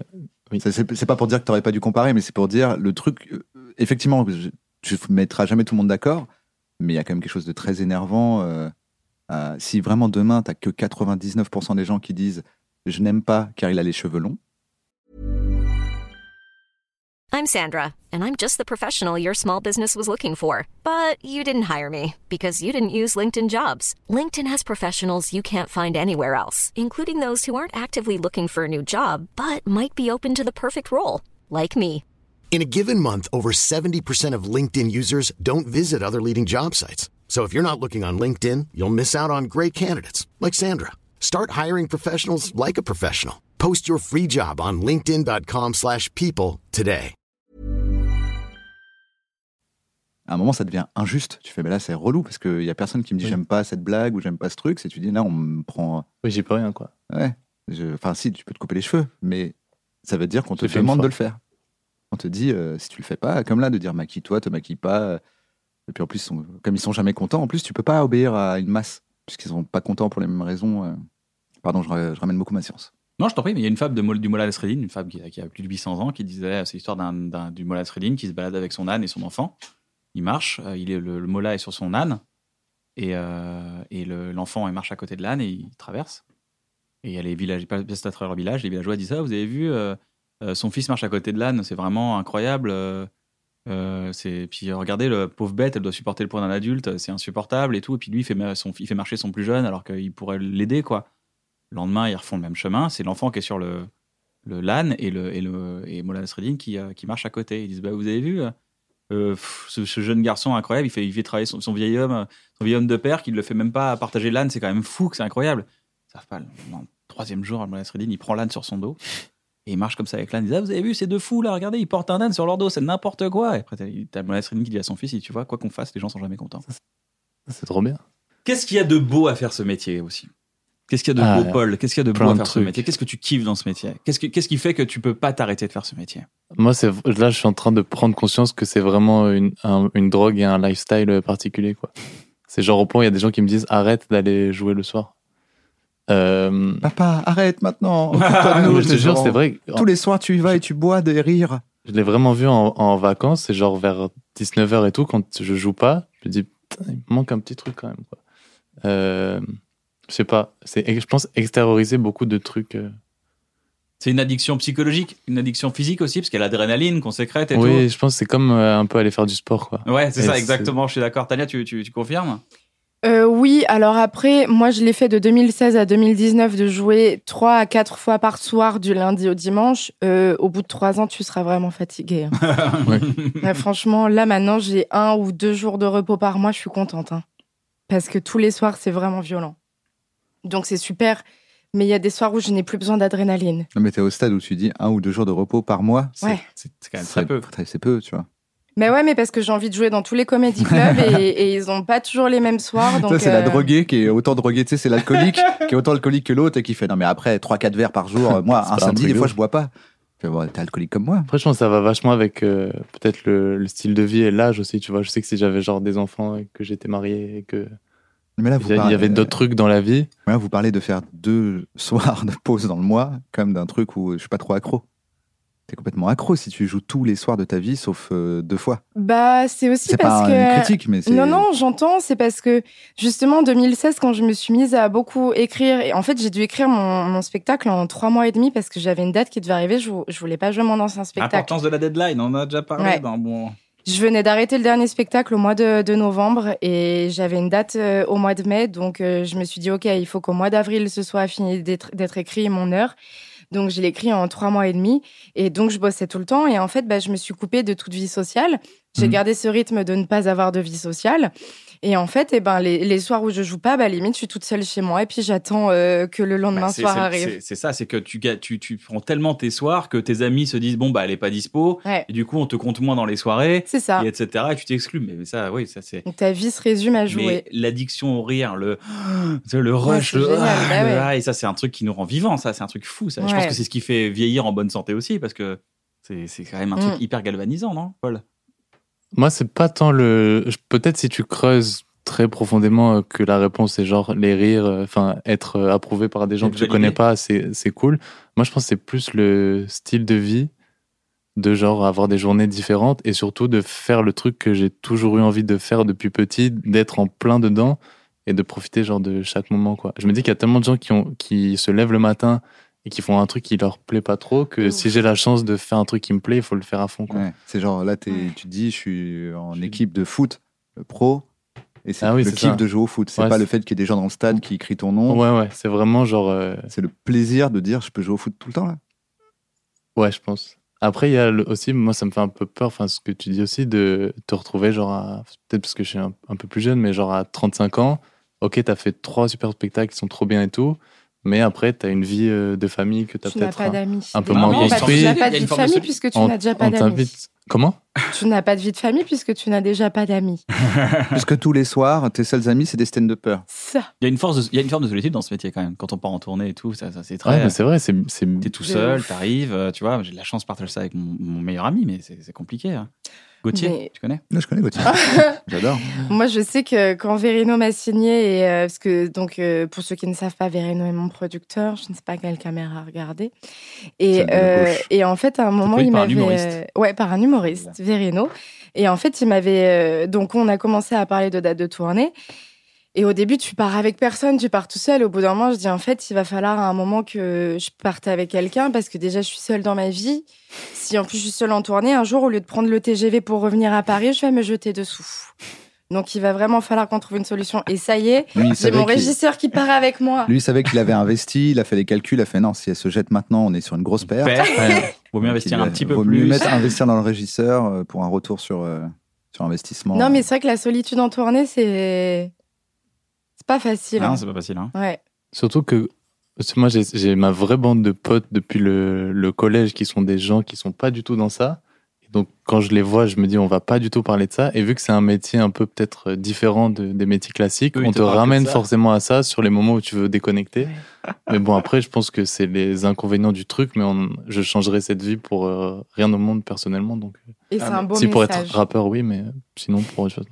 Speaker 4: Oui.
Speaker 3: Ça, C'est c'est pas pour dire que t'aurais pas dû comparer, mais c'est pour dire le truc. euh, effectivement, je- tu mettras jamais tout le monde d'accord, mais il y a quand même quelque chose de très énervant. euh, à- si vraiment demain t'as que 99% des gens qui disent je n'aime pas car il a les cheveux longs.
Speaker 6: I'm Sandra, and I'm just the professional your small business was looking for. But you didn't hire me because you didn't use LinkedIn jobs. LinkedIn has professionals you can't find anywhere else, including those who aren't actively looking for a new job but might be open to the perfect role, like me.
Speaker 7: In a given month, over 70% of LinkedIn users don't visit other leading job sites. So if you're not looking on LinkedIn, you'll miss out on great candidates like Sandra. Start hiring professionals like a professional. Post your free job on linkedin.com/people slash people today.
Speaker 3: à un moment, ça devient injuste. Tu fais, mais là, c'est relou parce qu'il n'y a personne qui me dit,
Speaker 4: Oui.
Speaker 3: j'aime pas cette blague ou j'aime pas ce truc. C'est tu dis, là, on me prend.
Speaker 4: Oui, j'ai pas rien, quoi.
Speaker 3: Ouais. Je- Enfin, si, tu peux te couper les cheveux, mais ça veut dire qu'on te
Speaker 4: J'ai fait une
Speaker 3: demande
Speaker 4: fois.
Speaker 3: de le faire. On te dit, euh, si tu le fais pas, comme là, de dire maquille-toi, te maquille pas. Et puis en plus, on- comme ils sont jamais contents, en plus, tu peux pas obéir à une masse puisqu'ils sont pas contents pour les mêmes raisons. euh. Pardon, je, ra- je ramène beaucoup ma science.
Speaker 1: Non, je t'en prie, mais il y a une fable de Mol- du Mola Nasreddin, une fable qui a, qui a plus de 800 ans, qui disait c'est l'histoire d'un, d'un- du Mola Nasreddin qui se balade avec son âne et son enfant. Il marche, euh, il est, le, le Mola est sur son âne, et, euh, et le- l'enfant il marche à côté de l'âne et il traverse. Et il y a les villages, il passe à travers le village, les villageois disent Ah, vous avez vu, euh, euh, son fils marche à côté de l'âne, c'est vraiment incroyable. euh, euh, c'est... Puis euh, regardez, le pauvre bête, elle doit supporter le poids d'un adulte, c'est insupportable et tout. Et puis lui, il fait, ma- son, il fait marcher son plus jeune alors qu'il pourrait l'aider, quoi. Le lendemain, ils refont le même chemin. C'est l'enfant qui est sur le, le LAN et, le, et, le, et Mola Nasreddin qui, euh, qui marche à côté. Ils disent bah, Vous avez vu euh, pff, ce, ce jeune garçon incroyable, il fait, il fait travailler son, son vieil homme, euh, son vieil homme de père qui ne le fait même pas partager l'âne. C'est quand même fou, que c'est incroyable. Ils savent pas. Le le troisième jour, Mola Nasreddin, il prend l'âne sur son dos et il marche comme ça avec l'âne. Il dit ah, Vous avez vu ces deux fous là Regardez, ils portent un âne sur leur dos, c'est n'importe quoi. Et après, t'as- t'as Mola Nasreddin qui dit à son fils il dit, Tu vois, quoi qu'on fasse, les gens sont jamais contents.
Speaker 4: C'est trop bien.
Speaker 1: Qu'est-ce qu'il y a de beau à faire ce métier aussi Qu'est-ce qu'il y a de
Speaker 4: Ah,
Speaker 1: beau, Paul Qu'est-ce qu'il y a de
Speaker 4: plein
Speaker 1: beau à
Speaker 4: de
Speaker 1: faire ce
Speaker 4: trucs.
Speaker 1: métier Qu'est-ce que tu kiffes dans ce métier Qu'est-ce que- qu'est-ce qui fait que tu peux pas t'arrêter de faire ce métier
Speaker 4: Moi, c'est là, je suis en train de prendre conscience que c'est vraiment une, un- une drogue et un lifestyle euh, particulier, quoi. C'est genre au point, il y a des gens qui me disent arrête d'aller jouer le soir. Euh,
Speaker 3: Papa, arrête maintenant.
Speaker 4: mais
Speaker 3: occupe-toi de nous,
Speaker 4: Ah je te
Speaker 3: les
Speaker 4: jure,
Speaker 3: gens.
Speaker 4: c'est vrai. que-
Speaker 3: Tous les soirs, tu y vas et tu bois des rires.
Speaker 4: Je l'ai vraiment vu en, en vacances, c'est genre vers 19h et tout, quand je joue pas, je me dis, Putain, il me manque un petit truc quand même. Quoi. Euh, je sais pas, c'est, je pense extérioriser beaucoup de trucs. euh.
Speaker 1: C'est une addiction psychologique, une addiction physique aussi, parce qu'il y a l'adrénaline qu'on sécrète et
Speaker 4: Oui, je pense que c'est comme euh, un peu aller faire du sport. Quoi.
Speaker 1: tout. Ouais, c'est
Speaker 4: Et
Speaker 1: ça,
Speaker 4: c'est-
Speaker 1: exactement. Je suis d'accord. Tania, tu, tu, tu confirmes
Speaker 2: Euh, oui, alors après, moi je l'ai fait de 2016 à 2019 de jouer 3 à 4 fois par soir du lundi au dimanche. Euh, au bout de 3 ans, tu seras vraiment fatigué. hein.
Speaker 4: Ouais.
Speaker 2: Ouais, franchement, là maintenant, j'ai un ou deux jours de repos par mois, je suis contente. hein. Parce que tous les soirs, c'est vraiment violent. Donc c'est super, mais il y a des soirs où je n'ai plus besoin d'adrénaline.
Speaker 3: Non, mais t'es au stade où tu dis un ou deux jours de repos par mois.
Speaker 1: C'est-
Speaker 2: Ouais.
Speaker 1: C'est c'est quand même très
Speaker 3: C'est-
Speaker 1: peu.
Speaker 3: très- C'est peu, tu vois.
Speaker 2: Mais ouais, mais parce que j'ai envie de jouer dans tous les comédie clubs et, et ils n'ont pas toujours les mêmes soirs. Donc
Speaker 3: Ça, c'est la
Speaker 2: euh,
Speaker 3: droguée qui est autant droguée, tu sais, c'est l'alcoolique qui est autant alcoolique que l'autre et qui fait non, mais après 3-4 verres par jour, euh, moi,
Speaker 4: C'est
Speaker 3: un
Speaker 4: pas un
Speaker 3: samedi,
Speaker 4: truc
Speaker 3: des
Speaker 4: de
Speaker 3: fois,
Speaker 4: ouf.
Speaker 3: je bois pas. Je fais, bon, t'es alcoolique comme moi.
Speaker 4: Après, je pense que ça va vachement avec euh, peut-être le, le style de vie et l'âge aussi. Tu vois, je sais que si j'avais genre des enfants et que j'étais marié et que
Speaker 3: Mais là,
Speaker 4: il
Speaker 3: Ah, vous,
Speaker 4: y a- il
Speaker 3: parlez,
Speaker 4: y avait d'autres trucs dans la vie.
Speaker 3: euh, là, vous parlez de faire deux soirs de pause dans le mois, comme d'un truc où je suis pas trop accro. T'es complètement accro si tu joues tous les soirs de ta vie, sauf euh, deux fois.
Speaker 2: Bah, c'est aussi
Speaker 3: C'est
Speaker 2: parce
Speaker 3: pas
Speaker 2: que.
Speaker 3: une critique, mais c'est.
Speaker 2: Non, non, j'entends. C'est parce que justement, en 2016, quand je me suis mise à beaucoup écrire, et en fait, j'ai dû écrire mon, mon spectacle en trois mois et demi parce que j'avais une date qui devait arriver. Je, vou- je voulais pas jouer mon ancien spectacle.
Speaker 1: L'importance de la deadline, on en a déjà parlé
Speaker 2: Ouais.
Speaker 1: dans bon.
Speaker 2: Je venais d'arrêter le dernier spectacle au mois de, de novembre et j'avais une date euh, au mois de mai. Donc, euh, je me suis dit, OK, il faut qu'au mois d'avril, ce soit fini d'être d'être écrit mon heure. Donc, je l'ai écrit en trois mois et demi. Et donc, je bossais tout le temps. Et en fait, bah, je me suis coupée de toute vie sociale. J'ai
Speaker 4: Mmh.
Speaker 3: Mhm.
Speaker 2: gardé ce rythme de ne pas avoir de vie sociale. Et en fait, eh ben, les, les soirs où je joue pas, bah, limite, je suis toute seule chez moi et puis j'attends euh, que le lendemain
Speaker 1: Bah, c'est-
Speaker 2: soir
Speaker 1: c'est-
Speaker 2: arrive.
Speaker 1: c'est- C'est ça, c'est que tu, ga- tu, tu prends tellement tes soirs que tes amis se disent bon bah elle est pas dispo,
Speaker 2: Ouais. Ah.
Speaker 1: et du coup on te compte moins dans les soirées,
Speaker 2: C'est ça.
Speaker 1: et etc. Et tu t'exclus, mais, mais ça oui ça c'est.
Speaker 2: Donc ta vie se résume à jouer.
Speaker 1: Mais l'addiction au rire, le tu sais, le
Speaker 2: Ouais,
Speaker 1: rush,
Speaker 2: c'est
Speaker 1: le,
Speaker 2: génial,
Speaker 1: ah,
Speaker 2: bah
Speaker 1: le
Speaker 2: ouais.
Speaker 1: ah, et ça c'est un truc qui nous rend vivants, ça c'est un truc fou. Ça. Je pense
Speaker 2: Ouais.
Speaker 1: que c'est ce qui fait vieillir en bonne santé aussi parce que c'est c'est quand même un truc
Speaker 2: Mm.
Speaker 1: hyper galvanisant, non, Paul
Speaker 4: Moi, c'est pas tant le. je- Peut-être si tu creuses très profondément euh, que la réponse est genre les rires, euh, enfin être euh, approuvé par des gens
Speaker 1: Être
Speaker 4: que tu
Speaker 1: validé.
Speaker 4: connais pas, c'est c'est cool. Moi, je pense que c'est plus le style de vie de genre avoir des journées différentes et surtout de faire le truc que j'ai toujours eu envie de faire depuis petit, d'être en plein dedans et de profiter genre de chaque moment quoi. Je me dis qu'il y a tellement de gens qui ont qui se lèvent le matin et qui font un truc qui leur plaît pas trop que
Speaker 2: Ouf.
Speaker 4: si j'ai la chance de faire un truc qui me plaît, il faut le faire à fond quoi.
Speaker 3: Ouais. C'est genre, là, t'es-
Speaker 2: Ouais.
Speaker 3: tu te dis, je suis en
Speaker 4: Je suis-
Speaker 3: équipe de foot, le pro, et c'est
Speaker 4: Ah oui,
Speaker 3: le
Speaker 4: c'est
Speaker 3: kiff
Speaker 4: ça.
Speaker 3: de jouer au foot. C'est
Speaker 4: Ouais,
Speaker 3: pas le
Speaker 4: c'est-
Speaker 3: fait qu'il y ait des gens dans le stade qui crient ton
Speaker 2: Mmh.
Speaker 3: nom.
Speaker 4: Ouais ouais, c'est vraiment genre euh,
Speaker 3: C'est le plaisir de dire, je peux jouer au foot tout le temps, là.
Speaker 4: Ouais, je pense. Après, il y a le- aussi, moi, ça me fait un peu peur, enfin, ce que tu dis aussi, de te retrouver, genre, à- peut-être parce que je suis un, un peu plus jeune, mais genre à 35 ans, ok, t'as fait trois super spectacles qui sont trop bien et tout, mais après, t'as une vie euh, de famille que t'as
Speaker 2: Tu n'as
Speaker 4: peut-être.
Speaker 2: pas d'amis.
Speaker 4: un peu
Speaker 2: Déjà,
Speaker 4: moins
Speaker 2: pas de-
Speaker 4: construit.
Speaker 2: Bah, Tu n'as pas
Speaker 1: Il y a une
Speaker 2: de vie de
Speaker 1: forme de
Speaker 2: famille
Speaker 1: solitude.
Speaker 2: puisque tu
Speaker 4: On-
Speaker 2: n'as déjà pas
Speaker 4: on
Speaker 2: d'amis.
Speaker 4: t'invite. Comment
Speaker 2: Tu n'as pas de vie de famille puisque tu n'as déjà pas d'amis.
Speaker 3: Puisque tous les soirs, tes seuls amis, c'est des stand peur.
Speaker 2: Ça.
Speaker 1: Il y a une force, de- il y a une forme de solitude dans ce métier quand même. Quand on part en tournée et tout, ça, ça c'est
Speaker 4: Ouais,
Speaker 1: très. euh,
Speaker 4: mais c'est vrai, c'est. c'est-
Speaker 1: T'es tout
Speaker 2: De
Speaker 1: seul,
Speaker 2: ouf.
Speaker 1: t'arrives, euh, tu vois. J'ai de la chance de partager ça avec mon, mon meilleur ami, mais c'est c'est compliqué. hein. Gauthier,
Speaker 2: Mais-
Speaker 1: tu connais
Speaker 3: Là, je connais Gauthier.
Speaker 4: Ah.
Speaker 3: J'adore.
Speaker 2: Moi, je sais que quand Verino m'a signé, et, euh, parce que donc euh, pour ceux qui ne savent pas, Verino est mon producteur. Je ne sais pas quelle caméra à regarder. Et,
Speaker 3: Celle
Speaker 2: euh,
Speaker 3: de gauche.
Speaker 2: et en fait, à un moment,
Speaker 1: produit
Speaker 2: il
Speaker 1: par un
Speaker 2: m'avait,
Speaker 1: humoriste.
Speaker 2: euh, ouais, par un humoriste, Verino. Et en fait, il m'avait euh, donc on a commencé à parler de date de tournée. Et au début, tu pars avec personne, tu pars tout seul. Au bout d'un moment, je dis en fait, il va falloir à un moment que je parte avec quelqu'un parce que déjà, je suis seule dans ma vie. Si en plus je suis seule en tournée, un jour, au lieu de prendre le TGV pour revenir à Paris, je vais me jeter dessous. Donc, il va vraiment falloir qu'on trouve une solution. Et ça y est,
Speaker 3: Lui, il
Speaker 2: j'ai
Speaker 3: savait
Speaker 2: mon
Speaker 3: qu'il-
Speaker 2: régisseur qui part avec moi.
Speaker 3: Lui, il savait qu'il avait investi, il a fait les calculs, il a fait non, si elle se jette maintenant, on est sur une grosse perte.
Speaker 1: Ouais. euh, Vaut mieux
Speaker 3: Donc,
Speaker 1: investir
Speaker 3: il
Speaker 1: un
Speaker 3: va-
Speaker 1: petit peu
Speaker 3: vaut
Speaker 1: plus.
Speaker 3: mieux mettre, investir dans le régisseur euh, pour un retour sur, euh, sur investissement.
Speaker 2: Non, mais c'est vrai que la solitude en tournée, c'est. C'est pas facile.
Speaker 1: Non,
Speaker 2: hein.
Speaker 1: c'est pas facile. hein.
Speaker 2: Ouais.
Speaker 4: Surtout que parce que moi, j'ai- j'ai ma vraie bande de potes depuis le, le collège qui sont des gens qui sont pas du tout dans ça. Et donc, quand je les vois, je me dis, on va pas du tout parler de ça. Et vu que c'est un métier un peu peut-être euh, différent de- des métiers classiques,
Speaker 1: Eux, ils
Speaker 4: on
Speaker 1: te
Speaker 4: te,
Speaker 1: parlent que de
Speaker 4: ramène
Speaker 1: ça.
Speaker 4: forcément à ça sur les moments où tu veux déconnecter. Mais bon, après, je pense que c'est les inconvénients du truc, mais on- je changerai cette vie pour euh, rien au monde personnellement. Donc, euh,
Speaker 2: Et c'est un beau
Speaker 4: si pour
Speaker 2: message.
Speaker 4: être rappeur, oui, mais euh, sinon pour autre chose.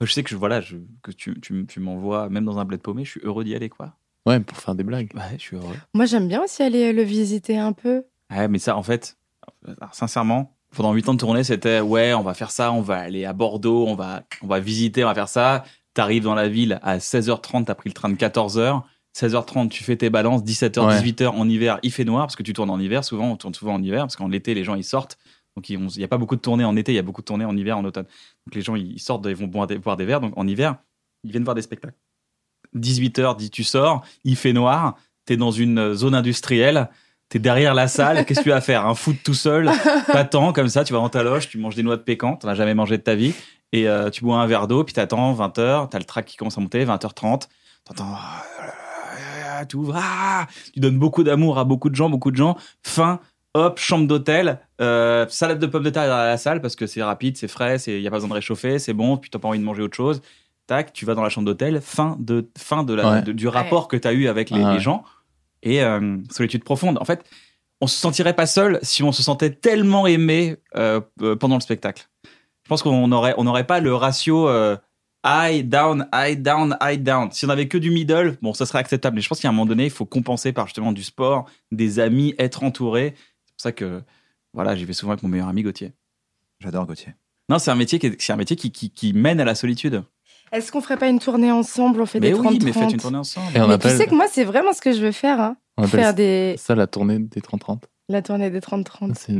Speaker 1: Je sais que je, voilà, je- que tu, tu, tu m'envoies, même dans un bled paumé, je suis heureux d'y aller, quoi.
Speaker 4: Ouais, pour faire des blagues.
Speaker 1: Ouais, je suis heureux.
Speaker 2: Moi, j'aime bien aussi aller euh, le visiter un peu.
Speaker 1: Ouais, mais ça, en fait, alors, sincèrement, pendant 8 ans de tournée, c'était ouais, on va faire ça, on va aller à Bordeaux, on va, on va visiter, on va faire ça. T'arrives dans la ville à 16h30, t'as pris le train de 14h. 16h30, tu fais tes balances. 17h,
Speaker 4: Ouais.
Speaker 1: 18h en hiver, il fait noir parce que tu tournes en hiver. Souvent, on tourne souvent en hiver parce qu'en été, les gens ils sortent. Donc, ils ont- il n'y a pas beaucoup de tournées en été, il y a beaucoup de tournées en hiver, en automne. Donc, les gens ils sortent, ils vont boire des, boire des verres. Donc, en hiver, ils viennent voir des spectacles. 18h, dit tu sors, il fait noir, t'es dans une zone industrielle, t'es derrière la salle, qu'est-ce que tu vas faire Un foot tout seul, t'attends comme ça, tu vas en ta loge, tu manges des noix de pécan, t'en as jamais mangé de ta vie, et euh, tu bois un verre d'eau, puis t'attends 20h, t'as le track qui commence à monter, 20h30, t'entends... Tu ouvres, ah tu donnes beaucoup d'amour à beaucoup de gens, beaucoup de gens, faim, hop, chambre d'hôtel, euh, salade de pommes de terre derrière la salle, parce que c'est rapide, c'est frais, il n'y a pas besoin de réchauffer, c'est bon, puis t'as pas envie de manger autre chose tac, tu vas dans la chambre d'hôtel, fin, de, fin de la-
Speaker 4: Ouais.
Speaker 1: de- du rapport que tu as eu avec les,
Speaker 4: Ah ouais.
Speaker 1: les gens et euh, solitude profonde. En fait, on se sentirait pas seul si on se sentait tellement aimé euh, euh, pendant le spectacle. Je pense qu'on n'aurait on n'aurait pas le ratio euh, high, down, high, down, high, down. Si on avait que du middle, bon, ça serait acceptable. Mais je pense qu'à un moment donné, il faut compenser par justement du sport, des amis, être entouré. C'est pour ça que, voilà, j'y vais souvent avec mon meilleur ami Gauthier.
Speaker 3: J'adore Gauthier.
Speaker 1: Non, c'est un métier, qui, est- c'est un métier qui, qui, qui mène à la solitude.
Speaker 2: Est-ce qu'on ferait pas une tournée ensemble On fait
Speaker 1: mais
Speaker 2: des
Speaker 1: oui,
Speaker 2: 30
Speaker 1: mais faites une tournée ensemble.
Speaker 4: Et on
Speaker 2: Mais
Speaker 4: appelle,
Speaker 2: tu sais que moi, c'est vraiment ce que je veux faire. Hein.
Speaker 4: on appelle
Speaker 2: Faire des...
Speaker 4: ça la tournée des 30-30.
Speaker 2: la tournée des 30-30.
Speaker 4: C'est-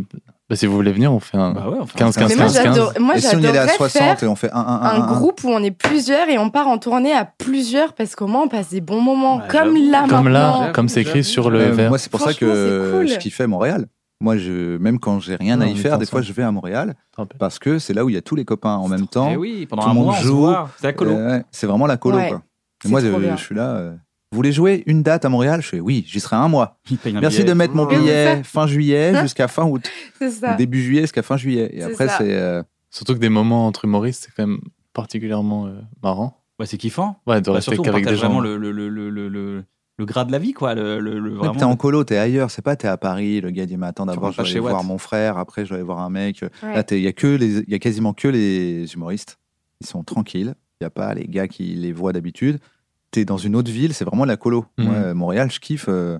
Speaker 4: bah, si vous voulez venir, on fait un.
Speaker 1: Bah ouais, enfin,
Speaker 4: 15,
Speaker 3: Mais
Speaker 4: 15,
Speaker 2: moi,
Speaker 4: 15, 15.
Speaker 2: j'adore. Moi,
Speaker 3: et si on y allait à
Speaker 2: j'adorerais
Speaker 3: 60
Speaker 2: faire
Speaker 3: et on fait 1, 1, 1,
Speaker 2: un groupe où on est plusieurs et on part en tournée à plusieurs parce qu'au moins, on passe des bons moments.
Speaker 1: Ouais,
Speaker 2: comme là,
Speaker 4: Comme
Speaker 2: maintenant.
Speaker 4: là, comme c'est écrit sur le verre.
Speaker 3: Euh, moi, c'est pour ça que
Speaker 2: Franchement, c'est cool.
Speaker 3: je kiffais Montréal. Moi, je, même quand j'ai rien
Speaker 4: Ouais,
Speaker 3: à
Speaker 4: on
Speaker 3: y
Speaker 4: est
Speaker 3: faire, des fois,
Speaker 4: ensemble.
Speaker 3: je vais à Montréal
Speaker 4: Tant pis.
Speaker 3: parce que c'est là où il y a tous les copains en même temps.
Speaker 1: Eh oui, pendant
Speaker 3: tout
Speaker 1: un
Speaker 3: le monde
Speaker 1: mois, on se
Speaker 3: joue.
Speaker 1: voit. C'est la colo.
Speaker 3: Euh, ouais, c'est vraiment la colo.
Speaker 2: Ouais,
Speaker 3: quoi. Et
Speaker 2: c'est
Speaker 3: Moi,
Speaker 2: trop
Speaker 3: je,
Speaker 2: bien.
Speaker 3: je suis là. euh, vous voulez jouer une date à Montréal Je fais oui, j'y serai un mois.
Speaker 1: Il paye un
Speaker 3: Merci
Speaker 1: billet.
Speaker 3: de mettre mon
Speaker 2: Ah, C'est
Speaker 3: billet
Speaker 2: ça.
Speaker 3: fin juillet jusqu'à fin août,
Speaker 2: C'est ça.
Speaker 3: début juillet jusqu'à fin juillet. Et
Speaker 2: C'est
Speaker 3: après,
Speaker 2: ça.
Speaker 3: c'est euh,
Speaker 4: Surtout que des moments entre humoristes, c'est quand même particulièrement euh, marrant.
Speaker 1: Ouais, c'est kiffant.
Speaker 4: Ouais, de
Speaker 1: Bah,
Speaker 4: rester
Speaker 1: surtout, on
Speaker 4: qu'avec des
Speaker 1: partage
Speaker 4: gens.
Speaker 1: vraiment le, le, le, le, le, le- le gras de la vie, quoi. Le, le, le-
Speaker 3: Ouais,
Speaker 1: vraiment.
Speaker 3: t'es en colo, t'es ailleurs, c'est pas t'es à Paris, le gars dit mais attends d'abord
Speaker 1: rentres
Speaker 3: je
Speaker 1: pas
Speaker 3: vais aller
Speaker 1: chez
Speaker 3: voir
Speaker 1: Watt.
Speaker 3: mon frère, après je vais aller voir un mec.
Speaker 2: Ouais.
Speaker 3: Là t'es- il y a que les, il y a quasiment que les humoristes, ils sont tranquilles, il y a pas les gars qui les voient d'habitude. T'es dans une autre ville, c'est vraiment la colo.
Speaker 4: Mhm.
Speaker 3: Moi, euh, Montréal, je kiffe. euh,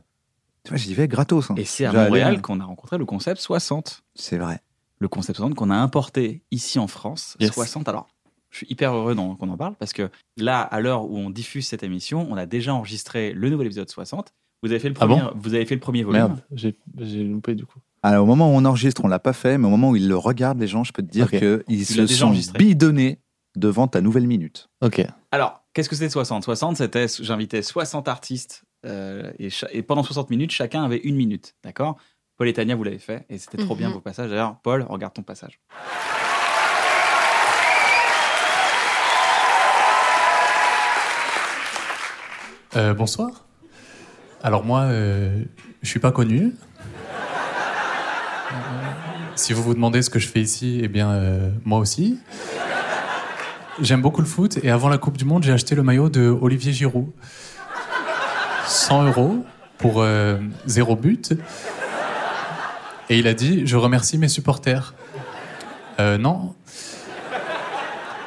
Speaker 3: tu vois, j'y vais gratos. hein.
Speaker 1: Mmh. Et c'est à
Speaker 3: Déjà,
Speaker 1: Montréal
Speaker 3: aller,
Speaker 1: qu'on a rencontré le concept 60.
Speaker 3: C'est vrai.
Speaker 1: Le concept 60 qu'on a importé ici en France.
Speaker 4: Yes.
Speaker 1: 60. Alors, je suis hyper heureux d'en- qu'on en parle parce que là, à l'heure où on diffuse cette émission, on a déjà enregistré le nouvel épisode 60. Vous avez fait le
Speaker 4: Ah
Speaker 1: premier, vous avez fait le premier volume.
Speaker 4: Merde, j'ai j'ai loupé du coup.
Speaker 3: Alors Ah, au moment où on enregistre, on l'a pas fait, mais au moment où ils le regardent, les gens, je peux te dire
Speaker 4: Ok.
Speaker 3: que ils
Speaker 1: Tu l'as
Speaker 3: se
Speaker 1: déjà
Speaker 3: sont
Speaker 1: enregistré.
Speaker 3: bidonnés devant ta nouvelle minute.
Speaker 4: Ok.
Speaker 1: Alors, qu'est-ce que c'était 60 60, c'était j'invitais 60 artistes euh, et, cha- et pendant 60 minutes, chacun avait une minute. D'accord Paul et Tania, vous l'avez fait et c'était trop bien
Speaker 2: Mhm.
Speaker 1: vos passages. D'ailleurs, Paul, regarde ton passage.
Speaker 8: Euh, bonsoir. Alors moi, euh, je suis pas connu. Euh, si vous vous demandez ce que je fais ici, eh bien euh, moi aussi. J'aime beaucoup le foot et avant la Coupe du Monde, j'ai acheté le maillot de Olivier Giroud. 100 euros pour euh, zéro but. Et il a dit Je remercie mes supporters. Euh, non.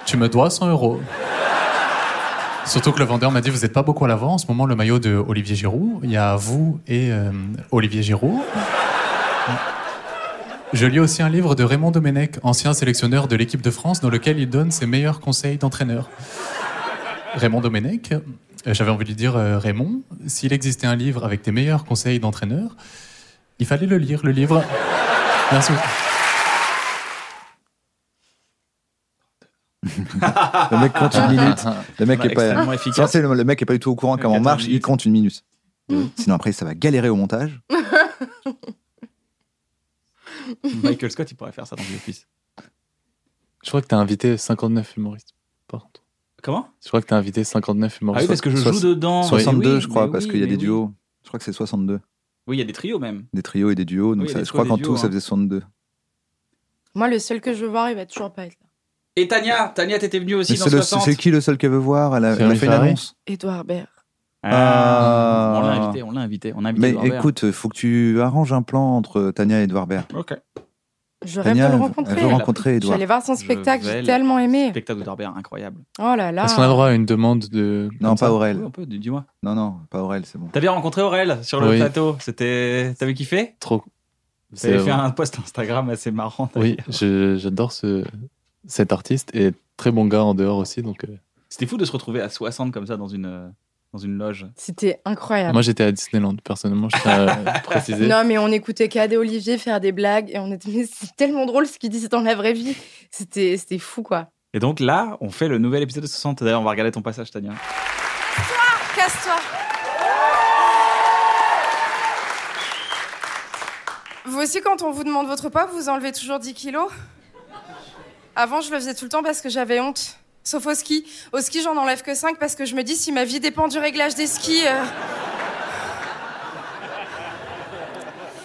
Speaker 8: Tu me dois 100 euros. Surtout que le vendeur m'a dit Vous n'êtes pas beaucoup à l'avant. En ce moment, le maillot de Olivier Giroud, il y a vous et euh, Olivier Giroud. Je lis aussi un livre de Raymond Domenech, ancien sélectionneur de l'équipe de France, dans lequel il donne ses meilleurs conseils d'entraîneur. Raymond Domenech, euh, j'avais envie de lui dire euh, Raymond, s'il existait un livre avec tes meilleurs conseils d'entraîneur, il fallait le lire, le livre. Merci.
Speaker 3: Le mec compte une minute.
Speaker 1: Ah,
Speaker 3: Le mec
Speaker 1: Voilà,
Speaker 3: est pas.
Speaker 1: extrêmement
Speaker 3: Ça,
Speaker 1: efficace.
Speaker 3: c'est le, le mec est pas du tout au courant comment on
Speaker 1: 80
Speaker 3: marche, il
Speaker 1: minutes.
Speaker 3: compte une minute. Sinon après ça va galérer au montage.
Speaker 1: Michael Scott, il pourrait faire ça dans The Office.
Speaker 4: Je crois que t'as invité 59 humoristes. Par contre.
Speaker 1: Comment
Speaker 4: Je crois que t'as invité 59
Speaker 1: Ah
Speaker 4: humoristes.
Speaker 1: oui, parce que je joue
Speaker 3: soix-
Speaker 1: dedans.
Speaker 3: 62
Speaker 1: Mais oui,
Speaker 3: je crois
Speaker 1: mais
Speaker 3: parce
Speaker 1: oui,
Speaker 3: qu'il y a
Speaker 1: mais
Speaker 3: des
Speaker 1: oui.
Speaker 3: duos. Je crois que c'est 62,
Speaker 1: Oui, il y a des trios même.
Speaker 3: des trios et des duos donc
Speaker 1: Oui,
Speaker 3: ça-
Speaker 1: des
Speaker 3: je crois
Speaker 1: trios,
Speaker 3: qu'en
Speaker 1: des
Speaker 3: tout
Speaker 1: duos,
Speaker 3: ça
Speaker 1: hein.
Speaker 3: faisait 62.
Speaker 2: Moi, le seul que je veux voir, il va toujours pas être là.
Speaker 1: Et Tania, Tania, t'étais venue aussi
Speaker 3: Mais
Speaker 1: dans
Speaker 3: c'est le-
Speaker 1: 60.
Speaker 3: c'est qui le seul qu'elle veut voir Elle a, elle a
Speaker 4: Jérémy
Speaker 3: fait une
Speaker 4: Ferrari
Speaker 3: annonce.
Speaker 2: Édouard Baird.
Speaker 1: Ah,
Speaker 3: Ah.
Speaker 1: On l'a invité, on l'a invité, on a invité.
Speaker 3: Mais
Speaker 1: Edouard Baird.
Speaker 3: écoute, faut que tu arranges un plan entre Tania et Edouard Baird.
Speaker 1: Ok.
Speaker 2: Je rêve
Speaker 3: Tania,
Speaker 2: de le
Speaker 3: elle- elle
Speaker 2: rencontrer.
Speaker 3: veut rencontrer
Speaker 2: Je suis
Speaker 3: Edouard.
Speaker 2: allée voir son
Speaker 1: Je
Speaker 2: spectacle,
Speaker 1: vais
Speaker 2: j'ai
Speaker 1: le-
Speaker 2: tellement aimé.
Speaker 1: Spectacle d'Edouard Baird, incroyable.
Speaker 2: Oh là là.
Speaker 4: Est-ce qu'on
Speaker 1: Ah.
Speaker 4: a droit à une demande de.
Speaker 3: Non,
Speaker 4: comme ça
Speaker 3: pas
Speaker 1: Oui,
Speaker 3: Aurel.
Speaker 1: on peut, dis-moi.
Speaker 3: Non, non, pas Aurel, c'est bon.
Speaker 1: T'avais rencontré Aurel sur le
Speaker 4: Oui.
Speaker 1: plateau. C'était, t'avais kiffé
Speaker 4: Trop.
Speaker 1: T'avais
Speaker 4: C'est-
Speaker 1: fait un post Instagram assez marrant.
Speaker 4: Oui, je- j'adore ce... cet artiste et très bon gars en dehors aussi. Donc, euh,
Speaker 1: C'était fou de se retrouver à 60 comme ça dans une euh, dans une loge.
Speaker 2: C'était incroyable.
Speaker 1: Ah.
Speaker 4: Moi, j'étais à Disneyland, personnellement, je tiens à préciser.
Speaker 2: Non, mais on écoutait Kad et Olivier faire des blagues et on était. Mais c'est tellement drôle ce qu'ils disaient dans la vraie vie. C'était c'était fou, quoi.
Speaker 1: Et donc là, on fait le nouvel épisode de 60. D'ailleurs, on va regarder ton passage, Tania.
Speaker 2: Casse-toi. Vous aussi, quand on vous demande votre poids, vous enlevez toujours 10 kilos Avant, je le faisais tout le temps parce que j'avais honte. Sauf au ski. Au ski, j'en enlève que 5 parce que je me dis si ma vie dépend du réglage des skis. euh.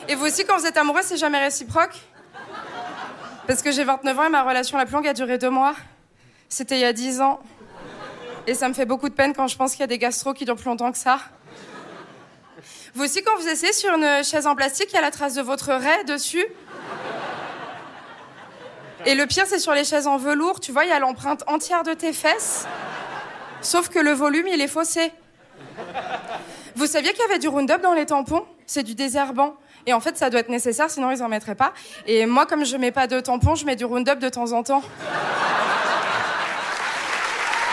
Speaker 2: Et vous aussi, quand vous êtes amoureux, c'est jamais réciproque Parce que j'ai 29 ans et ma relation la plus longue a duré deux mois. C'était il y a 10 ans. Et ça me fait beaucoup de peine quand je pense qu'il y a des gastro qui durent plus longtemps que ça. Vous aussi, quand vous essayez sur une chaise en plastique, il y a la trace de votre raie dessus. Et le pire, c'est sur les chaises en velours, tu vois, il y a l'empreinte entière de tes fesses. Sauf que le volume, il est faussé. Vous saviez qu'il y avait du Roundup dans les tampons C'est du désherbant. Et en fait, ça doit être nécessaire, sinon ils en mettraient pas. Et moi, comme je mets pas de tampons, je mets du Roundup de temps en temps.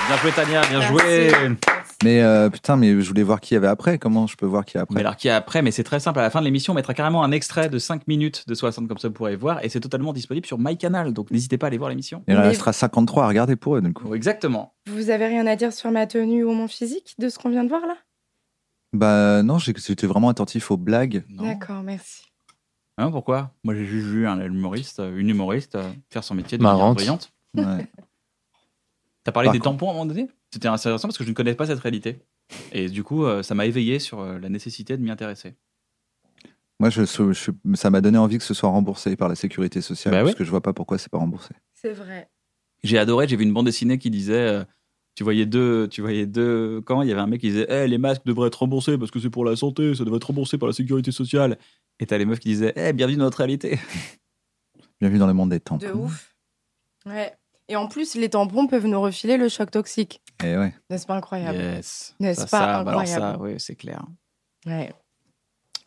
Speaker 1: Bien joué, Tania. Bien
Speaker 2: Merci.
Speaker 1: joué.
Speaker 3: Mais euh, putain, mais je voulais voir qui y avait après. Comment je peux voir qui y a
Speaker 1: Mais
Speaker 3: après
Speaker 1: alors qui est après Mais c'est très simple. À la fin de l'émission, on mettra carrément un extrait de 5 minutes de 60 comme ça, vous pourrez voir. Et c'est totalement disponible sur MyCanal. Donc n'hésitez pas à aller voir l'émission.
Speaker 3: Il
Speaker 2: Mais-
Speaker 3: restera 53 à regarder pour eux, du coup.
Speaker 1: Exactement.
Speaker 2: Vous avez rien à dire sur ma tenue ou mon physique de ce qu'on vient de voir là
Speaker 3: Bah non, j'ai- j'étais vraiment attentif aux blagues.
Speaker 1: Non.
Speaker 2: D'accord, merci.
Speaker 1: Hein, pourquoi Moi, j'ai juste vu un humoriste, euh, une humoriste euh, faire son métier de manière
Speaker 4: Marrante.
Speaker 1: brillante.
Speaker 3: Ouais.
Speaker 1: T'as parlé
Speaker 3: Par
Speaker 1: des
Speaker 3: contre-
Speaker 1: tampons à un moment donné C'était assez intéressant parce que je ne connais pas cette réalité. Et du coup, euh, ça m'a éveillé sur euh, la nécessité de m'y intéresser.
Speaker 3: Moi, je, je- je- ça m'a donné envie que ce soit remboursé par la sécurité sociale,
Speaker 1: Bah ouais.
Speaker 3: parce que je vois pas pourquoi c'est pas remboursé.
Speaker 2: C'est vrai.
Speaker 1: J'ai adoré, j'ai vu une bande dessinée qui disait. euh, tu voyais deux, tu voyais deux. Quand il y avait un mec qui disait, Eh, les masques devraient être remboursés parce que c'est pour la santé, ça devrait être remboursé par la sécurité sociale. Et t'as les meufs qui disaient, eh, bienvenue dans notre réalité.
Speaker 3: Bien vu dans le monde des temps.
Speaker 2: De ouf. Ouais. Et en plus, les tampons peuvent nous refiler le choc toxique.
Speaker 3: Et Eh ouais.
Speaker 2: N'est-ce pas incroyable
Speaker 1: Yes.
Speaker 2: N'est-ce
Speaker 1: Ça,
Speaker 2: pas
Speaker 1: ça, bah alors ça,
Speaker 2: incroyable
Speaker 1: oui, c'est clair.
Speaker 2: Ouais.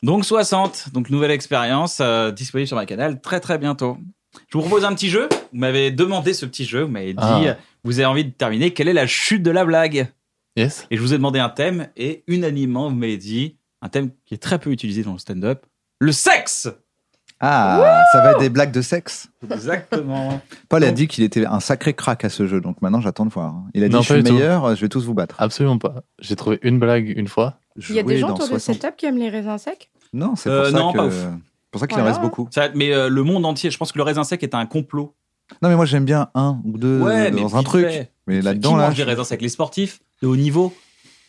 Speaker 1: Donc 60, donc nouvelle expérience euh, disponible sur ma canal très très bientôt. Je vous propose un petit jeu. Vous m'avez demandé ce petit jeu. Vous m'avez dit,
Speaker 4: Ah.
Speaker 1: euh, vous avez envie de terminer. Quelle est la chute de la blague
Speaker 4: Yes.
Speaker 1: Et je vous ai demandé un thème et unanimement vous m'avez dit un thème qui est très peu utilisé dans le stand-up, le sexe.
Speaker 3: Ah, ça va être des blagues de sexe.
Speaker 1: Exactement.
Speaker 3: Paul a
Speaker 1: Non.
Speaker 3: dit qu'il était un sacré crack à ce jeu, donc maintenant j'attends de voir. Il a dit
Speaker 4: Non,
Speaker 3: je suis
Speaker 4: pas
Speaker 3: le
Speaker 4: du tout.
Speaker 3: meilleur, euh, je vais tous vous battre.
Speaker 4: Absolument pas. J'ai trouvé une blague une fois.
Speaker 2: Il y a des
Speaker 3: Jouer
Speaker 2: gens
Speaker 3: dans
Speaker 2: autour de
Speaker 3: 60.
Speaker 2: cette table qui aiment les raisins secs
Speaker 3: Non, c'est pour
Speaker 1: Euh,
Speaker 3: ça
Speaker 1: non,
Speaker 3: que.
Speaker 1: pas ouf.
Speaker 3: c'est pour ça qu'il en
Speaker 2: Voilà.
Speaker 3: reste beaucoup.
Speaker 1: Ça, mais euh, le monde entier, je pense que le raisin sec est un complot.
Speaker 3: Non, mais moi j'aime bien un ou deux
Speaker 1: Ouais, mais
Speaker 3: dans un
Speaker 1: vite
Speaker 3: truc.
Speaker 1: fait.
Speaker 3: Mais là-dedans,
Speaker 1: qui
Speaker 3: là.
Speaker 1: mange des raisins secs Les sportifs de haut niveau.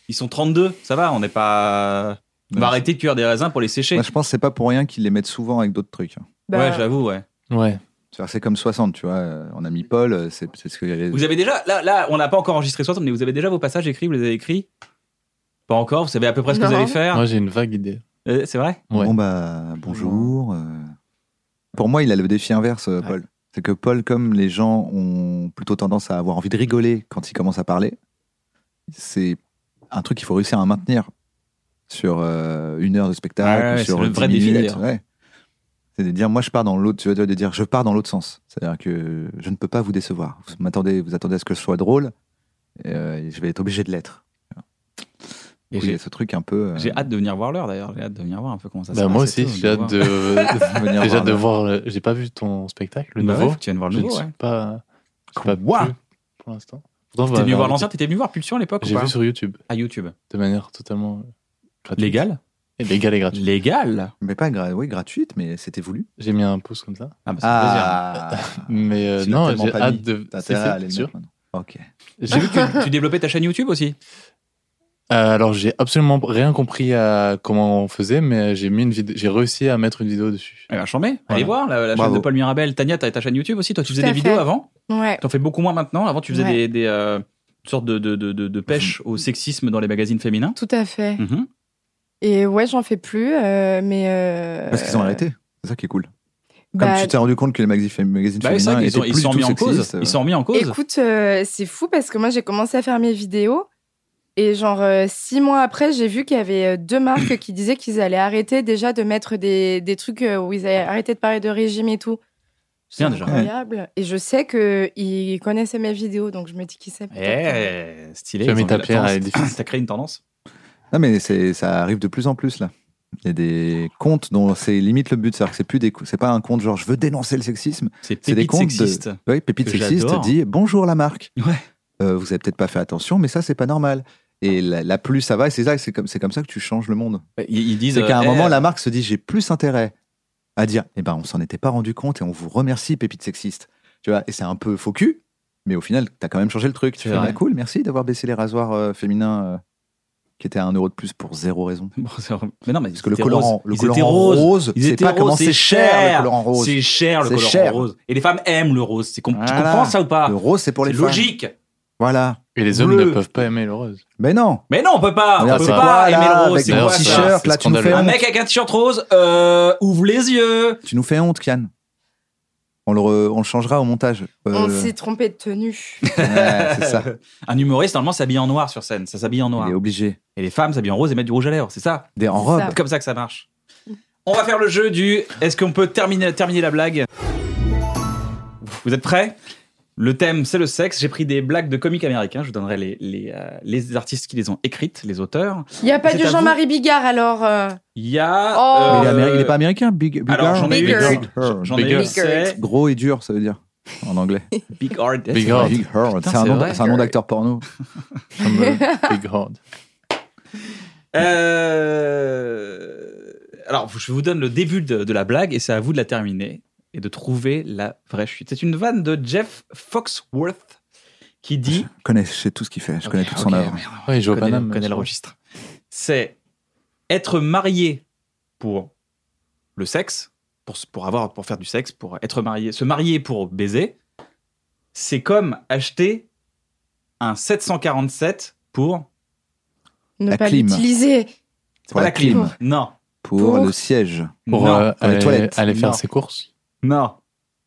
Speaker 1: Ils sont 32, ça va, on n'est pas. On va
Speaker 3: Ouais.
Speaker 1: arrêter de cuire des raisins pour les sécher.
Speaker 3: Moi, je pense que c'est pas pour rien qu'ils les mettent souvent avec d'autres trucs.
Speaker 2: Bah,
Speaker 1: Ouais, j'avoue, ouais.
Speaker 4: Ouais.
Speaker 3: C'est-à-dire, C'est comme 60, tu vois. euh, On a mis Paul, euh, c'est c'est ce que.
Speaker 1: Vous avez déjà, là, là on n'a pas encore enregistré 60, mais vous avez déjà vos passages écrits, vous les avez écrits Pas encore, vous savez à peu près ce que vous
Speaker 2: Non.
Speaker 1: allez faire
Speaker 4: Moi j'ai une vague idée.
Speaker 1: Euh, C'est vrai
Speaker 4: Ouais.
Speaker 3: Bon, bah, bonjour. euh. Pour moi, il a le défi inverse, euh, Paul. C'est que Paul, comme les gens ont plutôt tendance à avoir envie de rigoler quand il commence à parler, c'est un truc qu'il faut réussir à maintenir sur euh, une heure de spectacle,
Speaker 1: Ouais,
Speaker 3: ou
Speaker 1: ouais,
Speaker 3: sur
Speaker 1: c'est le
Speaker 3: 10
Speaker 1: vrai défi,
Speaker 3: minutes,
Speaker 1: d'ailleurs.
Speaker 3: ouais. C'est de dire, moi, je pars dans l'autre, tu vois, de dire, je pars dans l'autre sens. C'est-à-dire que je ne peux pas vous décevoir. Vous m'attendez, vous attendez à ce que je sois drôle, et, euh, je vais être obligé de l'être.
Speaker 1: Et
Speaker 3: Oui, il y a ce truc un peu. euh,
Speaker 1: J'ai hâte de venir voir l'heure d'ailleurs, j'ai hâte de venir voir un peu comment ça se
Speaker 4: Bah,
Speaker 1: passe.
Speaker 4: moi
Speaker 1: et
Speaker 4: aussi,
Speaker 1: tout,
Speaker 4: j'ai hâte
Speaker 1: voir.
Speaker 4: de.
Speaker 3: Venir
Speaker 4: Déjà
Speaker 3: voir
Speaker 4: de
Speaker 3: le-
Speaker 4: voir. le- J'ai pas vu ton spectacle, le
Speaker 1: Bah
Speaker 4: nouveau.
Speaker 1: ouais, tu viens de voir le
Speaker 4: je ne
Speaker 1: nouveau,
Speaker 4: suis
Speaker 1: ouais.
Speaker 4: pas. je suis pas
Speaker 3: Quoi
Speaker 4: plus pour l'instant. Pourtant,
Speaker 1: T'es
Speaker 4: bah,
Speaker 1: venu
Speaker 4: bah,
Speaker 1: voir l'ancien, t'étais venu voir Pulsion à l'époque ou
Speaker 4: J'ai
Speaker 1: pas
Speaker 4: vu sur YouTube
Speaker 1: À YouTube.
Speaker 4: de manière totalement gratuite.
Speaker 1: Légal
Speaker 4: Et légal et gratuit.
Speaker 1: Légal
Speaker 3: Mais pas gra- oui, gratuite, mais c'était voulu.
Speaker 4: J'ai mis un pouce comme ça.
Speaker 1: Ah bah c'est
Speaker 4: Mais euh,
Speaker 3: Tu l'as
Speaker 4: non,
Speaker 3: tellement
Speaker 4: j'ai
Speaker 3: pas mis.
Speaker 4: hâte de.
Speaker 3: T'as
Speaker 4: Si,
Speaker 3: intérêt
Speaker 4: si,
Speaker 3: à aller le
Speaker 4: sûr.
Speaker 3: mettre maintenant. Ok.
Speaker 4: J'ai vu que-
Speaker 1: plaisir. tu développais ta chaîne YouTube aussi
Speaker 4: Euh, alors, j'ai absolument rien compris à comment on faisait, mais j'ai mis une vidéo. J'ai réussi à mettre une vidéo dessus.
Speaker 1: Eh ben chambé, allez
Speaker 4: Voilà.
Speaker 1: voir la, la chaîne
Speaker 3: Bravo.
Speaker 1: de Paul Mirabel. Tania, t'as ta chaîne YouTube aussi, toi tu
Speaker 2: Tout
Speaker 1: faisais
Speaker 2: à
Speaker 1: des
Speaker 2: fait.
Speaker 1: vidéos avant
Speaker 2: ouais.
Speaker 1: T'en fais beaucoup moins maintenant. Avant, tu faisais
Speaker 2: Ouais.
Speaker 1: des, des, euh, sortes de, de, de, de- de pêche au sexisme dans les magazines féminins.
Speaker 2: Tout à fait.
Speaker 3: Mm.
Speaker 1: Mhm.
Speaker 2: Et ouais, j'en fais plus, euh, mais. euh,
Speaker 3: Parce qu'ils ont arrêté. C'est ça qui est cool. Comme
Speaker 2: bah,
Speaker 3: tu t'es rendu compte que les magazines fé- magazines
Speaker 1: Bah oui, c'est
Speaker 3: féminins
Speaker 1: vrai
Speaker 3: étaient
Speaker 1: qu'ils ont-
Speaker 3: plus
Speaker 1: ils se sont
Speaker 3: du
Speaker 1: mis
Speaker 3: tout
Speaker 1: en cause.
Speaker 3: sexistes.
Speaker 1: Ils se sont mis en cause.
Speaker 2: Écoute, euh, c'est fou parce que moi j'ai commencé à faire mes vidéos et genre euh, six mois après j'ai vu qu'il y avait euh, deux marques qui disaient qu'ils allaient arrêter déjà de mettre des, des trucs euh, où ils allaient arrêter de parler de régime et tout. C'est
Speaker 1: Bien, déjà.
Speaker 2: incroyable. Et je sais qu'ils connaissaient mes vidéos donc je me dis qui c'est. peut-être.
Speaker 1: Eh, stylé.
Speaker 4: Tu as
Speaker 1: ils
Speaker 4: mis
Speaker 1: ont
Speaker 4: ta
Speaker 1: eu la
Speaker 4: pierre à
Speaker 1: tendance.
Speaker 4: l'édifice.
Speaker 1: T'as créé une tendance.
Speaker 3: euh. Non, mais c'est- ça arrive de plus en plus, là. Il y a des comptes dont c'est limite le but. C'est-à-dire que c'est plus des co- c'est pas un compte genre je veux dénoncer le sexisme.
Speaker 1: C'est
Speaker 3: C'est des
Speaker 1: pépite
Speaker 3: comptes
Speaker 1: sexiste.
Speaker 3: de. Oui, Pépite
Speaker 1: Que
Speaker 3: Sexiste
Speaker 1: j'adore.
Speaker 3: dit bonjour la marque.
Speaker 1: Ouais.
Speaker 3: Euh, vous avez peut-être pas fait attention, mais ça, c'est pas normal. Et la, la plus ça va, et c'est ça, c'est comme, c'est comme ça que tu changes le monde.
Speaker 1: Ils, ils disent.
Speaker 3: C'est qu'à un
Speaker 1: euh,
Speaker 3: moment,
Speaker 1: eh,
Speaker 3: la marque se dit j'ai plus intérêt à dire eh ben, on s'en était pas rendu compte et on vous remercie, pépite sexiste. Tu vois, et c'est un peu faux cul, mais au final, t'as quand même changé le truc. Tu
Speaker 1: C'est
Speaker 3: fais
Speaker 1: vrai.
Speaker 3: bah, cool, merci d'avoir baissé les rasoirs euh, féminins euh, qui étaient à 1 euro de plus pour zéro raison.
Speaker 1: bon, c'est- mais non, mais
Speaker 3: Parce que le colorant, le colorant
Speaker 1: rose.
Speaker 3: rose,
Speaker 1: Ils
Speaker 3: c'est
Speaker 1: étaient
Speaker 3: pas comment
Speaker 1: roses,
Speaker 3: c'est cher, le colorant rose.
Speaker 1: C'est cher le
Speaker 3: C'est
Speaker 1: colorant
Speaker 3: cher.
Speaker 1: rose. Et les femmes aiment le rose. C'est com- Tu
Speaker 3: Voilà.
Speaker 1: comprends ça ou pas
Speaker 3: Le rose, c'est pour
Speaker 1: C'est
Speaker 3: les femmes.
Speaker 1: logique.
Speaker 3: Voilà.
Speaker 4: Et les hommes
Speaker 1: Bleu.
Speaker 4: ne peuvent pas aimer le rose.
Speaker 3: Mais non
Speaker 1: Mais non, on peut pas. Ah, On
Speaker 3: Regarde,
Speaker 1: peut
Speaker 3: c'est
Speaker 1: pas
Speaker 3: quoi,
Speaker 1: aimer
Speaker 3: là,
Speaker 1: le rose.
Speaker 3: avec
Speaker 1: C'est
Speaker 3: ton
Speaker 4: quoi, ça
Speaker 3: t-shirt,
Speaker 4: C'est
Speaker 3: là, tu nous, fais
Speaker 4: scandaleux.
Speaker 1: Un
Speaker 3: honte.
Speaker 1: mec avec un t-shirt rose, euh, ouvre les yeux.
Speaker 3: tu nous fais honte, Kian. On le, re- on le changera au montage. Euh,
Speaker 2: On s'est trompé de tenue.
Speaker 3: ouais, c'est ça.
Speaker 1: Un humoriste, normalement, s'habille en noir sur scène. Ça s'habille en noir.
Speaker 3: Il est obligé.
Speaker 1: Et les femmes s'habillent en rose et mettent du rouge à lèvres. C'est ça.
Speaker 3: Des, en
Speaker 2: C'est
Speaker 3: robe.
Speaker 2: ça.
Speaker 1: C'est comme ça que ça marche. On va faire le jeu du est-ce qu'on peut terminer, terminer la blague Vous êtes prêts Le thème, c'est le sexe. J'ai pris des blagues de comiques américains. Je vous donnerai les, les, euh, les artistes qui les ont écrites, les auteurs.
Speaker 2: Il n'y a pas
Speaker 1: C'est
Speaker 2: de
Speaker 1: à
Speaker 2: Jean-Marie Bigard alors. euh,
Speaker 1: Il y a.
Speaker 2: Oh.
Speaker 3: Mais il, est
Speaker 2: Euh,
Speaker 3: améri- il est pas américain, Big, Big
Speaker 1: Alors, j'en ai eu.
Speaker 2: Bigger.
Speaker 3: Hurt.
Speaker 1: J'en ai eu.
Speaker 4: Bigger.
Speaker 1: c'est
Speaker 3: Gros et dur, ça veut dire, en anglais.
Speaker 1: Big Hard.
Speaker 4: Big Hurt.
Speaker 3: Big Hurt.
Speaker 1: Putain,
Speaker 3: C'est un
Speaker 1: c'est
Speaker 3: nom-
Speaker 1: vrai.
Speaker 3: c'est un nom d'acteur porno.
Speaker 4: Comme euh, Big Horde.
Speaker 1: Euh, Alors, je vous donne le début de, de la blague et c'est à vous de la terminer et de trouver la vraie chute. C'est une vanne de Jeff Foxworth qui dit.
Speaker 3: Je connais, je sais tout ce qu'il fait, je connais toute son
Speaker 1: Ok,
Speaker 3: œuvre.
Speaker 1: merde.
Speaker 4: Ouais, il joue au
Speaker 1: Je connais,
Speaker 4: Paname,
Speaker 1: je connais
Speaker 4: je
Speaker 1: le
Speaker 4: crois.
Speaker 1: registre. C'est être marié pour le sexe, pour, s- pour avoir, pour faire du sexe, pour être marié, se marier pour baiser. C'est comme acheter un 747 pour.
Speaker 2: Ne
Speaker 3: La
Speaker 2: pas
Speaker 3: clim.
Speaker 2: l'utiliser.
Speaker 1: C'est
Speaker 3: Pour
Speaker 1: pas
Speaker 3: la
Speaker 1: la clim.
Speaker 3: clim.
Speaker 1: Non.
Speaker 3: Pour,
Speaker 2: Pour-
Speaker 3: le siège.
Speaker 4: Pour
Speaker 1: non.
Speaker 4: euh,
Speaker 3: pour les
Speaker 4: aller,
Speaker 3: toilettes.
Speaker 4: aller faire
Speaker 1: Non.
Speaker 4: ses courses.
Speaker 1: non.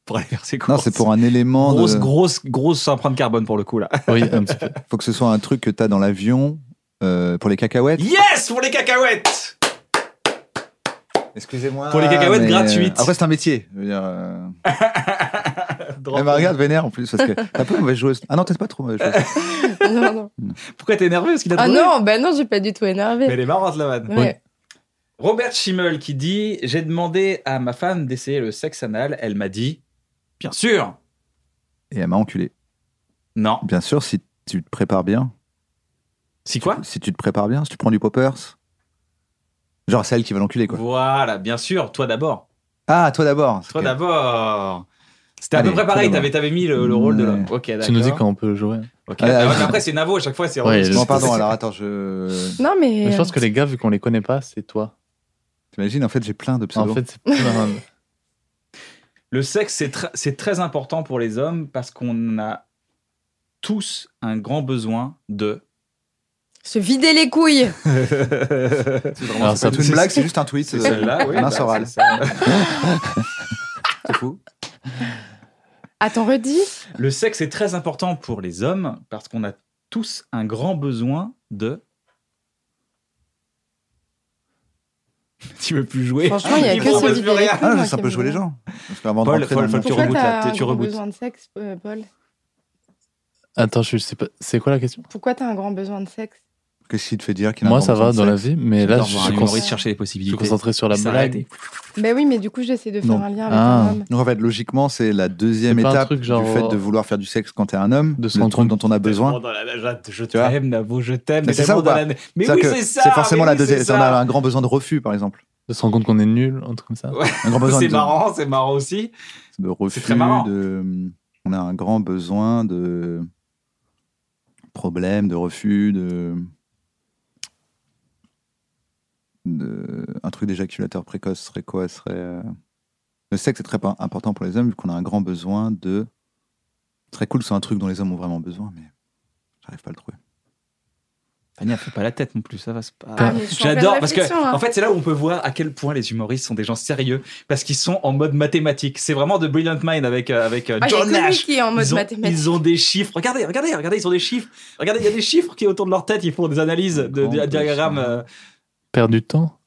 Speaker 1: Pour aller faire ses courses.
Speaker 3: Non, c'est pour un élément.
Speaker 1: grosse,
Speaker 3: de...
Speaker 1: grosse, grosse empreinte carbone pour le coup là.
Speaker 4: Oui, un petit peu.
Speaker 3: Faut que ce soit un truc que t'as dans l'avion euh, pour les cacahuètes.
Speaker 1: Yes pour les cacahuètes.
Speaker 3: Excusez-moi.
Speaker 1: Pour les cacahuètes gratuites.
Speaker 3: euh, Après, c'est un métier. Je veux dire, euh,
Speaker 1: Drôle.
Speaker 3: Elle me Eh ben, regarde vénère en plus parce que t'es un peu mauvaise joueuse. Ah non, t'es pas trop mauvaise joueuse.
Speaker 2: Non, non.
Speaker 1: Pourquoi t'es nerveux Parce qu'il a
Speaker 2: Ah
Speaker 1: trouvé.
Speaker 2: non, bah non, j'ai pas du tout énervé.
Speaker 1: Mais elle est marrante la vanne.
Speaker 2: Ouais.
Speaker 1: Robert Schimmel qui dit J'ai demandé à ma femme d'essayer le sexe anal. Elle m'a dit Bien sûr
Speaker 3: Et elle m'a enculé.
Speaker 1: Non.
Speaker 3: Bien sûr, si tu te prépares bien.
Speaker 1: Si quoi
Speaker 3: Si tu te prépares bien, si tu prends du poppers. Genre celle qui va l'enculer, quoi.
Speaker 1: Voilà, bien sûr, toi d'abord.
Speaker 3: Ah, toi d'abord.
Speaker 1: Toi
Speaker 3: Ok.
Speaker 1: d'abord C'était à
Speaker 3: Allez,
Speaker 1: peu près
Speaker 3: toi
Speaker 1: pareil,
Speaker 3: d'abord.
Speaker 1: t'avais avais mis le, le rôle de
Speaker 3: Ouais.
Speaker 1: l'homme. Ok, d'accord.
Speaker 4: Tu nous dis quand on peut jouer.
Speaker 1: Ok.
Speaker 3: Ah,
Speaker 1: Ah ouais,
Speaker 3: je-
Speaker 1: mais après, c'est Navo, à chaque fois, c'est
Speaker 4: Ouais,
Speaker 1: Robert.
Speaker 3: Non, pardon, alors attends, je.
Speaker 2: Non, mais.
Speaker 4: Mais je pense que les gars, vu qu'on les connaît pas, c'est toi.
Speaker 3: T'imagines, en fait, j'ai plein de
Speaker 4: En
Speaker 3: pseudos.
Speaker 4: fait, c'est plus un-
Speaker 1: Le sexe, c'est tr- c'est très important pour les hommes parce qu'on a tous un grand besoin de.
Speaker 2: Se vider les couilles.
Speaker 3: c'est vraiment-
Speaker 4: Alors,
Speaker 3: c'est
Speaker 4: ça-
Speaker 3: pas une blague, c'est juste un tweet. euh,
Speaker 1: C'est celle-là, oui.
Speaker 3: Mince
Speaker 1: bah,
Speaker 3: orale.
Speaker 1: c'est ça.
Speaker 3: C'est fou.
Speaker 2: Attends, redis.
Speaker 1: Le sexe est très important pour les hommes parce qu'on a tous un grand besoin de. Tu veux plus jouer
Speaker 2: Franchement, il y a
Speaker 1: Il
Speaker 2: que se
Speaker 1: propose
Speaker 2: vider
Speaker 1: plus
Speaker 2: les couilles.
Speaker 1: rien.
Speaker 3: Ah,
Speaker 2: moi,
Speaker 3: mais
Speaker 2: qui
Speaker 3: ça peut
Speaker 2: me-
Speaker 3: jouer les gens. Parce qu'avant de
Speaker 1: Paul,
Speaker 3: rentrer dans le
Speaker 1: Paul,
Speaker 3: monde-
Speaker 1: tu
Speaker 2: Pourquoi
Speaker 1: rebootes,
Speaker 2: t'as
Speaker 1: là,
Speaker 2: un
Speaker 1: tu
Speaker 2: grand
Speaker 1: rebootes.
Speaker 2: besoin de sexe, euh, Paul
Speaker 4: Attends, je sais pas. C'est quoi la question
Speaker 2: Pourquoi t'as un grand besoin de sexe
Speaker 3: Qu'est-ce qu'il te fait dire qu'il a
Speaker 4: Moi,
Speaker 3: un
Speaker 4: ça
Speaker 3: grand
Speaker 4: va
Speaker 3: besoin
Speaker 4: dans
Speaker 3: de
Speaker 4: la
Speaker 3: sexe
Speaker 4: vie, mais là,
Speaker 1: J'adore
Speaker 4: je
Speaker 1: voir
Speaker 4: suis
Speaker 1: un
Speaker 4: con-
Speaker 1: humoriste chercher les
Speaker 4: je suis
Speaker 1: possibilités.
Speaker 4: concentré sur la
Speaker 1: Il s'arrête
Speaker 4: blague.
Speaker 1: et-
Speaker 2: Ben oui, mais du coup, j'essaie de faire
Speaker 3: Non.
Speaker 2: un lien avec
Speaker 4: Ah.
Speaker 2: un homme.
Speaker 3: Donc en fait, logiquement, c'est la deuxième
Speaker 4: C'est pas un
Speaker 3: étape
Speaker 4: truc genre-
Speaker 3: du fait de vouloir faire du sexe quand t'es un homme,
Speaker 4: De se
Speaker 3: le
Speaker 4: rendre
Speaker 3: truc dont
Speaker 4: compte.
Speaker 3: on a besoin.
Speaker 1: Dans la- la- Je je
Speaker 3: Tu vois
Speaker 1: t'aime, Navo, je t'aime.
Speaker 3: Mais c'est ça
Speaker 1: tellement
Speaker 3: ou pas
Speaker 1: dans la- Mais oui,
Speaker 3: C'est-à-dire que
Speaker 1: c'est ça.
Speaker 3: C'est forcément
Speaker 1: mais
Speaker 3: la
Speaker 1: oui,
Speaker 3: deuxième.
Speaker 1: c'est
Speaker 3: On a
Speaker 1: ça.
Speaker 3: un grand besoin de refus, par exemple.
Speaker 4: De se rendre compte qu'on est nul, un truc comme ça.
Speaker 1: Ouais.
Speaker 3: Un grand besoin
Speaker 1: C'est
Speaker 3: de,
Speaker 1: marrant, c'est marrant aussi.
Speaker 3: de refus.
Speaker 1: très marrant.
Speaker 3: de- On a un grand besoin de problèmes, de refus, de. de- Un truc d'éjaculateur précoce serait quoi serait... euh, Le sexe est très pa- important pour les hommes, vu qu'on a un grand besoin de. Très cool, c'est un truc dont les hommes ont vraiment besoin, mais j'arrive pas à le trouver.
Speaker 1: Tania, fais pas la tête non plus, ça va c'est pas.
Speaker 2: Ah, mais je suis en pleine
Speaker 1: J'adore parce que
Speaker 2: réflexion, hein.
Speaker 1: en fait c'est là où on peut voir à quel point les humoristes sont des gens sérieux parce qu'ils sont en mode mathématique. C'est vraiment de Brilliant Mind avec euh, avec euh,
Speaker 2: Ah, j'ai
Speaker 1: John
Speaker 2: connu
Speaker 1: Nash.
Speaker 2: qui est en mode
Speaker 1: ils, ont,
Speaker 2: mathématique.
Speaker 1: ils ont des chiffres. Regardez, regardez, regardez, ils ont des chiffres. Regardez, il y a des chiffres qui autour de leur tête, ils font des analyses de, de- de
Speaker 3: Grand
Speaker 1: diagrammes.
Speaker 3: besoin.
Speaker 1: euh,
Speaker 4: Perdre du temps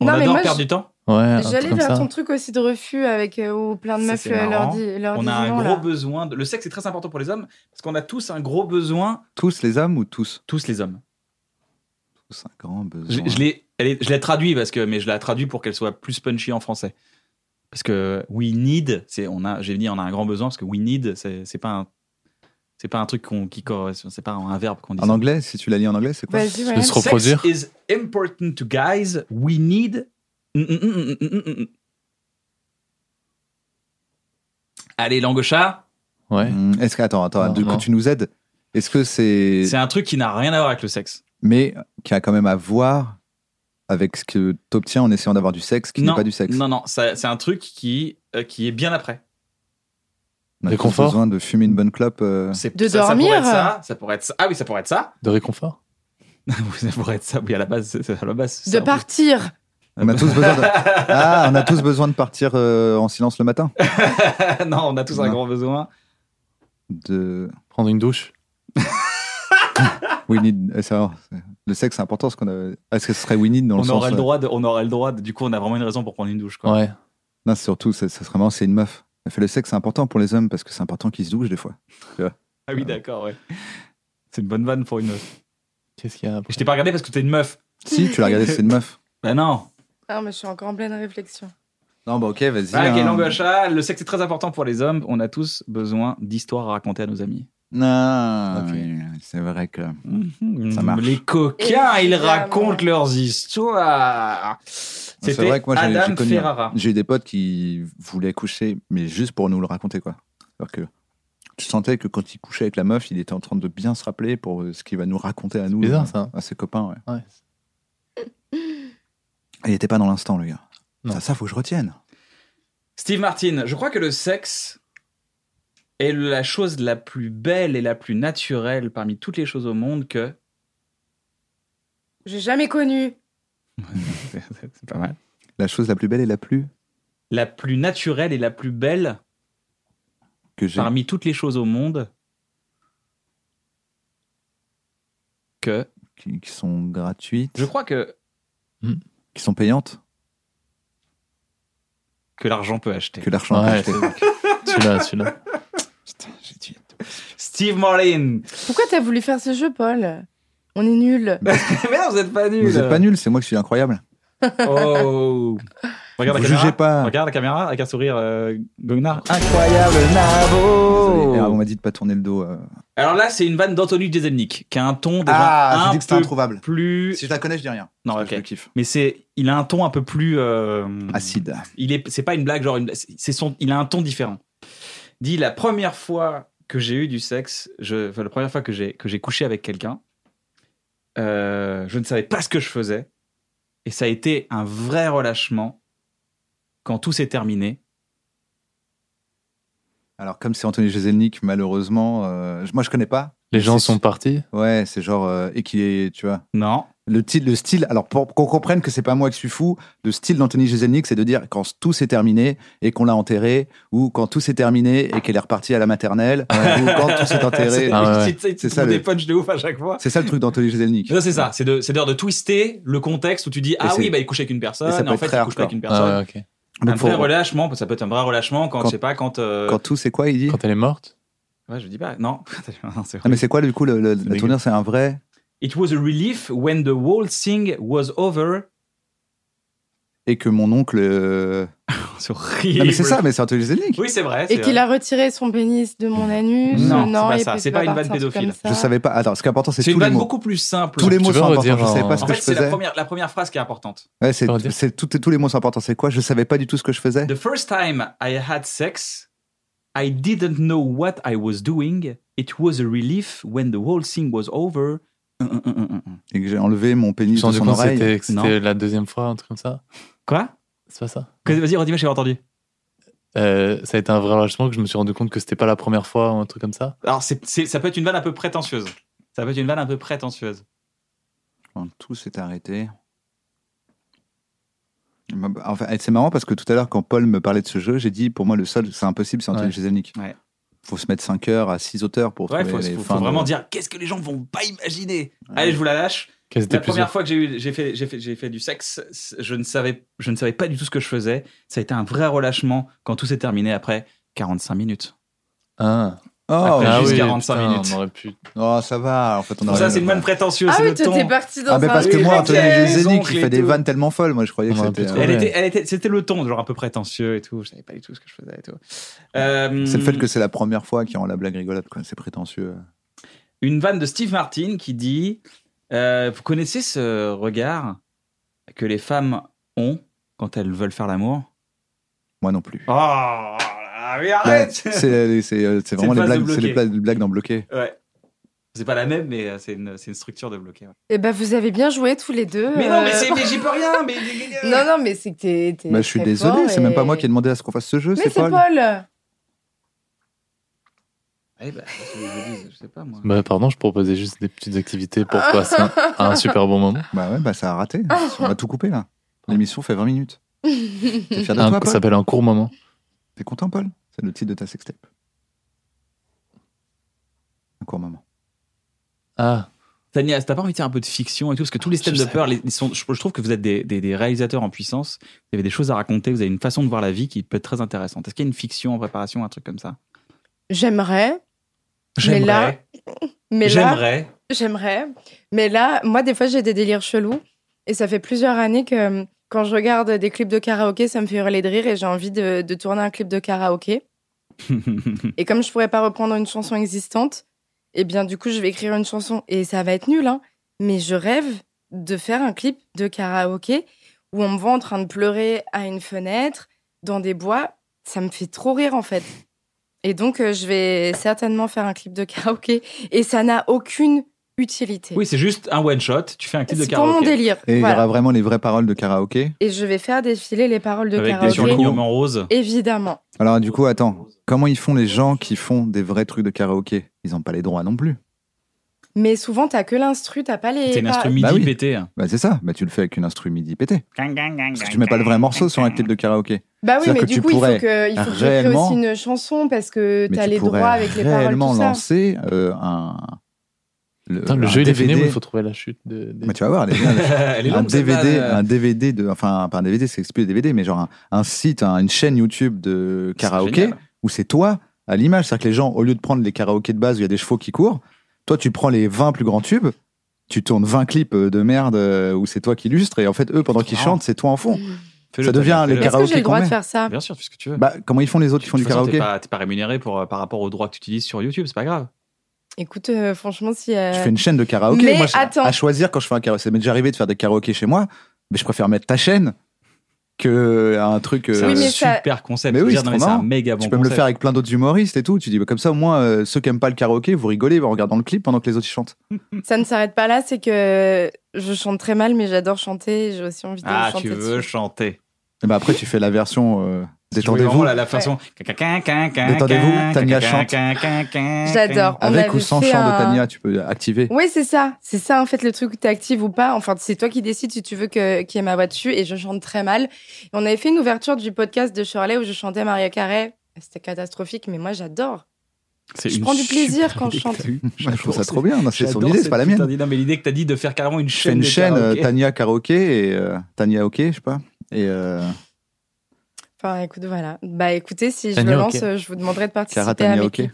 Speaker 1: on
Speaker 2: Non, mais
Speaker 1: adore
Speaker 2: moi,
Speaker 1: perdre
Speaker 2: je-
Speaker 1: du temps.
Speaker 4: Ouais, un truc
Speaker 2: J'allais
Speaker 4: comme
Speaker 2: vers
Speaker 4: ça.
Speaker 2: ton truc aussi de refus avec euh, où plein de
Speaker 1: Ça,
Speaker 2: meufs
Speaker 1: c'est
Speaker 2: euh, leur,
Speaker 1: marrant.
Speaker 2: di- leur
Speaker 1: On a
Speaker 2: disent
Speaker 1: un
Speaker 2: non,
Speaker 1: gros
Speaker 2: là.
Speaker 1: besoin. De... Le sexe est très important pour les hommes parce qu'on a tous un gros besoin,
Speaker 3: Tous les hommes ou tous
Speaker 1: tous les hommes.
Speaker 3: Tous un grand besoin.
Speaker 1: Je, je l'ai, elle est- je l'ai traduit parce que, mais je l'ai traduit pour qu'elle soit plus punchy en français. Parce que we need, c'est on a, j'ai dit on a un grand besoin parce que we need, c'est c'est pas un, c'est pas un truc qu'on qui correspond, c'est pas un verbe qu'on dit.
Speaker 3: En anglais, si tu la lis en anglais, c'est quoi
Speaker 2: Vas-y, ouais.
Speaker 4: Le sro- reproduire.
Speaker 1: Sex is important to guys. We need. Mm, mm, mm, mm, mm, mm. Allez, langue au chat,
Speaker 4: Ouais.
Speaker 3: Hum, Est-ce que attends, attends,
Speaker 4: Non,
Speaker 3: du coup
Speaker 4: non.
Speaker 3: tu nous aides Est-ce que c'est
Speaker 1: c'est un truc qui n'a rien à voir avec le sexe.
Speaker 3: mais qui a quand même à voir avec ce que t'obtiens en essayant d'avoir du sexe qui n'est
Speaker 1: non,
Speaker 3: pas du sexe
Speaker 1: non, non, ça- c'est un truc qui euh, qui est bien après.
Speaker 3: On a
Speaker 4: Le
Speaker 3: tous
Speaker 4: confort.
Speaker 3: besoin de fumer une bonne clope. euh,
Speaker 1: C'est-
Speaker 2: De
Speaker 1: ça- ça pourrait
Speaker 2: dormir.
Speaker 1: être ça, ça pourrait être ça. Ah oui, ça pourrait être ça.
Speaker 4: De réconfort
Speaker 1: Oui, ça pourrait être ça. Oui, à la base, c'est- c'est à la base. c'est
Speaker 2: De
Speaker 1: ça.
Speaker 2: partir.
Speaker 3: On a tous besoin. De... Ah, on a tous besoin de partir euh, en silence le matin.
Speaker 1: non, on a tous un
Speaker 3: Non.
Speaker 1: grand besoin.
Speaker 3: De
Speaker 4: Prendre une douche
Speaker 3: we need. euh, c'est vrai, c'est- Le sexe c'est important. Ce qu'on a. Est-ce que ce serait we need dans le
Speaker 1: On
Speaker 3: sens
Speaker 1: aurait le
Speaker 3: euh,
Speaker 1: droit de, on aurait le droit de- du coup, on a vraiment une raison pour prendre une douche, quoi.
Speaker 4: Ouais.
Speaker 3: Non, c'est surtout ça, ça serait marrant. C'est une meuf. Elle fait le sexe c'est important pour les hommes parce que c'est important qu'ils se douchent des fois.
Speaker 1: Ah oui, d'accord, ouais. C'est une bonne vanne pour une meuf.
Speaker 4: Qu'est-ce qu'il y a après
Speaker 1: Je t'ai pas regardé parce que t'es une meuf.
Speaker 3: Si tu l'as regardé, c'est une meuf.
Speaker 1: Bah non.
Speaker 2: Non, mais je suis encore en pleine réflexion.
Speaker 3: Non, bah ok, vas-y.
Speaker 1: Ah, ok,
Speaker 3: hein.
Speaker 1: langue à chat. Le sexe est très important pour les hommes. On a tous besoin d'histoires à raconter à nos amis.
Speaker 3: Non,
Speaker 4: Ok.
Speaker 3: oui, c'est vrai que.
Speaker 1: Mhm.
Speaker 3: Ça marche.
Speaker 1: Les coquins, ils
Speaker 2: Évidemment.
Speaker 1: racontent leurs histoires.
Speaker 3: C'est vrai que moi, j'ai- j'ai
Speaker 1: Adam
Speaker 3: connu.
Speaker 1: Ferrara.
Speaker 3: J'ai eu des potes qui voulaient coucher, mais juste pour nous le raconter, quoi. Alors que tu sentais que quand il couchait avec la meuf, il était en train de bien se rappeler pour euh, ce qu'il va nous raconter à nous, euh,
Speaker 4: bizarre, ça.
Speaker 3: à ses copains, ouais.
Speaker 4: Ouais.
Speaker 3: Et Il n'était pas dans l'instant, le gars.
Speaker 4: Non.
Speaker 3: Ça, ça, faut que je retienne.
Speaker 1: Steve Martin, je crois que le sexe est la chose la plus belle et la plus naturelle parmi toutes les choses au monde que.
Speaker 2: J'ai jamais connu.
Speaker 1: C'est pas mal.
Speaker 3: La chose la plus belle et la plus
Speaker 1: La plus naturelle et la plus belle
Speaker 3: que j'ai.
Speaker 1: parmi toutes les choses au monde que.
Speaker 3: Qui, qui sont gratuites,
Speaker 1: Je crois que,
Speaker 3: qui sont payantes,
Speaker 1: que l'argent peut acheter.
Speaker 3: que l'argent a
Speaker 4: Ouais,
Speaker 3: acheté.
Speaker 4: Celui-là, celui-là.
Speaker 1: Steve Martin
Speaker 2: Pourquoi t'as voulu faire ce jeu, Paul On est nuls.
Speaker 1: Bah, Mais non, vous êtes pas nuls
Speaker 3: Vous n'êtes pas nuls, c'est moi qui suis incroyable.
Speaker 1: Oh Regarde
Speaker 3: Vous
Speaker 1: la caméra.
Speaker 3: jugez pas.
Speaker 1: Regarde la caméra avec un sourire euh, goguenard. Incroyable, Navo
Speaker 3: Désolé, Ah, on m'a dit de pas tourner le dos. euh.
Speaker 1: Alors là, c'est une vanne d'Anthony Jeselnik, qui a un ton déjà
Speaker 3: Ah, j'ai
Speaker 1: un
Speaker 3: dit que c'était
Speaker 1: peu
Speaker 3: introuvable.
Speaker 1: plus.
Speaker 3: Si je la connais, je dis rien.
Speaker 1: Non,
Speaker 3: Parce que
Speaker 1: ok.
Speaker 3: Je le kiffe.
Speaker 1: Mais c'est, il a un ton un peu plus. euh,
Speaker 3: Acide.
Speaker 1: Il est, c'est pas une blague, genre, une- c'est son, il a un ton différent. Dit la première fois que j'ai eu du sexe, je, enfin, la première fois que j'ai que j'ai couché avec quelqu'un, euh, je ne savais pas ce que je faisais, et ça a été un vrai relâchement quand tout s'est terminé.
Speaker 3: Alors, comme c'est Anthony Jeselnik, malheureusement, euh, je- moi je connais pas.
Speaker 4: Les gens sont partis.
Speaker 3: Ouais, c'est genre. euh, et qu'il est, tu vois.
Speaker 1: Non.
Speaker 3: Le, ti- le style, alors pour qu'on comprenne que c'est pas moi qui suis fou, le style d'Anthony Jeselnik, c'est de dire quand tout s'est terminé et qu'on l'a enterré, ou quand tout s'est terminé et qu'elle est repartie à la maternelle, ou quand tout s'est enterré.
Speaker 4: Ah ouais.
Speaker 1: Tu- tu- tu
Speaker 3: C'est
Speaker 1: trouves
Speaker 3: ça,
Speaker 1: des
Speaker 3: le-
Speaker 1: punchs de ouf à chaque fois.
Speaker 3: C'est ça le truc d'Anthony Jeselnik.
Speaker 1: Non, c'est ça, c'est de, c'est d'heure de twister le contexte où tu dis, ah
Speaker 3: c'est-
Speaker 1: oui, bah, il couche avec une personne,
Speaker 3: et ça peut
Speaker 1: et en
Speaker 3: être
Speaker 1: fait,
Speaker 3: très
Speaker 1: il couche
Speaker 3: hardcore.
Speaker 1: pas avec une personne.
Speaker 4: Ah, ouais, ok.
Speaker 1: un
Speaker 3: Donc, faut-
Speaker 1: vrai relâchement, ça peut être un vrai relâchement quand,
Speaker 3: Quand-
Speaker 1: je sais pas, quand. euh,
Speaker 3: Quand tout, c'est quoi, il dit
Speaker 4: Quand elle est morte
Speaker 1: Ouais, je dis pas, non. Non, c'est
Speaker 3: Non,
Speaker 1: vrai.
Speaker 3: mais c'est quoi, du coup, le, le- la
Speaker 4: dégueu.
Speaker 3: tournure, c'est un vrai.
Speaker 1: It was a relief when the whole thing was over.
Speaker 3: Et que mon oncle. euh,
Speaker 1: C'est horrible.
Speaker 3: Non, mais c'est ça, mais c'est Anthony Jeselnik.
Speaker 1: Oui, c'est vrai. c'est
Speaker 2: Et qu'il
Speaker 1: vrai.
Speaker 2: a retiré son pénis de mon anus.
Speaker 1: Non, c'est pas
Speaker 2: il
Speaker 1: ça,
Speaker 2: peut-
Speaker 1: c'est
Speaker 2: il
Speaker 1: pas
Speaker 2: peut
Speaker 1: une
Speaker 2: partir
Speaker 1: vanne
Speaker 2: un truc
Speaker 1: pédophile.
Speaker 2: comme
Speaker 3: Je
Speaker 2: ça.
Speaker 3: savais pas. Attends, ce qui est important, c'est
Speaker 1: C'est
Speaker 3: tous
Speaker 1: une
Speaker 3: les
Speaker 1: vanne
Speaker 3: mots.
Speaker 1: beaucoup plus simple.
Speaker 3: Tous les
Speaker 4: Tu
Speaker 3: mots
Speaker 4: veux
Speaker 3: sont
Speaker 4: redire,
Speaker 3: importants. Je savais
Speaker 4: genre-
Speaker 3: pas ce
Speaker 1: En
Speaker 3: que
Speaker 1: fait,
Speaker 3: je
Speaker 1: c'est la
Speaker 3: faisais.
Speaker 1: première, la première phrase qui est importante.
Speaker 3: Ouais, c'est,
Speaker 4: Tu veux redire
Speaker 3: c'est tout- tous les mots sont importants. C'est quoi Je savais pas du tout ce que je faisais.
Speaker 1: The first time I had sex, I didn't know what I was doing. It was a relief when the whole thing was over. Hum, hum, hum, hum, hum.
Speaker 3: Et que j'ai enlevé mon
Speaker 4: Je me
Speaker 3: pénis
Speaker 4: suis
Speaker 3: de
Speaker 4: rendu
Speaker 3: son
Speaker 4: compte que
Speaker 3: oreille.
Speaker 4: c'était- que c'était la deuxième fois, un truc comme ça.
Speaker 1: Quoi
Speaker 4: C'est pas ça
Speaker 1: Que- Vas-y, redis-moi, j'ai pas entendu.
Speaker 4: Euh, ça a été un vrai relâchement que je me suis rendu compte que c'était pas la première fois ou un truc comme ça.
Speaker 1: Alors, c'est- c'est- ça peut être une vanne un peu prétentieuse. Ça peut être une vanne un peu prétentieuse.
Speaker 3: Quand tout s'est arrêté. bah, Enfin, c'est marrant parce que tout à l'heure, quand Paul me parlait de ce jeu, j'ai dit pour moi, le seul, c'est impossible, c'est Anthony
Speaker 4: Ouais.
Speaker 3: Jeselnik.
Speaker 1: Ouais.
Speaker 3: Faut se mettre 5 heures à 6 auteurs pour
Speaker 1: Ouais, faut,
Speaker 3: trouver les
Speaker 1: faut- faut
Speaker 3: fins de-
Speaker 1: vraiment dire qu'est-ce que les gens vont pas imaginer. Allez, je vous la lâche.
Speaker 4: Qu'elles
Speaker 1: La
Speaker 4: étaient
Speaker 1: première
Speaker 4: plusieurs.
Speaker 1: fois que j'ai eu, j'ai fait, j'ai fait, j'ai fait du sexe, c- je ne savais, je ne savais pas du tout ce que je faisais. Ça a été un vrai relâchement quand tout s'est terminé après 45 minutes.
Speaker 4: Ah,
Speaker 3: Oh,
Speaker 1: Après,
Speaker 3: ah
Speaker 1: juste
Speaker 3: oui.
Speaker 1: 45 minutes.
Speaker 4: On aurait pu.
Speaker 3: Oh, ça va. En fait, on
Speaker 1: Pour
Speaker 3: aurait
Speaker 1: ça,
Speaker 3: eu-
Speaker 1: c'est une bonne prétentieuse.
Speaker 2: Ah
Speaker 1: c'est
Speaker 2: oui,
Speaker 1: le
Speaker 2: toi,
Speaker 1: ton.
Speaker 2: t'es parti dans
Speaker 3: Ah, mais
Speaker 2: un
Speaker 3: parce que
Speaker 2: truc
Speaker 3: moi,
Speaker 2: avec
Speaker 3: Anthony
Speaker 2: les-
Speaker 3: Jeselnik,
Speaker 1: oncles
Speaker 3: il
Speaker 1: et
Speaker 3: fait des
Speaker 1: tout.
Speaker 3: vannes tellement folles. Moi, je croyais que
Speaker 4: Ouais,
Speaker 3: c'était. euh,
Speaker 4: putain.
Speaker 1: Elle
Speaker 4: Ouais.
Speaker 1: était, elle était, c'était le ton, genre un peu prétentieux et tout. Je savais pas du tout ce que je faisais et tout. Euh,
Speaker 3: C'est le fait que c'est la première fois qui rend la blague rigolote. quoi. C'est prétentieux.
Speaker 1: une vanne de Steve Martin qui dit euh, Vous connaissez ce regard que les femmes ont quand elles veulent faire l'amour
Speaker 3: Moi non plus.
Speaker 1: Oh là, mais
Speaker 3: Ouais,
Speaker 1: arrête
Speaker 3: c'est c'est, euh, c'est vraiment
Speaker 1: une
Speaker 3: les
Speaker 1: phase de
Speaker 3: blagues, c'est les
Speaker 1: bloqué.
Speaker 3: blagues, les blagues dans bloqué.
Speaker 1: Ouais. C'est pas la même, mais euh, c'est une, c'est une structure de bloqué. ouais.
Speaker 2: Eh ben, vous avez bien joué tous les deux.
Speaker 1: Mais non, mais,
Speaker 2: euh,
Speaker 1: c'est- mais j'y peux rien mais...
Speaker 2: Non, non, mais c'est que t'es. t'es
Speaker 3: Bah, je suis
Speaker 2: très
Speaker 3: désolé,
Speaker 2: fort
Speaker 3: c'est même
Speaker 2: et-
Speaker 3: pas moi qui ai demandé à ce qu'on fasse ce jeu,
Speaker 2: Mais
Speaker 3: c'est Paul.
Speaker 1: Eh ben, je, je- je sais pas, moi.
Speaker 4: Bah, pardon, je proposais juste des petites activités pour passer un, un super bon moment.
Speaker 3: Bah ouais, bah ça a raté.
Speaker 2: Ah.
Speaker 3: On a tout coupé là. L'émission fait 20 minutes. T'es fier de toi,
Speaker 4: Un- Ah, ça
Speaker 3: Paul
Speaker 4: s'appelle un court moment.
Speaker 3: T'es content, Paul C'est le titre de ta sextape. Un court moment.
Speaker 4: Ah,
Speaker 1: Tania, t'as pas envie de faire un peu de fiction et tout Parce que tous les
Speaker 4: Je sais
Speaker 1: stand-uppers, les- ils sont- je, je trouve que vous êtes des, des- des réalisateurs en puissance. Vous avez des choses à raconter, vous avez une façon de voir la vie qui peut être très intéressante. Est-ce qu'il y a une fiction en préparation, un truc comme ça
Speaker 2: J'aimerais. Mais là- Mais là,
Speaker 1: j'aimerais.
Speaker 2: j'aimerais. Mais là, moi, des fois, j'ai des délires chelous. Et ça fait plusieurs années que euh, quand je regarde des clips de karaoké, ça me fait hurler de rire et j'ai envie de, de tourner un clip de karaoké. Et comme je pourrais pas reprendre une chanson existante, eh bien, du coup, je vais écrire une chanson et ça va être nul, hein. Mais je rêve de faire un clip de karaoké où on me voit en train de pleurer à une fenêtre, dans des bois, ça me fait trop rire en fait. Et donc, euh, je vais certainement faire un clip de karaoké. Et ça n'a aucune utilité.
Speaker 1: Oui, c'est juste un one shot. Tu fais un clip de
Speaker 2: c'est pour mon
Speaker 1: karaoké
Speaker 2: délire.
Speaker 3: Et il y
Speaker 2: Voilà.
Speaker 3: aura vraiment les vraies paroles de karaoké.
Speaker 2: Et je vais faire défiler les paroles de
Speaker 1: avec des
Speaker 3: sur le
Speaker 2: karaoké.
Speaker 3: coup.
Speaker 1: surlignements roses.
Speaker 2: Évidemment.
Speaker 3: Alors du coup, attends, comment ils font les gens qui font des vrais trucs de karaoké Ils n'ont pas les droits non plus.
Speaker 2: Mais souvent, t'as que l'instru, t'as pas les.
Speaker 1: C'est une
Speaker 2: pas-
Speaker 1: instru midi
Speaker 3: Bah oui.
Speaker 1: pété. hein.
Speaker 3: Bah c'est ça, bah, tu le fais avec une instru midi pété. Parce que tu mets pas le vrai morceau sur un clip de karaoké.
Speaker 2: Bah oui,
Speaker 3: C'est-à-dire
Speaker 2: mais
Speaker 3: que
Speaker 2: du
Speaker 3: tu
Speaker 2: coup, il faut
Speaker 3: pourrais
Speaker 2: que, il faut que j'écris
Speaker 3: réellement-
Speaker 2: aussi une chanson parce que
Speaker 3: Mais
Speaker 2: t'as
Speaker 3: tu
Speaker 2: les
Speaker 3: pourrais
Speaker 2: droits avec les paroles,
Speaker 3: réellement
Speaker 2: tout ça.
Speaker 3: lancer euh, un... Le,
Speaker 4: Putain, le
Speaker 3: Euh, un
Speaker 4: jeu il est fini,
Speaker 3: DVD.
Speaker 4: mais il faut trouver la chute de. des-
Speaker 3: Mais tu vas voir, les gars,
Speaker 1: Elle est
Speaker 3: un
Speaker 1: longue, cette
Speaker 3: DVD,
Speaker 1: vanne. euh.
Speaker 3: un DVD de, enfin pas un DVD, c'est plus des DVD, mais genre un, un site, un- une chaîne YouTube de
Speaker 1: C'est
Speaker 3: karaoké
Speaker 1: génial.
Speaker 3: où c'est toi à l'image, c'est-à-dire que les gens, au lieu de prendre les karaokés de base où il y a des chevaux qui courent, toi tu prends les 20 plus grands tubes, tu tournes 20 clips de merde euh, où c'est toi qui illustre et en fait eux pendant qu'ils
Speaker 1: Wow.
Speaker 3: chantent c'est toi en
Speaker 1: Mmh.
Speaker 3: fond.
Speaker 1: Fais-le,
Speaker 3: Ça devient
Speaker 1: Damien,
Speaker 3: les
Speaker 1: fais-le.
Speaker 2: Est-ce que j'ai
Speaker 3: karaoké
Speaker 2: le droit
Speaker 3: qu'on
Speaker 2: de
Speaker 3: met.
Speaker 2: faire ça
Speaker 1: Bien sûr, fais ce que tu veux.
Speaker 3: Bah comment ils font les autres qui font
Speaker 1: De
Speaker 3: du
Speaker 1: toute façon,
Speaker 3: karaoké
Speaker 1: T'es pas, t'es pas rémunéré pour, euh, par rapport aux droits que tu utilises sur YouTube, c'est pas grave.
Speaker 2: Écoute, euh, franchement, si. euh,
Speaker 3: Tu fais une chaîne de karaoké.
Speaker 2: Mais
Speaker 3: Moi, je-
Speaker 2: attends.
Speaker 3: à choisir quand je fais un karaoké, ça m'est déjà arrivé de faire des karaokés chez moi, mais je préfère mettre ta chaîne que un truc.
Speaker 1: C'est
Speaker 3: euh,
Speaker 2: Oui,
Speaker 1: un
Speaker 2: mais ça-
Speaker 1: super concept.
Speaker 3: Mais
Speaker 1: Je veux
Speaker 3: oui,
Speaker 1: dire,
Speaker 3: c'est
Speaker 1: non, mais
Speaker 3: trop
Speaker 1: c'est un
Speaker 3: marrant.
Speaker 1: méga bon
Speaker 3: Tu peux me le
Speaker 1: concept.
Speaker 3: faire avec plein d'autres humoristes et tout. Tu dis bah, comme ça au moins euh, ceux qui aiment pas le karaoké, vous rigolez en regardant le clip pendant que les autres y chantent.
Speaker 2: Ça ne s'arrête pas là, c'est que je chante très mal, mais j'adore chanter. et J'ai aussi envie de
Speaker 1: Ah,
Speaker 2: chanter.
Speaker 1: tu veux
Speaker 2: dessus.
Speaker 1: chanter.
Speaker 3: Et bah après tu fais la version euh,
Speaker 1: Oui,
Speaker 3: détendez-vous.
Speaker 1: vraiment, la, la façon.
Speaker 3: Détendez-vous, Tania chante.
Speaker 2: J'adore. On
Speaker 3: Avec
Speaker 2: avait
Speaker 3: ou sans
Speaker 2: fait
Speaker 3: chant de
Speaker 2: un-
Speaker 3: Tania, tu peux activer.
Speaker 2: Oui, c'est ça. C'est ça, en fait, le truc où t'actives ou pas. Enfin, c'est toi qui décides si tu veux que, qu'il y ait ma voix dessus. Et je chante très mal. Et on avait fait une ouverture du podcast de Shirley où je chantais Maria Carré. C'était catastrophique, mais moi, j'adore.
Speaker 1: C'est
Speaker 2: Je
Speaker 1: une
Speaker 2: prends du plaisir
Speaker 1: super
Speaker 2: quand je
Speaker 1: idée que
Speaker 2: chante.
Speaker 1: t'as eue.
Speaker 3: je trouve ça
Speaker 1: J'adore
Speaker 3: trop bien. Non, C'est
Speaker 1: cette-
Speaker 3: son
Speaker 1: j'adore
Speaker 3: idée, c'est pas la
Speaker 1: cette
Speaker 3: mienne.
Speaker 1: putain d'idée. Non, mais l'idée que t'as dit de faire carrément une
Speaker 3: Je fais
Speaker 1: chaîne.
Speaker 3: une
Speaker 1: de
Speaker 3: chaîne euh,
Speaker 1: karaoké.
Speaker 3: Tania karaoké et euh, Tania ok, je sais pas. Et euh,
Speaker 2: Enfin, écoute, voilà. Bah, écoutez, si je
Speaker 4: Tania,
Speaker 2: le lance,
Speaker 4: ok.
Speaker 2: euh, je vous demanderai de participer
Speaker 3: Cara
Speaker 2: à
Speaker 3: Tania
Speaker 2: mes
Speaker 3: ok.
Speaker 2: clips.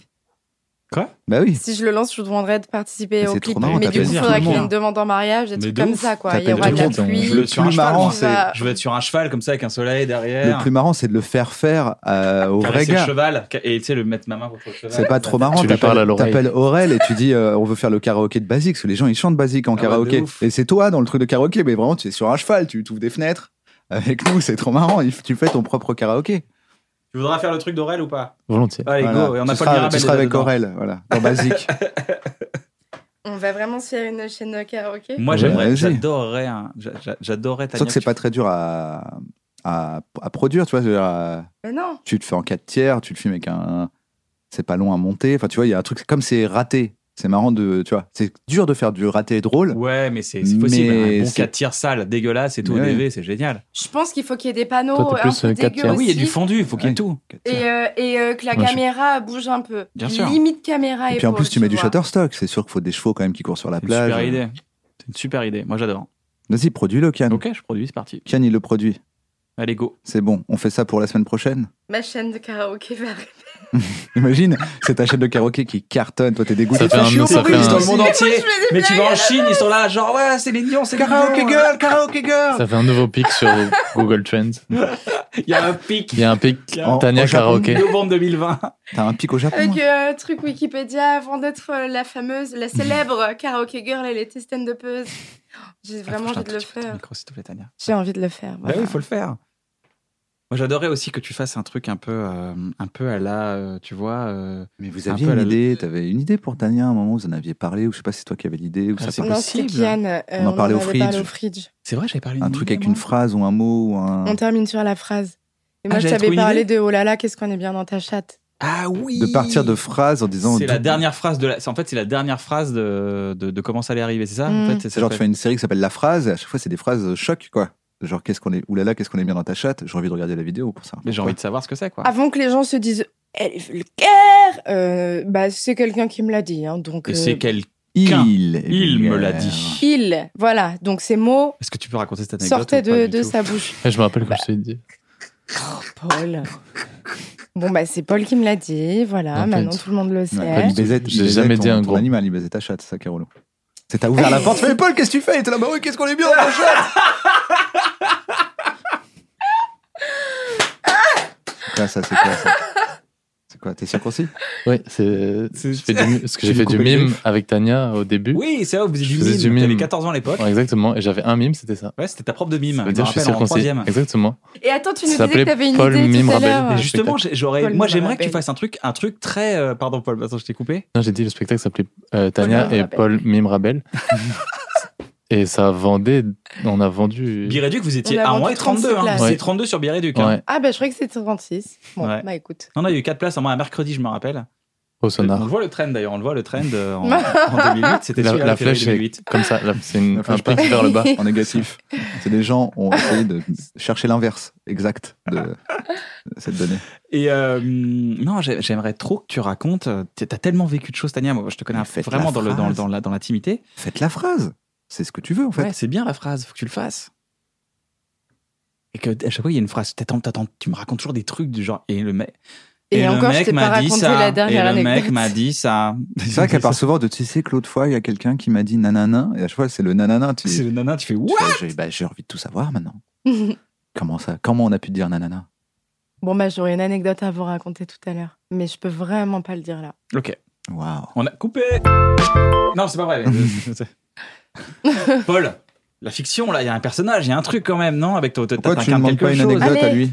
Speaker 3: Bah oui.
Speaker 2: Si je le lance, je vous demanderai de participer
Speaker 3: Mais
Speaker 2: au
Speaker 3: c'est
Speaker 2: clip.
Speaker 3: trop marrant,
Speaker 2: mais du coup,
Speaker 1: t'appelles
Speaker 2: il
Speaker 1: tout le
Speaker 2: faudra qu'il y ait
Speaker 1: monde.
Speaker 2: une demande en mariage, des
Speaker 1: Mais
Speaker 2: trucs
Speaker 1: de
Speaker 2: comme
Speaker 1: ouf,
Speaker 2: ça, quoi. Il y
Speaker 3: t'appelles
Speaker 2: aura
Speaker 3: tout
Speaker 2: de
Speaker 3: le
Speaker 2: la
Speaker 3: monde, on-
Speaker 2: pluie.
Speaker 3: je le
Speaker 2: on
Speaker 3: plus marrant,
Speaker 2: va-
Speaker 3: c'est-
Speaker 1: Je veux être sur un cheval comme ça avec un soleil derrière.
Speaker 3: Le plus marrant c'est de le faire faire euh, au vrai
Speaker 1: Caresser le
Speaker 3: gars.
Speaker 1: cheval et tu sais le mettre ma main contre le cheval.
Speaker 3: C'est pas trop marrant.
Speaker 4: Tu lui parles à
Speaker 3: T'appelles
Speaker 4: l'oreille.
Speaker 3: t'appelles Aurel et tu dis euh, on veut faire le karaoké de basique parce que les gens ils chantent basique en
Speaker 1: Ah ouais,
Speaker 3: karaoké.
Speaker 1: de ouf.
Speaker 3: et c'est toi dans le truc de karaoké, mais vraiment tu es sur un cheval, tu ouvres des fenêtres avec nous, c'est trop marrant. il- Tu fais ton propre karaoké.
Speaker 1: Tu voudras faire le truc d'Aurel ou pas
Speaker 4: Volontiers.
Speaker 1: Allez
Speaker 3: Voilà.
Speaker 1: go. Et on
Speaker 3: tu
Speaker 1: a
Speaker 3: seras,
Speaker 1: pas
Speaker 3: tu seras avec Aurel, voilà, dans basique.
Speaker 2: On va vraiment se faire une chaîne de karaoké
Speaker 1: Moi
Speaker 3: Ouais,
Speaker 1: j'aimerais,
Speaker 3: vas-y.
Speaker 1: j'adorerais, un- j'a- j'a- j'adorerais Tania.
Speaker 3: Sauf que c'est
Speaker 1: tu-
Speaker 3: pas très dur à, à, à produire, tu vois. je veux dire, à-
Speaker 2: Mais non.
Speaker 3: tu te fais en 4 tiers, tu le filmes avec un. C'est pas long à monter. Enfin, tu vois, il y a un truc comme c'est raté. C'est marrant de, tu vois, c'est dur de faire du raté drôle.
Speaker 1: Ouais, mais c'est c'est possible.
Speaker 3: Mais
Speaker 1: un bon
Speaker 3: c'est-
Speaker 1: 4 tirs sale, dégueulasse et tout,
Speaker 3: Mais
Speaker 1: au
Speaker 3: ouais.
Speaker 1: DV, c'est génial.
Speaker 2: Je pense qu'il faut qu'il y ait des panneaux
Speaker 4: Toi, t'es
Speaker 2: un
Speaker 4: plus,
Speaker 2: peu
Speaker 4: euh, quatre
Speaker 2: dégueux
Speaker 4: tiers.
Speaker 1: Ah oui, il y a du
Speaker 2: aussi.
Speaker 1: fondu, il faut qu'il y ait
Speaker 3: Ouais.
Speaker 1: tout.
Speaker 3: Quatre tiers.
Speaker 2: Et, euh, et, euh, que la
Speaker 4: Moi, je-
Speaker 2: caméra bouge un peu.
Speaker 1: Bien sûr.
Speaker 2: Limite caméra
Speaker 3: Et puis en plus,
Speaker 2: épaule,
Speaker 3: tu mets du
Speaker 2: vois.
Speaker 3: Shutterstock. C'est sûr qu'il faut des chevaux quand même qui courent sur la
Speaker 1: C'est une super
Speaker 3: plage.
Speaker 1: idée. C'est une super idée. Moi j'adore.
Speaker 3: Vas-y, produis-le, Can.
Speaker 1: Ok, je produis, c'est parti.
Speaker 3: Can, il le produit.
Speaker 1: Allez go.
Speaker 3: C'est bon, on fait ça pour la semaine prochaine.
Speaker 2: Ma chaîne de karaoké va
Speaker 3: Imagine, c'est ta chaîne de karaoké qui cartonne. Toi, t'es dégoûté.
Speaker 4: Ça fait
Speaker 3: Fais
Speaker 4: un-
Speaker 3: chier aux
Speaker 4: ça fait
Speaker 3: populistes
Speaker 4: un-
Speaker 3: dans le monde entier.
Speaker 2: Mais moi, je faisais
Speaker 1: Mais tu
Speaker 2: blague
Speaker 1: vas
Speaker 2: à
Speaker 1: en
Speaker 2: la
Speaker 1: Chine, ils sont là, genre ouais, c'est mignon, c'est
Speaker 3: Karaoké
Speaker 1: mignon.
Speaker 3: girl, karaoké girl.
Speaker 4: Ça fait un nouveau pic sur Google Trends.
Speaker 1: Il y a un pic.
Speaker 4: Il y a un pic
Speaker 3: En- au
Speaker 4: Tania
Speaker 3: Japon.
Speaker 4: Karaoké.
Speaker 1: Novembre 2020.
Speaker 3: T'as un pic au Japon.
Speaker 2: Avec
Speaker 3: hein.
Speaker 2: euh, truc Wikipédia avant d'être euh, la fameuse, la célèbre karaoké girl et les testen de puzzle. J'ai
Speaker 1: Approche
Speaker 2: vraiment
Speaker 1: un
Speaker 2: envie de
Speaker 1: tout
Speaker 2: le
Speaker 1: petit peu ton
Speaker 2: faire.
Speaker 1: micro, s'il te plaît, Tania.
Speaker 2: J'ai envie de le faire.
Speaker 1: Bah
Speaker 2: voilà.
Speaker 1: oui, il faut le faire. Moi, j'adorais aussi que tu fasses un truc un peu, euh, un peu à la, euh, tu vois. euh,
Speaker 3: Mais vous
Speaker 1: un
Speaker 3: aviez
Speaker 1: peu à
Speaker 3: une
Speaker 1: la-
Speaker 3: idée. T'avais une idée pour Tania à un moment. Vous en aviez parlé. Ou je sais pas si c'est toi qui avais l'idée. Ou
Speaker 1: Ah,
Speaker 3: ça
Speaker 1: c'est
Speaker 3: parle-
Speaker 2: Non, c'était
Speaker 1: possible.
Speaker 2: Kian. euh,
Speaker 3: On en parlait
Speaker 2: en
Speaker 3: au
Speaker 2: avait parlé
Speaker 3: Fridge. Ah.
Speaker 2: au fridge.
Speaker 1: C'est vrai, j'avais parlé d'une
Speaker 3: Un truc
Speaker 1: idée,
Speaker 3: avec
Speaker 1: moi.
Speaker 3: une phrase ou un mot ou un.
Speaker 2: On termine sur la phrase. Et moi,
Speaker 1: Ah,
Speaker 2: je
Speaker 1: j'avais trouvé
Speaker 2: t'avais
Speaker 1: une
Speaker 2: parlé
Speaker 1: idée
Speaker 2: de Oh là là, qu'est-ce qu'on est bien dans ta chatte.
Speaker 1: Ah oui.
Speaker 3: De partir de phrases en disant.
Speaker 1: C'est la dernière phrase de la. c'est- En fait, c'est la dernière phrase de, de, de comment ça allait arriver. C'est ça. En
Speaker 2: Mm.
Speaker 1: fait,
Speaker 3: C'est genre, tu fais une série qui s'appelle La phrase. Et à chaque fois, c'est des phrases choc, quoi. Genre, qu'est-ce qu'on est. Oulala, qu'est-ce qu'on est bien dans ta chatte. J'ai envie de regarder la vidéo pour ça.
Speaker 1: Mais j'ai envie de savoir ce que c'est, quoi.
Speaker 2: Avant que les gens se disent Elle est vulgaire euh, bah, C'est quelqu'un qui me l'a dit. hein, donc,
Speaker 1: Et
Speaker 2: euh,
Speaker 1: c'est quel.
Speaker 3: Il. est
Speaker 1: Il me l'a
Speaker 3: vulgaire.
Speaker 1: dit.
Speaker 2: Il. Voilà. Donc, ces mots
Speaker 1: Est-ce que tu peux raconter cette anecdote
Speaker 2: sortaient
Speaker 1: ou pas
Speaker 2: de,
Speaker 1: du
Speaker 2: de
Speaker 1: tout
Speaker 2: sa bouche.
Speaker 4: Et je me rappelle quand je t'ai dit.
Speaker 2: Paul. Bon, bah, c'est Paul qui me l'a dit. Voilà,
Speaker 4: Non,
Speaker 2: maintenant
Speaker 4: pas du
Speaker 2: tout le monde le
Speaker 3: Ouais,
Speaker 2: sait.
Speaker 3: il baisait-
Speaker 4: J'ai
Speaker 3: il baisait
Speaker 4: jamais
Speaker 3: ton-
Speaker 4: dit un
Speaker 3: ton
Speaker 4: gros.
Speaker 3: animal, il baisait ta chatte, c'est ça qui est relou. C'est t'as ouvert la porte, fais Paul, qu'est-ce que tu fais Et t'es là, bah oui, qu'est-ce qu'on est bien dans la chatte Ah, ça, c'est quoi ça C'est quoi T'es circoncis
Speaker 4: Oui, c'est
Speaker 1: C'est-
Speaker 4: je fais du mi- parce que j'ai
Speaker 3: Tu
Speaker 4: fait
Speaker 3: lui
Speaker 4: du
Speaker 3: coupais le
Speaker 4: mime avec Tania au début.
Speaker 1: Oui, c'est vrai, vous
Speaker 4: Je
Speaker 1: faisiez du
Speaker 4: faisais
Speaker 1: mime.
Speaker 4: du
Speaker 1: T'avais
Speaker 4: mime.
Speaker 1: 14 ans à l'époque.
Speaker 4: Ouais, exactement. Et j'avais un mime, c'était ça.
Speaker 1: Ouais, c'était ta propre de mime.
Speaker 4: Ça veut
Speaker 1: Je
Speaker 4: dire
Speaker 1: me
Speaker 4: que je suis
Speaker 1: rappelle en
Speaker 4: circoncis.
Speaker 1: troisième.
Speaker 4: Exactement.
Speaker 2: Et attends, tu nous
Speaker 4: Ça
Speaker 2: disais que
Speaker 4: s'appelait
Speaker 2: t'avais une
Speaker 4: Paul
Speaker 2: idée
Speaker 4: Mime
Speaker 2: tout à
Speaker 4: Rabel.
Speaker 2: l'heure.
Speaker 1: Et justement, j'ai- j'aurais,
Speaker 2: Ah, Paul
Speaker 1: moi
Speaker 2: me
Speaker 1: j'aimerais que tu
Speaker 2: rappelle.
Speaker 1: fasses un truc, un truc très, euh, pardon Paul, attends je t'ai coupé.
Speaker 4: Non, j'ai dit le spectacle s'appelait euh, Tania
Speaker 2: Mime
Speaker 4: et
Speaker 2: Rabel.
Speaker 4: Paul Mime Rabel. et ça vendait. On a vendu.
Speaker 1: Biréduc, vous étiez
Speaker 2: On a
Speaker 1: à
Speaker 2: vendu
Speaker 1: moins 32, hein.
Speaker 2: 36
Speaker 1: c'est
Speaker 4: places.
Speaker 1: 32 sur Biréduc. hein.
Speaker 4: Ouais,
Speaker 2: Ah, bah, je croyais que c'était 36. Bon,
Speaker 1: Ouais.
Speaker 2: bah, écoute.
Speaker 1: Non, non, il y a eu 4 places à moins un mercredi, je me rappelle.
Speaker 4: au
Speaker 1: On le
Speaker 4: sonar.
Speaker 1: voit le trend d'ailleurs, on le voit le trend euh, en, en 2008, c'était
Speaker 4: La,
Speaker 1: celui-là, euh,
Speaker 4: la
Speaker 1: le février
Speaker 4: flèche est
Speaker 1: 2008.
Speaker 4: comme ça. là, C'est une-
Speaker 3: La
Speaker 4: un
Speaker 3: flèche
Speaker 4: pic vers le bas.
Speaker 3: En négatif. C'est des gens ont essayé de chercher l'inverse exact de de cette donnée.
Speaker 1: Et euh, non, j'ai- j'aimerais trop que tu racontes. euh, t'es- T'as tellement vécu de choses, Tania. Moi, je te connais
Speaker 3: Mais faites
Speaker 1: vraiment
Speaker 3: la
Speaker 1: dans le dans, le-
Speaker 3: phrase.
Speaker 1: dans la dans l'intimité.
Speaker 3: Faites la phrase. C'est ce que tu veux en fait.
Speaker 1: Ouais, c'est bien la phrase. Faut que tu le fasses. Et que à chaque fois, il y a une phrase. T'attends, t'attends. Tu me racontes toujours des trucs du genre. Et le mec.
Speaker 2: Et
Speaker 1: le
Speaker 2: encore, je
Speaker 1: mec
Speaker 2: t'ai
Speaker 1: m'a
Speaker 2: pas
Speaker 1: dit
Speaker 2: raconté
Speaker 1: ça,
Speaker 2: la dernière
Speaker 1: Et le mec
Speaker 2: anecdote.
Speaker 1: m'a dit ça.
Speaker 3: C'est vrai qu'elle part souvent de tu sais que l'autre fois il y a quelqu'un qui m'a dit nanana et à chaque fois c'est le nanana. Tu,
Speaker 1: C'est
Speaker 3: tu
Speaker 1: le nana. Tu fais ouais.
Speaker 3: fais, j'ai bah, j'ai envie de tout savoir maintenant. Comment ça Comment on a pu dire nanana
Speaker 2: Bon, bah, j'aurais une anecdote à vous raconter tout à l'heure. Mais je peux vraiment pas le dire là.
Speaker 1: Ok.
Speaker 3: Waouh.
Speaker 1: On a coupé. Non, c'est pas vrai. Paul. La fiction, là, il y a un personnage, il y a un truc quand même, non Avec toi,
Speaker 3: Pourquoi tu ne
Speaker 1: t'incarnes
Speaker 3: demandes
Speaker 1: quelque
Speaker 3: pas une
Speaker 1: chose.
Speaker 3: anecdote à
Speaker 2: Allez.
Speaker 3: lui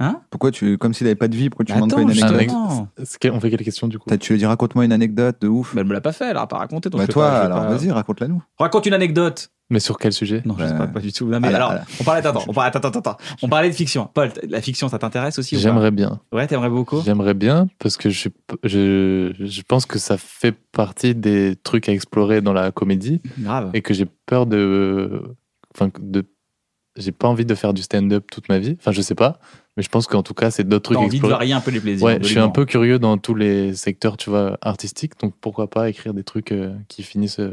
Speaker 1: Hein
Speaker 3: Pourquoi tu comme s'il n'avait pas de vie Pourquoi tu ne demandes pas
Speaker 1: Attends,
Speaker 3: une
Speaker 1: je te
Speaker 3: anecdote
Speaker 1: demande.
Speaker 4: C'est quel- On fait quelle question du coup
Speaker 3: T'as- Tu lui dis raconte-moi une anecdote de ouf.
Speaker 1: Bah, elle me l'a pas fait, elle a pas raconté. donc
Speaker 3: Bah
Speaker 1: je vais
Speaker 3: toi
Speaker 1: pas- je vais
Speaker 3: alors
Speaker 1: pas-
Speaker 3: vas-y raconte-la nous.
Speaker 1: Raconte une anecdote.
Speaker 4: Mais sur quel sujet
Speaker 1: Non, je sais
Speaker 3: Bah,
Speaker 1: pas, pas du tout. Non, mais
Speaker 3: à la-
Speaker 1: alors,
Speaker 3: à la-
Speaker 1: on parlait, attends, on parlait, attends, attends, attends. On parlait de fiction. Paul, t- la fiction, ça t'intéresse aussi ou pas
Speaker 4: J'aimerais bien.
Speaker 1: Ouais, t'aimerais beaucoup.
Speaker 4: J'aimerais bien parce que je, suis p- je, je pense que ça fait partie des trucs à explorer dans la comédie
Speaker 1: Grave.
Speaker 4: et que j'ai peur de. Enfin, de. J'ai pas envie de faire du stand-up toute ma vie. Enfin, je sais pas. Mais je pense qu'en tout cas, c'est d'autres
Speaker 1: T'as
Speaker 4: trucs à
Speaker 1: envie de
Speaker 4: explorer.
Speaker 1: varier un peu les plaisirs.
Speaker 4: Ouais, je suis
Speaker 1: absolument.
Speaker 4: un peu curieux dans tous les secteurs, tu vois, artistiques. Donc pourquoi pas écrire des trucs euh, qui finissent euh,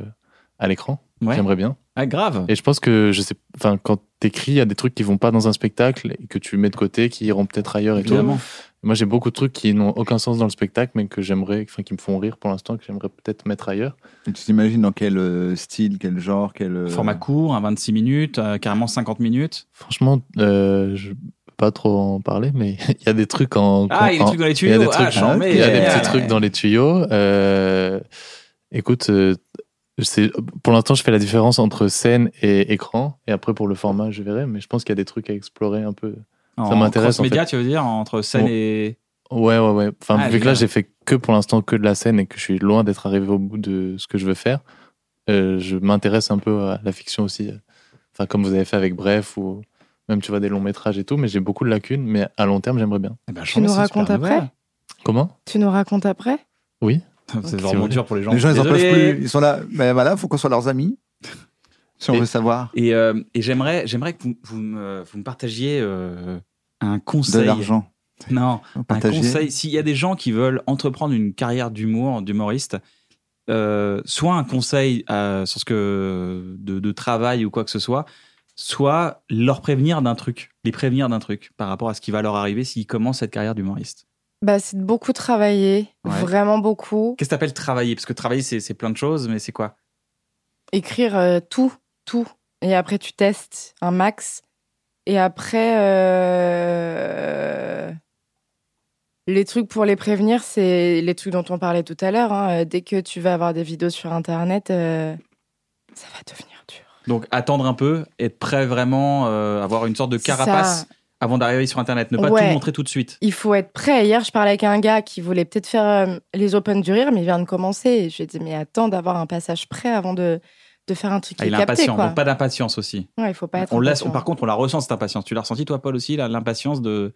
Speaker 4: à l'écran
Speaker 1: Ouais.
Speaker 4: J'aimerais bien.
Speaker 1: Ah, grave.
Speaker 4: Et je pense que, je sais, enfin, quand t'écris, il y a des trucs qui vont pas dans un spectacle et que tu mets de côté, qui iront peut-être ailleurs et tout.
Speaker 1: Évidemment.
Speaker 4: Moi, j'ai beaucoup de trucs qui n'ont aucun sens dans le spectacle, mais que j'aimerais, enfin, qui me font rire pour l'instant, que j'aimerais peut-être mettre ailleurs.
Speaker 3: Et tu t'imagines dans quel euh, style, quel genre, quel euh,
Speaker 1: Format court, un 26 minutes, euh, carrément 50 minutes.
Speaker 4: Franchement, euh, je peux pas trop en parler, mais il y a des trucs en.
Speaker 1: Ah, il y a des
Speaker 4: en-
Speaker 1: trucs dans les
Speaker 4: il y a
Speaker 1: tuyaux.
Speaker 4: des
Speaker 1: Ah,
Speaker 4: trucs,
Speaker 1: j'en mets.
Speaker 4: il y a des
Speaker 3: génial.
Speaker 4: petits trucs dans les tuyaux. Euh, écoute, euh, c'est- pour l'instant, je fais la différence entre scène et écran, et après pour le format, je verrai. Mais je pense qu'il y a des trucs à explorer un peu.
Speaker 1: En
Speaker 4: Ça m'intéresse, en
Speaker 1: cross-média, tu veux dire, entre scène
Speaker 4: Bon.
Speaker 1: et.
Speaker 4: Ouais, ouais, ouais. Enfin,
Speaker 1: Ah,
Speaker 4: vu que là,
Speaker 1: génial.
Speaker 4: j'ai fait que pour l'instant que de la scène et que je suis loin d'être arrivé au bout de ce que je veux faire, euh, je m'intéresse un peu à la fiction aussi. euh. Enfin, comme vous avez fait avec Bref ou même, tu vois, des longs métrages et tout, mais j'ai beaucoup de lacunes, mais à long terme, j'aimerais bien.
Speaker 1: Eh ben, je
Speaker 2: Tu
Speaker 1: trouve
Speaker 2: nous
Speaker 1: ça une super
Speaker 2: racontes après
Speaker 1: nouvelle.
Speaker 4: Comment
Speaker 2: Tu nous racontes après
Speaker 1: C'est
Speaker 4: Si vous
Speaker 1: vraiment
Speaker 4: voulez.
Speaker 1: dur pour les gens.
Speaker 3: Les gens ils en peuvent
Speaker 1: Désolé.
Speaker 3: plus. Ils sont là. Mais voilà, faut qu'on soit leurs amis. Si on
Speaker 1: Et-
Speaker 3: veut savoir
Speaker 1: Et, euh, et j'aimerais, j'aimerais que vous, vous me, vous me partagiez euh, un
Speaker 3: de
Speaker 1: conseil.
Speaker 3: l'argent.
Speaker 1: Non,
Speaker 3: Partager.
Speaker 1: un conseil. S'il y a des gens qui veulent entreprendre une carrière d'humour, d'humoriste, euh, soit un conseil euh, sur ce que de, de travail ou quoi que ce soit, soit leur prévenir d'un truc, les prévenir d'un truc par rapport à ce qui va leur arriver s'ils commencent cette carrière d'humoriste.
Speaker 2: Bah, c'est de beaucoup travailler.
Speaker 1: Ouais.
Speaker 2: Vraiment beaucoup.
Speaker 1: Qu'est-ce que t'appelles travailler Parce que travailler, c'est c'est plein de choses, mais c'est quoi
Speaker 2: écrire euh, tout, tout. Et après, tu testes un max. Et après, euh, les trucs pour les prévenir, c'est les trucs dont on parlait tout à l'heure. hein. Euh, Dès que tu vas avoir des vidéos sur Internet, euh, ça va devenir dur.
Speaker 1: Donc attendre un peu, être prêt vraiment, euh, avoir une sorte de
Speaker 2: C'est ça.
Speaker 1: carapace avant d'arriver sur Internet, ne pas
Speaker 2: Ouais.
Speaker 1: tout montrer tout de suite.
Speaker 2: Il faut être prêt. Hier, je parlais avec un gars qui voulait peut-être faire euh, les Open du Rire, mais il vient de commencer. Et je lui ai dit, mais attends d'avoir un passage prêt avant de, de faire un truc
Speaker 1: Ah,
Speaker 2: qui
Speaker 1: il est
Speaker 2: est capté.
Speaker 1: impatient,
Speaker 2: Quoi.
Speaker 1: donc pas d'impatience aussi.
Speaker 2: Ouais, il faut pas être
Speaker 1: On l'a,
Speaker 2: impatient.
Speaker 1: on- par contre, on la ressent cette impatience. Tu l'as ressenti toi, Paul aussi, là, l'impatience de.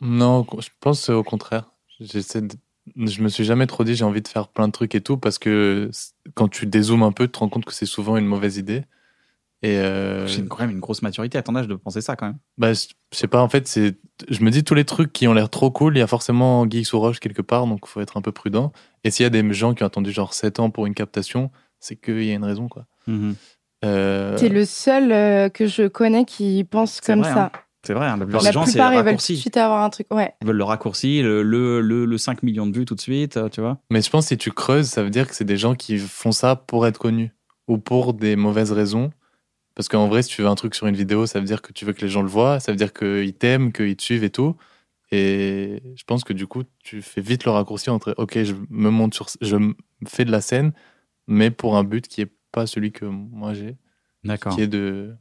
Speaker 4: Non, je pense au contraire. J'essaie de- Je me suis jamais trop dit j'ai envie de faire plein de trucs et tout parce que c- quand tu dézoomes un peu, tu te rends compte que c'est souvent une mauvaise idée. Et euh,
Speaker 1: J'ai quand même une grosse maturité à ton âge de penser ça quand même.
Speaker 4: Bah, je je sais pas, en fait, c'est, je me dis tous les trucs qui ont l'air trop cool, il y a forcément Geeks ou Roche quelque part, donc faut être un peu prudent. Et s'il y a des gens qui ont attendu genre 7 ans pour une captation, c'est qu'il y a une raison, quoi. Euh,
Speaker 2: T'es le seul euh, que je connais qui pense
Speaker 1: C'est
Speaker 2: comme
Speaker 1: vrai,
Speaker 2: ça.
Speaker 1: hein. C'est vrai, hein, la plupart
Speaker 2: la
Speaker 1: des gens, c'est le
Speaker 2: plupart, ils veulent tout de
Speaker 1: raccourci.
Speaker 2: suite avoir un truc. Ouais.
Speaker 1: Ils veulent le raccourci, le, le, le, le 5 millions de vues tout de suite, euh, tu vois.
Speaker 4: Mais je pense que si tu creuses, ça veut dire que c'est des gens qui font ça pour être connus ou pour des mauvaises raisons. Parce qu'en vrai, si tu veux un truc sur une vidéo, ça veut dire que tu veux que les gens le voient, ça veut dire qu'ils t'aiment, qu'ils te suivent et tout. Et je pense que du coup, tu fais vite le raccourci entre OK, je me monte sur, je me fais de la scène, mais pour un but qui est pas celui que moi j'ai,
Speaker 1: D'accord.
Speaker 4: qui est de,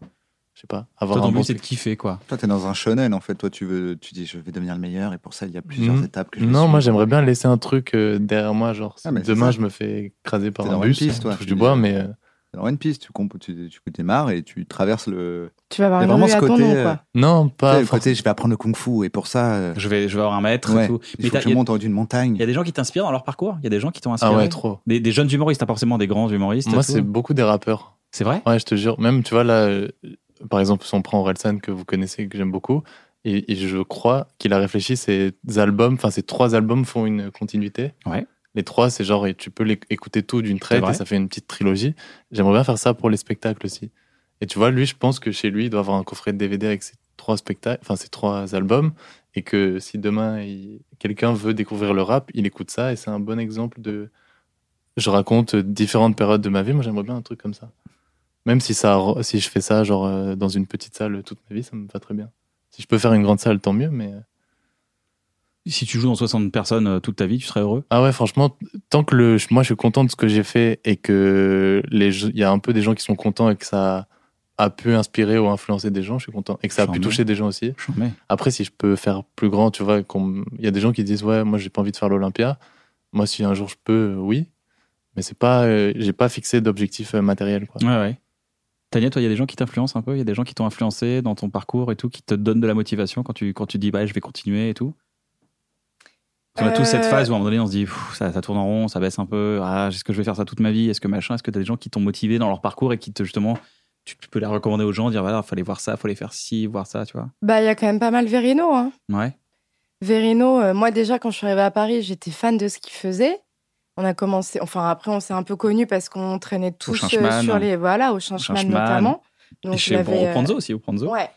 Speaker 4: je sais pas,
Speaker 1: Toi,
Speaker 4: avoir
Speaker 1: ton
Speaker 4: un bon
Speaker 1: but, c'est de kiffer, quoi.
Speaker 3: Toi, t'es dans un shonen en fait. Toi, tu veux, tu dis, je vais devenir le meilleur, et pour ça, il y a plusieurs
Speaker 4: Mm.
Speaker 3: étapes que je vais
Speaker 4: Non,
Speaker 3: suivre.
Speaker 4: moi j'aimerais bien laisser un truc euh, derrière moi, genre
Speaker 3: Ah, mais c'est
Speaker 4: demain
Speaker 3: ça.
Speaker 4: je me fais écraser par
Speaker 3: T'es
Speaker 4: un
Speaker 3: dans One
Speaker 4: bus,
Speaker 3: Piece, toi,
Speaker 4: je
Speaker 3: tu
Speaker 4: du
Speaker 3: dis.
Speaker 4: bois, mais euh,
Speaker 3: Alors One Piece, tu, comp- tu, tu démarres et tu traverses le.
Speaker 2: Tu vas avoir
Speaker 3: Il y a
Speaker 2: une
Speaker 3: vraiment
Speaker 2: rue
Speaker 3: ce
Speaker 2: à ton
Speaker 3: côté,
Speaker 2: nom,
Speaker 3: euh,
Speaker 2: quoi.
Speaker 4: non,
Speaker 3: Tu sais,
Speaker 4: pas
Speaker 3: le
Speaker 4: forcément.
Speaker 3: côté, je vais apprendre le kung-fu et pour ça, euh,
Speaker 1: Je vais, je vais avoir un maître
Speaker 3: Ouais.
Speaker 1: et tout.
Speaker 3: il faut
Speaker 1: t'as-
Speaker 3: que je
Speaker 1: y a-
Speaker 3: monte en haut d'une montagne.
Speaker 1: Il y a des gens qui t'inspirent dans leur parcours Il y a des gens qui t'ont inspiré
Speaker 4: Ah ouais, trop.
Speaker 1: des, des jeunes humoristes, pas forcément des grands humoristes.
Speaker 4: Moi
Speaker 1: et tout.
Speaker 4: c'est beaucoup des rappeurs.
Speaker 1: c'est vrai
Speaker 4: Ouais, je te jure. Même, tu vois, là, euh, par exemple, si on prend Orelsan, que vous connaissez, que j'aime beaucoup, et, et je crois qu'il a réfléchi, ses albums, enfin, ses trois albums font une continuité.
Speaker 1: Ouais.
Speaker 4: Les trois, c'est genre, et tu peux les- écouter tout d'une traite,
Speaker 1: vrai.
Speaker 4: et ça fait une petite trilogie. J'aimerais bien faire ça pour les spectacles aussi. Et tu vois, lui, je pense que chez lui, il doit avoir un coffret de DVD avec ses trois spectacles, enfin, ses trois albums, et que si demain, il- quelqu'un veut découvrir le rap, il écoute ça, et c'est un bon exemple de. Je raconte différentes périodes de ma vie, moi, j'aimerais bien un truc comme ça. Même si, ça, si je fais ça genre euh, dans une petite salle toute ma vie, ça me va très bien. Si je peux faire une grande salle, tant mieux. Mais euh,
Speaker 1: Si tu joues dans 60 personnes euh, toute ta vie, tu serais heureux
Speaker 4: ah ouais, franchement, tant que le, moi je suis content de ce que j'ai fait et que les, gens- il y a un peu des gens qui sont contents et que ça a pu inspirer ou influencer des gens, je suis content et que ça a
Speaker 1: J'en
Speaker 4: pu
Speaker 1: ai.
Speaker 4: toucher des gens aussi.
Speaker 1: Mais
Speaker 4: Après, si je peux faire plus grand, tu vois, qu'on m- il y a des gens qui disent ouais, moi j'ai pas envie de faire l'Olympia. Moi, si un jour je peux, euh, oui. Mais c'est pas, euh, j'ai pas fixé d'objectif euh, matériel quoi.
Speaker 1: Ouais, ouais. Tania, toi, il y a des gens qui t'influencent un peu Il y a des gens qui t'ont influencé dans ton parcours et tout, qui te donnent de la motivation quand tu, quand tu dis bah, je vais continuer et tout Parce qu'on a tous
Speaker 2: Euh,
Speaker 1: cette phase où à un moment donné, on se dit Pff, ça, ça tourne en rond, ça baisse un peu. Ah, est-ce que je vais faire ça toute ma vie Est-ce que machin Est-ce que tu as des gens qui t'ont motivé dans leur parcours et qui te justement. Tu tu peux les recommander aux gens, dire voilà, fallait voir ça, fallait faire ci, voir ça, tu vois.
Speaker 2: Bah, il y a quand même pas mal Verino, hein.
Speaker 1: Ouais.
Speaker 2: Verino, euh, moi déjà quand je suis arrivée à Paris, j'étais fan de ce qu'il faisait. On a commencé, enfin après on s'est un peu connus parce qu'on traînait tous euh,
Speaker 1: Changeman.
Speaker 2: sur les, voilà, au Changeman,
Speaker 1: Changeman.
Speaker 2: notamment.
Speaker 1: et
Speaker 2: Donc
Speaker 1: chez
Speaker 2: j'avais, euh,
Speaker 1: Pranzo aussi, au Pranzo.
Speaker 2: Ouais.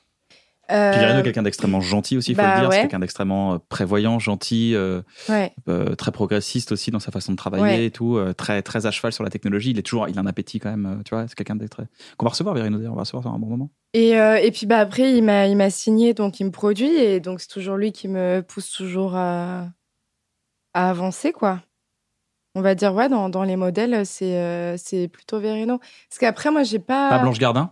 Speaker 1: Puis Verino,
Speaker 2: Euh,
Speaker 1: quelqu'un d'extrêmement gentil aussi, il faut
Speaker 2: bah
Speaker 1: le dire.
Speaker 2: ouais.
Speaker 1: C'est quelqu'un d'extrêmement euh, prévoyant, gentil, euh,
Speaker 2: ouais.
Speaker 1: euh, très progressiste aussi dans sa façon de travailler
Speaker 2: Ouais.
Speaker 1: et tout. euh, très, très à cheval sur la technologie. Il est toujours, il a un appétit quand même, euh, tu vois. C'est quelqu'un d'être. Qu'on va recevoir, Verino, d'ailleurs. On va recevoir dans un bon moment.
Speaker 2: Et, euh, et puis bah après il m'a il m'a signé donc il me produit et donc c'est toujours lui qui me pousse toujours à, à avancer quoi. On va dire ouais dans, dans les modèles c'est euh, c'est plutôt Verino parce qu'après moi j'ai pas,
Speaker 1: Pas Blanche Gardin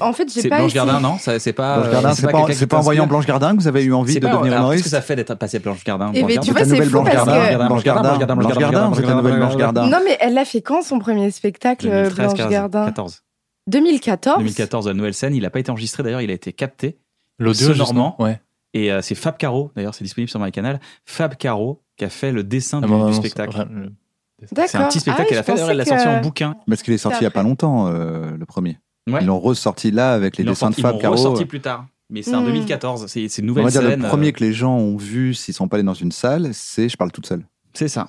Speaker 2: en fait Euh, j'ai
Speaker 1: C'est
Speaker 2: pas
Speaker 1: Blanche
Speaker 2: essayé-
Speaker 1: Gardin, non Ça, C'est pas.
Speaker 3: Blanche
Speaker 1: euh,
Speaker 3: Gardin, c'est pas, en-
Speaker 1: quelqu'un qui
Speaker 3: c'est pas en voyant
Speaker 1: t'inspire
Speaker 3: Blanche Gardin que vous avez eu envie
Speaker 1: C'est
Speaker 3: de
Speaker 1: pas-
Speaker 3: devenir
Speaker 1: alors, Qu'est-ce
Speaker 3: humoriste
Speaker 1: que ça fait d'être passé Blanche Gardin
Speaker 2: Eh
Speaker 1: Blanche
Speaker 2: ben,
Speaker 1: Gardin
Speaker 2: tu vois,
Speaker 3: ta nouvelle
Speaker 2: c'est fou
Speaker 3: Blanche
Speaker 2: parce
Speaker 3: Gardin,
Speaker 2: que
Speaker 1: Gardin,
Speaker 3: Blanche
Speaker 1: Blanche
Speaker 3: Gardin,
Speaker 1: Gardin,
Speaker 3: Blanche
Speaker 1: Blanche
Speaker 3: Gardin,
Speaker 1: Gardin,
Speaker 3: vous êtes la nouvelle Blanche Gardin.
Speaker 2: Non, mais elle a fait quand son premier spectacle, euh,
Speaker 1: 2013,
Speaker 2: Blanche
Speaker 1: 15,
Speaker 2: Gardin
Speaker 1: 14.
Speaker 2: 2014.
Speaker 1: 2014, la nouvelle scène. Il n'a pas été enregistré d'ailleurs, il a été capté.
Speaker 4: L'audio,
Speaker 1: Sonorement.
Speaker 4: justement, ouais.
Speaker 1: Et euh, c'est Fab Caro, d'ailleurs, c'est disponible sur my canal. Fab Caro qui a fait le dessin
Speaker 4: Ah,
Speaker 1: du,
Speaker 4: bon,
Speaker 1: du
Speaker 4: vraiment,
Speaker 1: spectacle.
Speaker 4: c'est- le-
Speaker 2: D'accord.
Speaker 1: C'est un petit spectacle
Speaker 2: Ah oui,
Speaker 1: qu'elle a
Speaker 2: je
Speaker 1: fait. D'ailleurs, elle l'a
Speaker 2: pensais
Speaker 1: sorti en
Speaker 2: que-
Speaker 1: bouquin.
Speaker 3: Parce qu'il est sorti il y a
Speaker 2: après.
Speaker 3: pas longtemps, euh, le premier.
Speaker 1: Ouais.
Speaker 3: Ils l'ont ressorti là avec les
Speaker 1: Ils l'ont
Speaker 3: dessins de
Speaker 1: sorti-
Speaker 3: Fab
Speaker 1: Ils l'ont
Speaker 3: Caro. euh.
Speaker 1: ressorti plus tard. Mais c'est en
Speaker 2: Hmm.
Speaker 1: 2014. C'est c'est
Speaker 3: On
Speaker 1: une nouvelle
Speaker 3: va dire
Speaker 1: scène.
Speaker 3: le
Speaker 1: euh,
Speaker 3: premier que les gens ont vu s'ils sont pas allés dans une salle, c'est je parle toute seule.
Speaker 1: C'est ça.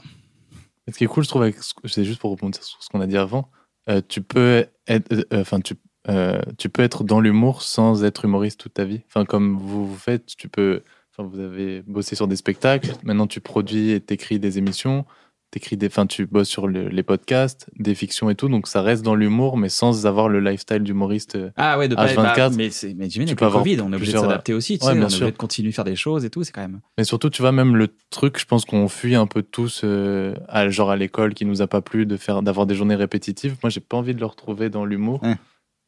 Speaker 4: Ce qui est cool, je trouve, avec ce que- c'est juste pour rebondir sur ce qu'on a dit avant, euh, tu peux être, euh, euh, enfin, tu, euh, tu peux être dans l'humour sans être humoriste toute ta vie. Enfin, comme vous vous faites, tu peux, enfin, vous avez bossé sur des spectacles. Maintenant, tu produis et t'écris des émissions, t'écris des, enfin, tu bosses sur le- les podcasts, des fictions et tout. Donc, ça reste dans l'humour, mais sans avoir le lifestyle d'humoriste. euh,
Speaker 1: Ah ouais, de pas-
Speaker 4: H24,
Speaker 1: bah, mais c'est mais j'imagine
Speaker 4: tu
Speaker 1: avec
Speaker 4: peux
Speaker 1: le
Speaker 4: avoir
Speaker 1: Covid, on est obligé de
Speaker 4: plusieurs-
Speaker 1: s'adapter aussi, tu sais,
Speaker 4: Ouais,
Speaker 1: on est
Speaker 4: bien
Speaker 1: obligé
Speaker 4: sûr.
Speaker 1: de continuer de faire des choses et tout, c'est quand même.
Speaker 4: Mais surtout, tu vois, même le truc, je pense qu'on fuit un peu tous, euh, à, genre à l'école, qui nous a pas plu de faire, d'avoir des journées répétitives. Moi, j'ai pas envie de le retrouver dans l'humour.
Speaker 3: Ouais.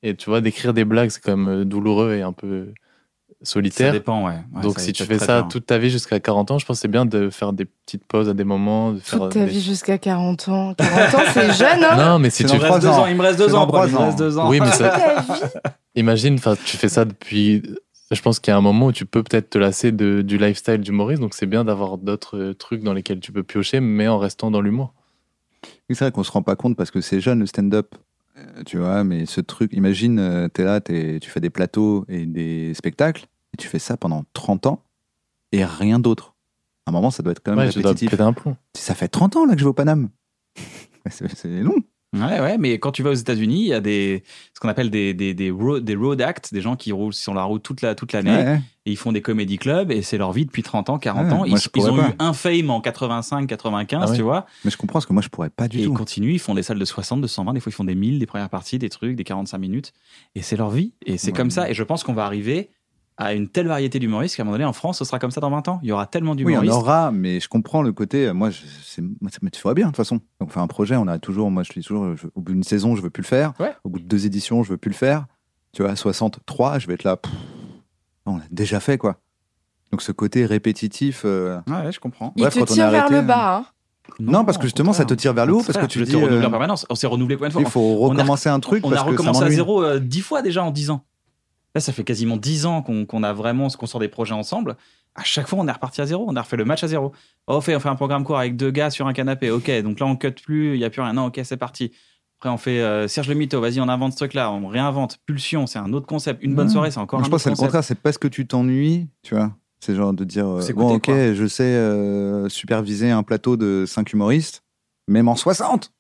Speaker 4: Et tu vois, d'écrire des blagues, c'est quand même euh, douloureux et un peu
Speaker 1: Ça
Speaker 4: solitaire.
Speaker 1: dépend, ouais. Ouais,
Speaker 4: Donc,
Speaker 1: ça
Speaker 4: si
Speaker 1: va
Speaker 4: tu
Speaker 1: être
Speaker 4: fais
Speaker 1: très
Speaker 4: ça
Speaker 1: dur.
Speaker 4: toute ta vie jusqu'à 40 ans, je pense que c'est bien de faire des petites pauses à des moments. De faire
Speaker 2: Toute ta
Speaker 1: Euh,
Speaker 4: des-
Speaker 2: vie jusqu'à 40 ans. 40 ans, c'est jeune, hein
Speaker 4: Non, mais si
Speaker 3: C'est
Speaker 4: tu.
Speaker 3: dans trois ans.
Speaker 1: il me reste
Speaker 3: C'est dans trois
Speaker 1: Paul, il me
Speaker 3: ans.
Speaker 1: reste deux ans.
Speaker 4: Oui, mais ça,
Speaker 2: Ta vie
Speaker 4: Imagine, enfin, tu fais ça depuis. Je pense qu'il y a un moment où tu peux peut-être te lasser de, du lifestyle du Maurice, donc c'est bien d'avoir d'autres euh, trucs dans lesquels tu peux piocher, mais en restant dans l'humour.
Speaker 3: Oui, C'est vrai qu'on se rend pas compte parce que c'est jeune le stand-up. Euh, Tu vois, mais ce truc, imagine, euh, t'es là, t'es- tu fais des plateaux et des spectacles, et tu fais ça pendant 30 ans, et rien d'autre. À un moment, ça doit être quand même
Speaker 4: Ouais, je dois
Speaker 3: répétitif.
Speaker 4: péter un plomb.
Speaker 3: Ça fait 30 ans là que je vais au Paname. Mais c'est c'est long.
Speaker 1: Ouais, ouais, mais quand tu vas aux États-Unis, il y a des, ce qu'on appelle des, des, des, road, des road acts, des gens qui roulent sur la route toute la toute l'année,
Speaker 3: Ouais, ouais.
Speaker 1: et ils font des comédie clubs, et c'est leur vie depuis 30 ans, 40
Speaker 3: Ouais,
Speaker 1: ans.
Speaker 3: moi,
Speaker 1: Ils,
Speaker 3: je
Speaker 1: ils
Speaker 3: pourrais
Speaker 1: ont
Speaker 3: pas.
Speaker 1: eu un fame en 85, 95,
Speaker 4: Ah ouais.
Speaker 1: tu vois,
Speaker 3: Mais je comprends parce que moi, je pourrais pas
Speaker 1: et
Speaker 3: Ah, du
Speaker 1: ils
Speaker 3: tout.
Speaker 1: continuent, ils font des salles de 60, de 120, des fois ils font des 1000, des premières parties, des trucs, des 45 minutes, et c'est leur vie, et c'est
Speaker 3: Ouais.
Speaker 1: comme ça, et je pense qu'on va arriver à une telle variété d'humoristes qu'à un moment donné, en France, ce sera comme ça dans 20 ans. Il y aura tellement
Speaker 3: Oui, on
Speaker 1: d'humoristes.
Speaker 3: aura, mais je comprends le côté. euh, Moi, je, c'est- moi, ça me ferait bien de toute façon. Donc, faire un projet, on a toujours. Moi, je dis toujours, je- au bout d'une saison, je veux plus le faire.
Speaker 1: Ouais.
Speaker 3: Au bout de deux éditions, je veux plus le faire. Tu vois, à 63, je vais être là. pff, on l'a déjà fait, quoi. Donc, ce côté répétitif. euh,
Speaker 1: Ouais, ouais, je comprends.
Speaker 2: Il
Speaker 3: Bref,
Speaker 2: te
Speaker 3: quand on a
Speaker 2: tire vers
Speaker 3: arrêté,
Speaker 2: le bas. hein.
Speaker 3: Non, parce que justement, ça te tire vers le haut, parce que tu
Speaker 1: le
Speaker 3: dis.
Speaker 1: te renouvelle
Speaker 3: euh,
Speaker 1: en permanence. On s'est renouvelé combien de fois
Speaker 3: il faut
Speaker 1: on a-
Speaker 3: recommencer un truc.
Speaker 1: On
Speaker 3: parce
Speaker 1: a
Speaker 3: que ça
Speaker 1: recommencé à
Speaker 3: m'ennuie.
Speaker 1: zéro euh, dix fois déjà en dix ans. Là, ça fait quasiment dix ans qu'on qu'on a vraiment, qu'on sort des projets ensemble. À chaque fois, on est reparti à zéro. On a refait le match à zéro. Oh, on fait, on fait un programme court avec deux gars sur un canapé. Ok, donc là, on cut plus, il n'y a plus rien. Non, ok, c'est parti. Après, on fait euh, Serge le Mito, vas-y, on invente ce truc-là, on réinvente. Pulsion, c'est un autre concept. Une bonne
Speaker 3: Ouais.
Speaker 1: soirée, c'est encore
Speaker 3: Moi,
Speaker 1: un
Speaker 3: je pense que c'est
Speaker 1: autre
Speaker 3: le
Speaker 1: concept.
Speaker 3: contraire, c'est parce que tu t'ennuies, tu vois. C'est genre de dire euh,
Speaker 1: C'est
Speaker 3: bon,
Speaker 1: côté,
Speaker 3: ok,
Speaker 1: quoi.
Speaker 3: je sais euh, superviser un plateau de 5 humoristes, même en 60.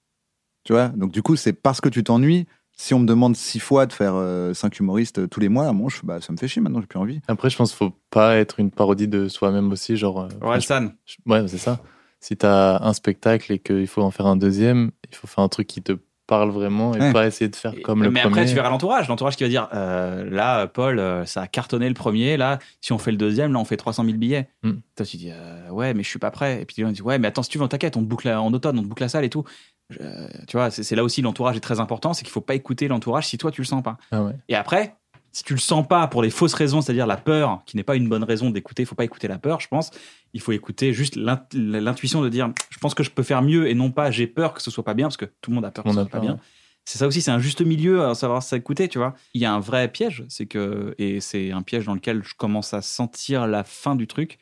Speaker 3: Tu vois Donc, du coup, c'est parce que tu t'ennuies. Si on me demande six fois de faire 5 humoristes euh, tous les mois, moi, je, bah, ça me fait chier maintenant, j'ai plus envie.
Speaker 4: Après, je pense qu'il faut pas être une parodie de soi-même aussi. Genre, euh,
Speaker 1: Ouais,
Speaker 4: enfin, je-
Speaker 1: San.
Speaker 4: je- ouais, c'est ça. Si t'as un spectacle et qu'il faut en faire un deuxième, il faut faire un truc qui te parle vraiment et
Speaker 3: Ouais.
Speaker 4: pas essayer de faire comme le
Speaker 1: mais
Speaker 4: premier.
Speaker 1: après, tu verras l'entourage. L'entourage qui va dire euh, là, euh, Paul, euh, ça a cartonné le premier. Là, si on fait le deuxième, là, on fait 300 000 billets.
Speaker 4: Mm.
Speaker 1: Toi, tu dis euh, ouais, mais je suis pas prêt. Et puis, on dit ouais, mais attends, si tu veux, t'inquiète, on te boucle la- en automne, on te boucle la salle et tout. Je- euh, tu vois, c'est c'est là aussi l'entourage est très important. C'est qu'il faut pas écouter l'entourage si toi, tu le sens pas.
Speaker 4: Ah ouais.
Speaker 1: Et après, si tu le sens pas pour les fausses raisons, c'est-à-dire la peur, qui n'est pas une bonne raison d'écouter, faut pas écouter la peur, je pense. Il faut écouter juste l'int- l'intuition de dire, je pense que je peux faire mieux et non pas j'ai peur que ce soit pas bien, parce que tout le monde a peur que
Speaker 4: Tout
Speaker 1: ce soit
Speaker 4: le monde
Speaker 1: pas
Speaker 4: a peur,
Speaker 1: bien. C'est ça aussi, c'est un juste milieu à savoir s'écouter, tu vois. Il y a un vrai piège, c'est que, et c'est un piège dans lequel je commence à sentir la fin du truc,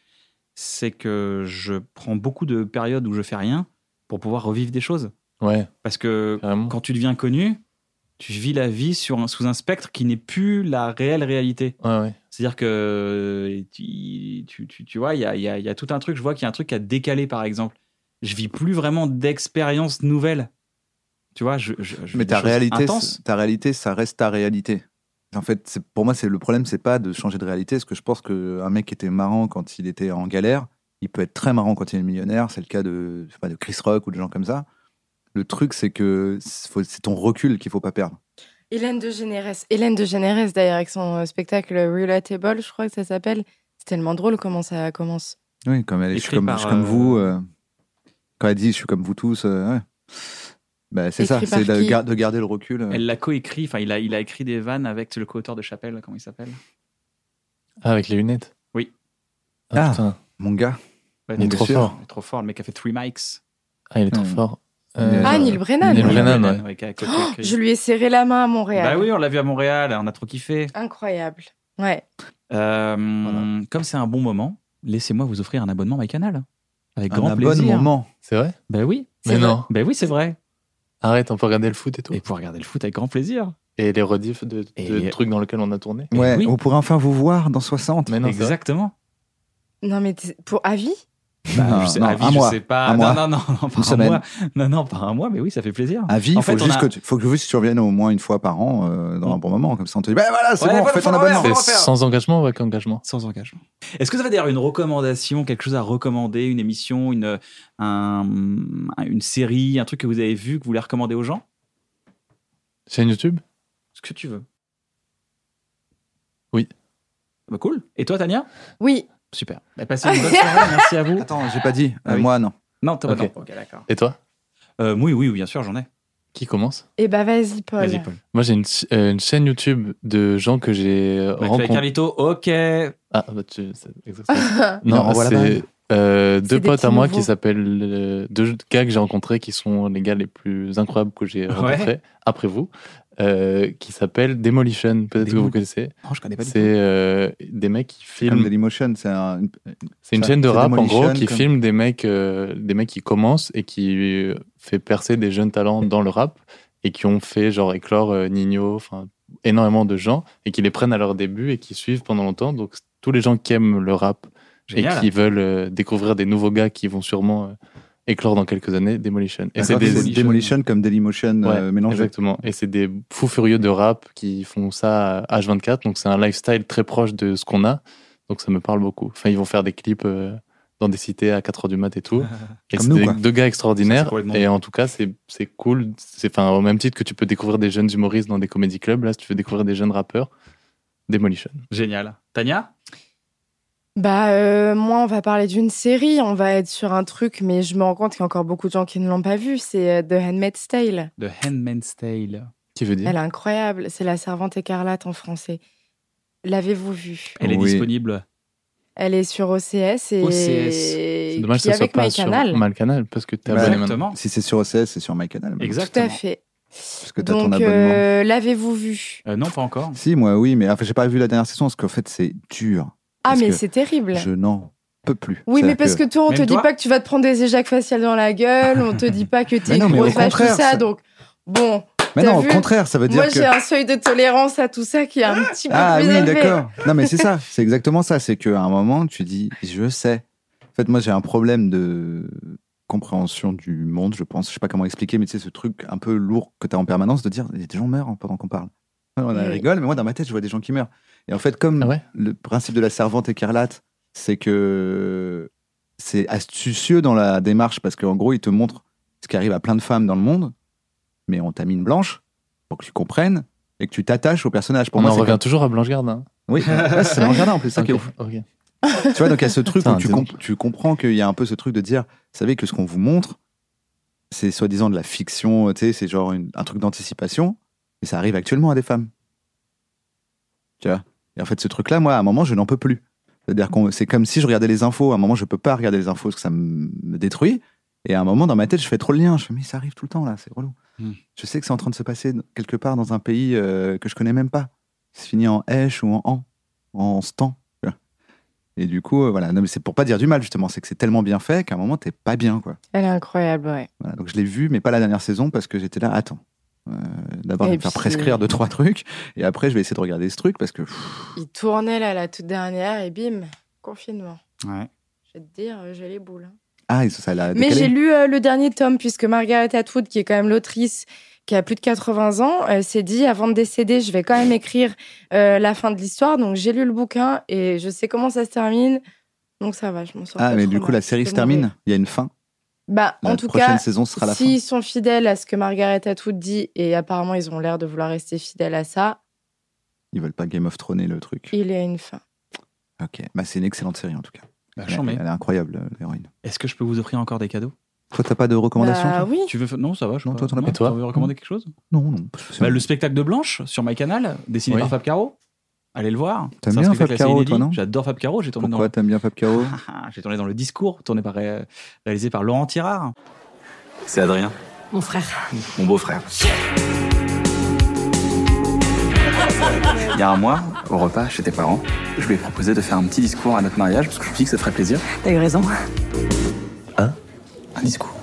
Speaker 1: c'est que je prends beaucoup de périodes où je fais rien pour pouvoir revivre des choses.
Speaker 4: Ouais,
Speaker 1: Parce que
Speaker 4: carrément.
Speaker 1: quand tu deviens connu, tu vis la vie sur un- sous un spectre qui n'est plus la réelle réalité.
Speaker 4: Ouais, ouais.
Speaker 1: C'est-à-dire que euh, tu, tu, tu- tu vois, il y a, il y a- il y a tout un truc. Je vois qu'il y a un truc à décaler, par exemple. Je vis plus vraiment d'expériences nouvelles. Tu vois, je, je, je vis
Speaker 3: Mais
Speaker 1: des
Speaker 3: ta
Speaker 1: choses
Speaker 3: réalité,
Speaker 1: intenses.
Speaker 3: c'est- ta réalité, ça reste ta réalité. En fait, c'est- pour moi, c'est le problème, c'est pas de changer de réalité, parce que je pense qu'un mec qui était marrant quand il était en galère, il peut être très marrant quand il est millionnaire. C'est le cas de, je sais pas, de Chris Rock ou de gens comme ça. Le truc, c'est que c'est faut- c'est ton recul qu'il faut pas perdre.
Speaker 2: Hélène de Généresse. Hélène de Généresse, d'ailleurs, avec son euh, spectacle Relatable, je crois que ça s'appelle. C'est tellement drôle comment ça commence.
Speaker 3: Oui, comme elle, est, je
Speaker 1: Écrit
Speaker 3: suis comme,
Speaker 1: par,
Speaker 3: je suis comme
Speaker 1: euh,
Speaker 3: vous. euh, quand elle dit, je suis comme vous tous. euh, ouais. Bah, c'est ça,
Speaker 2: Écrit
Speaker 3: c'est
Speaker 2: par
Speaker 3: de,
Speaker 2: qui
Speaker 3: gar- de garder le recul. euh.
Speaker 1: Elle l'a coécrit. Enfin, il a, il a écrit des vannes avec le co-auteur de Chapelle. là, Comment il s'appelle
Speaker 4: Ah, avec les lunettes
Speaker 1: Oui.
Speaker 4: Ah,
Speaker 3: Ah.
Speaker 4: putain.
Speaker 3: Mon gars,
Speaker 1: Ouais,
Speaker 4: Il est
Speaker 1: bien
Speaker 4: trop
Speaker 1: sûr.
Speaker 4: fort.
Speaker 1: Oh, Il est trop fort. Le mec a fait Three Mics.
Speaker 4: Ah, il est trop
Speaker 3: Hmm.
Speaker 4: fort.
Speaker 2: Ah,
Speaker 3: Euh,
Speaker 2: Neil Brennan.
Speaker 4: Neil Brennan. ouais.
Speaker 1: ouais, qui a coécrit.
Speaker 2: Je lui ai serré la main à Montréal.
Speaker 1: Bah oui, on l'a vu à Montréal. On a trop kiffé.
Speaker 2: Incroyable. Ouais.
Speaker 1: Euh, Comme c'est un bon moment, laissez-moi vous offrir un abonnement MyCanal. Avec
Speaker 3: un
Speaker 1: grand plaisir.
Speaker 3: abonnement.
Speaker 4: C'est vrai
Speaker 1: Ben oui,
Speaker 4: Mais non.
Speaker 1: ben oui, c'est vrai.
Speaker 4: Arrête, on peut regarder le foot et tout.
Speaker 1: Et pour regarder le foot avec grand plaisir.
Speaker 4: Et les rediffs de, de
Speaker 1: Et les-
Speaker 4: trucs dans lesquels on a tourné.
Speaker 1: Eh
Speaker 3: Ouais,
Speaker 1: oui.
Speaker 3: on pourrait enfin vous voir dans 60.
Speaker 4: Mais non, c'est vrai.
Speaker 1: Exactement. Bah,
Speaker 2: Non, mais t'es- pour avis
Speaker 3: Non,
Speaker 1: je sais,
Speaker 3: non,
Speaker 1: à vie,
Speaker 3: un
Speaker 1: je
Speaker 3: mois.
Speaker 1: sais pas.
Speaker 3: Un
Speaker 1: non,
Speaker 3: mois.
Speaker 1: non, non, non, par un
Speaker 3: semaine. Ah,
Speaker 1: mois. Non, non, par un mois, mais oui, ça fait plaisir.
Speaker 3: À vie,
Speaker 1: En
Speaker 3: il faut
Speaker 1: fait, on
Speaker 3: juste
Speaker 1: a-
Speaker 3: que tu, faut que juste tu reviennes au moins une fois par an euh, dans un bon moment. Comme ça, on te dit, ben voilà, c'est
Speaker 1: Ouais,
Speaker 3: bon,
Speaker 1: voilà,
Speaker 3: fais ton
Speaker 1: voilà,
Speaker 3: abonnement.
Speaker 1: ouais,
Speaker 4: C'est
Speaker 1: va faire.
Speaker 4: sans engagement ou avec engagement
Speaker 1: Sans engagement. Est-ce que vous avez d'ailleurs une recommandation, quelque chose à recommander, une émission, une, un- une série, un truc que vous avez vu, que vous voulez recommander aux gens
Speaker 4: Chaîne YouTube
Speaker 1: Ce que tu veux.
Speaker 4: Oui.
Speaker 1: Bah, cool. Et toi, Tania
Speaker 2: Oui.
Speaker 1: Super. Bah, passez une bonne soirée. Merci à vous.
Speaker 3: Attends, j'ai pas dit.
Speaker 1: Ah
Speaker 3: Euh,
Speaker 1: oui.
Speaker 3: Moi, non.
Speaker 1: Non, Thomas,
Speaker 4: Ok.
Speaker 1: non. Ok, d'accord.
Speaker 4: Et toi
Speaker 1: Euh, oui, oui, oui, bien sûr, j'en ai.
Speaker 4: Qui commence
Speaker 2: Eh bah vas-y, Paul.
Speaker 1: Vas-y, Paul.
Speaker 4: Moi, j'ai une, ch- euh, une chaîne YouTube de gens que j'ai euh,
Speaker 1: Avec
Speaker 4: rencontrés.
Speaker 1: Carlito, ok.
Speaker 4: Ah, bah, tu... c'est exactement.
Speaker 3: Il leur
Speaker 4: non,
Speaker 3: envoie la
Speaker 4: c'est euh, deux
Speaker 2: C'est des
Speaker 4: potes à
Speaker 2: petits
Speaker 4: moi
Speaker 2: nouveaux.
Speaker 4: qui s'appellent. euh, deux gars que j'ai rencontrés qui sont les gars les plus incroyables que j'ai rencontrés, après vous, euh, qui s'appellent Demolition. Peut-être que
Speaker 1: Démol-
Speaker 4: vous connaissez.
Speaker 1: Oh, je connais pas du
Speaker 4: C'est euh, des mecs qui
Speaker 3: Comme
Speaker 4: filment
Speaker 3: Dailymotion, c'est un. une-
Speaker 4: C'est une
Speaker 3: Ça,
Speaker 4: chaîne de
Speaker 3: c'est
Speaker 4: rap, en gros,
Speaker 3: Demolition,
Speaker 4: qui
Speaker 3: comme-
Speaker 4: filme des mecs, euh, des mecs qui commencent et qui euh, fait percer des jeunes talents dans le rap et qui ont fait genre éclore euh, Nino, enfin énormément de gens et qui les prennent à leur début et qui suivent pendant longtemps. Donc tous les gens qui aiment le rap
Speaker 1: Génial.
Speaker 4: et qui veulent euh, découvrir des nouveaux gars qui vont sûrement euh, éclore dans quelques années, Demolition. Et c'est
Speaker 3: D'accord,
Speaker 4: des,
Speaker 3: c'est Demolition comme Dailymotion
Speaker 4: Ouais,
Speaker 3: euh, mélangé.
Speaker 4: Exactement. Et c'est des fous furieux de rap qui font ça à H24. Donc c'est un lifestyle très proche de ce qu'on a. Donc ça me parle beaucoup. Enfin, ils vont faire des clips euh, dans des cités à 4h du mat et tout. Et
Speaker 3: Comme
Speaker 4: c'est
Speaker 3: nous,
Speaker 4: des-
Speaker 3: quoi.
Speaker 4: deux gars
Speaker 1: C'est
Speaker 4: extraordinaires.
Speaker 1: complètement
Speaker 4: Et en tout cas, c'est c'est cool. C'est enfin, au même titre que tu peux découvrir des jeunes humoristes dans des comédie clubs. Là, si tu veux découvrir des jeunes rappeurs. Demolition.
Speaker 1: Génial. Tania
Speaker 2: Bah, euh, moi, on va parler d'une série, on va être sur un truc, mais je me rends compte qu'il y a encore beaucoup de gens qui ne l'ont pas vu. C'est euh, The Handmaid's Tale.
Speaker 1: The Handmaid's Tale.
Speaker 4: Qui veut dire
Speaker 2: Elle est incroyable. C'est La Servante écarlate en français. L'avez-vous vue
Speaker 1: Elle est
Speaker 3: Oui.
Speaker 1: disponible.
Speaker 2: Elle est sur OCS et.
Speaker 1: OCS.
Speaker 4: C'est
Speaker 2: C'est
Speaker 4: Dommage que ça soit
Speaker 2: avec
Speaker 4: pas sur
Speaker 2: MyCanal.
Speaker 4: Malcanal parce que t'es
Speaker 3: Bah,
Speaker 4: abonné maintenant.
Speaker 1: Exactement.
Speaker 3: Si c'est sur OCS, c'est sur MyCanal.
Speaker 1: Exact.
Speaker 2: Tout
Speaker 1: Exactement.
Speaker 2: à fait.
Speaker 3: Parce que t'as ton
Speaker 2: Donc,
Speaker 3: abonnement.
Speaker 2: euh, l'avez-vous vue
Speaker 1: Euh, non, pas encore.
Speaker 3: Si, moi, oui, mais enfin, j'ai pas vu la dernière saison parce qu'en fait, c'est dur.
Speaker 2: Ah,
Speaker 3: Parce
Speaker 2: mais
Speaker 3: que
Speaker 2: c'est terrible.
Speaker 3: Je n'en peux plus.
Speaker 2: Oui, mais
Speaker 3: C'est-à-dire
Speaker 2: parce que, toi, on
Speaker 1: Même
Speaker 2: te dit
Speaker 1: toi
Speaker 2: pas que tu vas te prendre des éjacs faciales dans la gueule, on te dit pas que
Speaker 3: Mais
Speaker 2: t'es
Speaker 3: non,
Speaker 2: une
Speaker 3: mais au
Speaker 2: grosse vache, tout
Speaker 3: contraire,
Speaker 2: ça.
Speaker 3: ça-
Speaker 2: Donc, bon,
Speaker 3: Mais
Speaker 2: T'as
Speaker 3: non,
Speaker 2: vu
Speaker 3: au contraire, ça veut dire
Speaker 2: moi,
Speaker 3: que.
Speaker 2: j'ai un seuil de tolérance à tout ça qui est un petit peu
Speaker 3: Ah
Speaker 2: plus
Speaker 3: oui,
Speaker 2: élevé.
Speaker 3: d'accord. Non, mais c'est ça. C'est exactement ça. C'est qu'à un moment, tu dis, je sais. En fait, moi, j'ai un problème de compréhension du monde, je pense. Je sais pas comment expliquer, mais tu sais, ce truc un peu lourd que tu as en permanence de dire, des gens meurent hein, pendant qu'on parle. On
Speaker 2: Oui.
Speaker 3: rigole, mais moi, dans ma tête, je vois des gens qui meurent. Et en fait, comme
Speaker 4: Ah ouais
Speaker 3: le principe de la servante écarlate, c'est que c'est astucieux dans la démarche parce qu'en gros, il te montre ce qui arrive à plein de femmes dans le monde, mais on t'a mis une blanche pour que tu comprennes et que tu t'attaches au personnage. Pour
Speaker 4: On
Speaker 3: moi,
Speaker 4: en
Speaker 3: c'est
Speaker 4: revient
Speaker 3: comme-
Speaker 4: toujours à Blanche Gardin. hein.
Speaker 3: oui, ouais, c'est Blanche Gardin en plus, ça qui est
Speaker 4: Ok,
Speaker 3: ouf.
Speaker 4: ok.
Speaker 3: Tu vois, donc il y a ce truc
Speaker 4: Putain,
Speaker 3: où tu,
Speaker 4: dis donc.
Speaker 3: comp- tu comprends qu'il y a un peu ce truc de dire, vous savez que ce qu'on vous montre, c'est soi-disant de la fiction, euh, tu sais, c'est genre une- un truc d'anticipation, mais ça arrive actuellement à des femmes. Tu vois Et en fait, ce truc-là, moi, à un moment, je n'en peux plus. C'est-à-dire qu'on, c'est comme si je regardais les infos, à un moment, je peux pas regarder les infos parce que ça me me détruit. Et à un moment, dans ma tête, je fais trop le lien. Je fais, mais ça arrive tout le temps, là, c'est relou.
Speaker 1: Hmm.
Speaker 3: Je sais que c'est en train de se passer quelque part dans un pays euh, que je connais même pas. C'est fini en H ou en an, en stan. tu vois. Et du coup, euh, voilà. Non, mais c'est pour pas dire du mal, justement. C'est que c'est tellement bien fait qu'à un moment, t'es pas bien, quoi.
Speaker 2: Elle est incroyable, ouais.
Speaker 3: Voilà. Donc, je l'ai vu, mais pas la dernière saison parce que j'étais là, attends. Euh, D'abord, je vais
Speaker 2: Et
Speaker 3: me faire
Speaker 2: puis-
Speaker 3: prescrire deux, trois trucs. Et après, je vais essayer de regarder ce truc parce que. pff,
Speaker 2: Il tournait là, la toute dernière, et bim, confinement.
Speaker 1: Ouais.
Speaker 2: Je vais te dire, euh, j'ai les boules. hein.
Speaker 3: Ah, et ça, ça l'a
Speaker 2: Mais
Speaker 3: décalé.
Speaker 2: j'ai lu euh, le dernier tome, puisque Margaret Atwood, qui est quand même l'autrice, qui a plus de 80 ans, euh, s'est dit, avant de décéder, je vais quand même écrire euh, la fin de l'histoire. Donc j'ai lu le bouquin, et je sais comment ça se termine. Donc ça va, je m'en sors
Speaker 3: Ah,
Speaker 2: pas
Speaker 3: mais
Speaker 2: trop
Speaker 3: du coup,
Speaker 2: mal.
Speaker 3: la série
Speaker 2: Je
Speaker 3: se
Speaker 2: peux mourir.
Speaker 3: termine. Il y a une fin.
Speaker 2: Bah,
Speaker 3: La
Speaker 2: en tout
Speaker 3: prochaine
Speaker 2: cas,
Speaker 3: saison sera la
Speaker 2: S'ils sont fidèles à ce que Margaret Atwood dit, et apparemment ils ont l'air de vouloir rester fidèles à ça,
Speaker 3: fin. Ils veulent pas Game of Thrones le truc.
Speaker 2: il y a une fin.
Speaker 3: Ok. Bah, c'est une excellente série en tout cas.
Speaker 1: Bah,
Speaker 3: elle,
Speaker 1: j'en mets.
Speaker 3: elle est incroyable, euh, l'héroïne.
Speaker 1: Est-ce que je peux vous offrir encore des cadeaux
Speaker 3: Toi, t'as pas de recommandation
Speaker 2: Bah
Speaker 3: toi
Speaker 2: oui.
Speaker 1: Tu veux fa- Non, ça va. Je
Speaker 3: Non,
Speaker 1: crois.
Speaker 3: toi, t'en as
Speaker 1: Non,
Speaker 3: pas.
Speaker 4: Et toi
Speaker 1: t'en veux recommander quelque chose
Speaker 3: Non, non.
Speaker 1: Bah, Le spectacle de Blanche sur MyCanal, dessiné
Speaker 4: Oui.
Speaker 1: par Fab Caro. Allez le voir.
Speaker 3: T'aimes
Speaker 1: C'est un
Speaker 3: bien
Speaker 1: spectacle
Speaker 3: Fab
Speaker 1: assez
Speaker 3: Caro,
Speaker 1: inédit.
Speaker 3: toi, non
Speaker 1: J'adore Fab Caro. J'ai tourné, dans...
Speaker 3: Pourquoi t'aimes bien Fab Caro
Speaker 1: j'ai tourné dans Le Discours, tourné par... euh, réalisé par Laurent Tirard.
Speaker 9: C'est Adrien,
Speaker 10: Mon frère.
Speaker 9: mon beau-frère. Il y a un mois, au repas chez tes parents, je lui ai proposé de faire un petit discours à notre mariage parce que je me suis dit que ça te ferait plaisir.
Speaker 10: T'as eu raison.
Speaker 9: Un discours.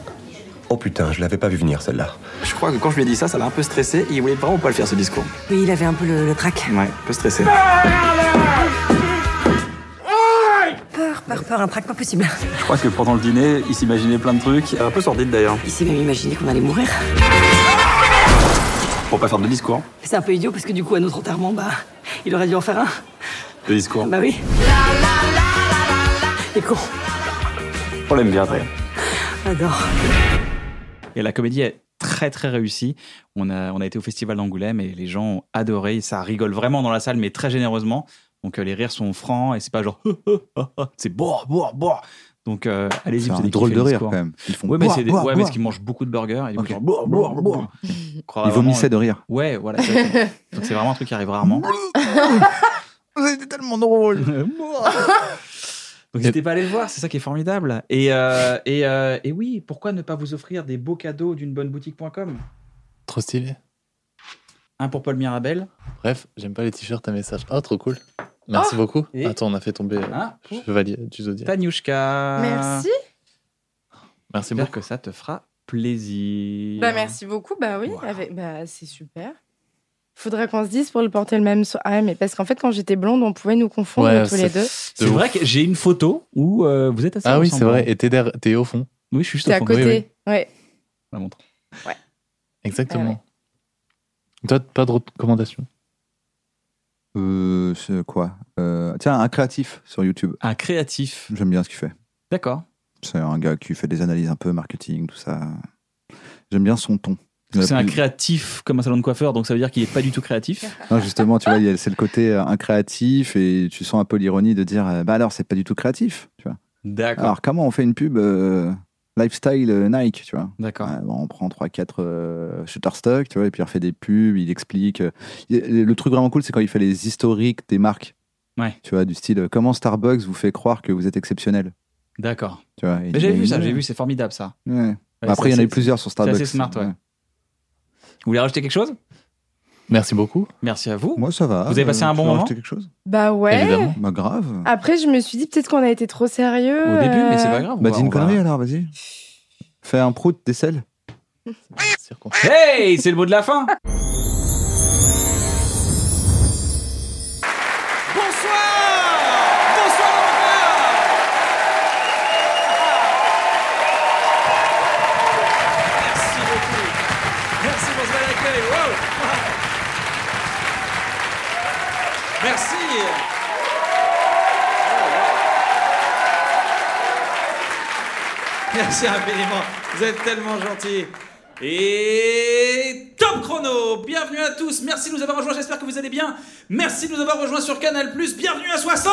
Speaker 11: Oh putain, je l'avais pas vu venir celle-là.
Speaker 9: Je crois que quand je lui ai dit ça, ça l'a un peu stressé et il voulait vraiment pas le faire ce discours.
Speaker 10: Oui, il avait un peu le, le trac.
Speaker 9: Ouais, un peu stressé.
Speaker 10: Peur, peur, peur, un trac pas possible.
Speaker 9: Je crois que pendant le dîner, il s'imaginait plein de trucs, un peu sordides d'ailleurs,
Speaker 10: Il s'est même imaginé qu'on allait mourir.
Speaker 9: pour pas faire de discours.
Speaker 10: C'est un peu idiot parce que du coup, à notre enterrement, bah, il aurait dû en faire un.
Speaker 9: De discours.
Speaker 10: Bah oui. Les cons.
Speaker 9: On l'aime bien, Adrien.
Speaker 10: Adore.
Speaker 1: Et la comédie est très très réussie. On a, on a été au Festival d'Angoulême et les gens ont adoré. Ça rigole vraiment dans la salle, mais très généreusement. Donc euh, les rires sont francs et c'est pas genre c'est boire, boire, boire. Donc euh, allez-y,
Speaker 3: C'est
Speaker 1: vous
Speaker 3: un
Speaker 1: allez
Speaker 3: drôle
Speaker 1: kiffer
Speaker 3: de
Speaker 1: le
Speaker 3: rire
Speaker 1: discours.
Speaker 3: quand même. Ils font.
Speaker 1: Ouais, mais
Speaker 3: boah,
Speaker 1: c'est des...
Speaker 3: boah,
Speaker 1: ouais, parce
Speaker 3: boah.
Speaker 1: qu'ils mangent beaucoup de burgers. Et du coup,
Speaker 3: Ok.
Speaker 1: genre, boire, boire, boire. Je crois
Speaker 3: Ils
Speaker 1: Ah, vraiment-
Speaker 3: vomissaient de rire.
Speaker 1: Ouais, voilà. exactement. Donc c'est vraiment un truc qui arrive rarement.
Speaker 3: C'était tellement drôle.
Speaker 1: Donc n'hésitez pas à aller le voir, c'est ça qui est formidable. Et, euh, et, euh, et oui, pourquoi ne pas vous offrir des beaux cadeaux d'une bonne boutique.com
Speaker 4: Trop stylé.
Speaker 1: Un pour Paul Mirabel,
Speaker 4: Bref, j'aime pas les t-shirts à message. Ah, trop cool. Merci beaucoup.
Speaker 1: Et-
Speaker 4: Attends, on a fait tomber euh,
Speaker 1: un pour
Speaker 4: Chevalier du Zodiac.
Speaker 1: Taniushka.
Speaker 2: Merci.
Speaker 4: Merci
Speaker 1: J'espère
Speaker 4: beaucoup.
Speaker 1: que ça te fera plaisir.
Speaker 2: Bah merci beaucoup. Bah oui,
Speaker 1: Wow.
Speaker 2: avec- bah, c'est super. Faudrait qu'on se dise pour le porter le même soir. Ah mais parce qu'en fait quand j'étais blonde, on pouvait nous confondre
Speaker 4: Ouais,
Speaker 2: tous
Speaker 4: ça
Speaker 2: les deux.
Speaker 1: C'est vrai que j'ai une photo où euh, vous êtes assez
Speaker 4: Ah oui, c'est
Speaker 1: ressemblants.
Speaker 4: vrai. Et t'es derrière- t'es au fond.
Speaker 9: hein.
Speaker 1: Oui, je suis juste
Speaker 2: T'es
Speaker 1: au
Speaker 2: à
Speaker 1: fond.
Speaker 2: côté.
Speaker 1: Oui, oui,
Speaker 2: Ouais.
Speaker 1: la montre.
Speaker 4: Exactement.
Speaker 2: Ah ouais.
Speaker 4: Toi, pas de recommandation.
Speaker 3: Euh, c'est quoi Euh, Tiens, un créatif sur YouTube.
Speaker 1: Un créatif.
Speaker 3: J'aime bien ce qu'il fait.
Speaker 1: D'accord.
Speaker 3: C'est un gars qui fait des analyses un peu marketing, tout ça. J'aime bien son ton.
Speaker 9: Parce que C'est
Speaker 3: Ouais,
Speaker 9: un
Speaker 3: puis-
Speaker 9: créatif comme un salon de coiffeur, donc ça veut dire qu'il est pas du tout créatif.
Speaker 3: Non, justement, tu vois, il y a- c'est le côté euh, incréatif et tu sens un peu l'ironie de dire euh, bah alors, c'est pas du tout créatif, tu vois.
Speaker 9: D'accord.
Speaker 3: Alors, comment on fait une pub euh, lifestyle euh, Nike, tu vois
Speaker 9: Ah. D'accord.
Speaker 3: Ouais, bon, On prend 3-4 Shutterstock, tu vois, et puis il refait des pubs, il explique. euh, il- le truc vraiment cool, c'est quand il fait les historiques des marques.
Speaker 9: Ouais.
Speaker 3: Tu vois, du style euh, comment Starbucks vous fait croire que vous êtes exceptionnel.
Speaker 9: D'accord.
Speaker 3: Tu vois,
Speaker 9: Mais j'avais vu ça, j'ai vu, c'est formidable ça.
Speaker 3: Ouais. Bah, après, il y en a eu plusieurs sur Starbucks.
Speaker 9: C'est assez smart, ouais.
Speaker 3: Ouais.
Speaker 9: Vous voulez rajouter quelque chose
Speaker 4: Merci beaucoup.
Speaker 9: Merci à vous.
Speaker 3: Moi, ça va.
Speaker 9: Vous avez passé
Speaker 3: Euh,
Speaker 9: un
Speaker 3: tu
Speaker 9: bon
Speaker 3: veux
Speaker 9: moment
Speaker 3: rajouter quelque chose
Speaker 2: Bah ouais.
Speaker 4: Évidemment.
Speaker 3: Bah, grave.
Speaker 2: Après, je me suis dit peut-être qu'on a été trop sérieux.
Speaker 9: Au début, mais c'est
Speaker 2: euh,
Speaker 9: pas grave. on
Speaker 3: Bah,
Speaker 9: va-
Speaker 3: dis une
Speaker 9: on va-
Speaker 3: connerie alors, vas-y. Fais un prout, des selles.
Speaker 4: Circon-
Speaker 9: Hey, c'est le mot de la fin. Merci pour ce bel accueil. Wow. Merci. Merci infiniment. Vous êtes tellement gentils. Et top chrono Bienvenue à tous. Merci de nous avoir rejoints. J'espère que vous allez bien. Merci de nous avoir rejoints sur Canal+. Bienvenue à 60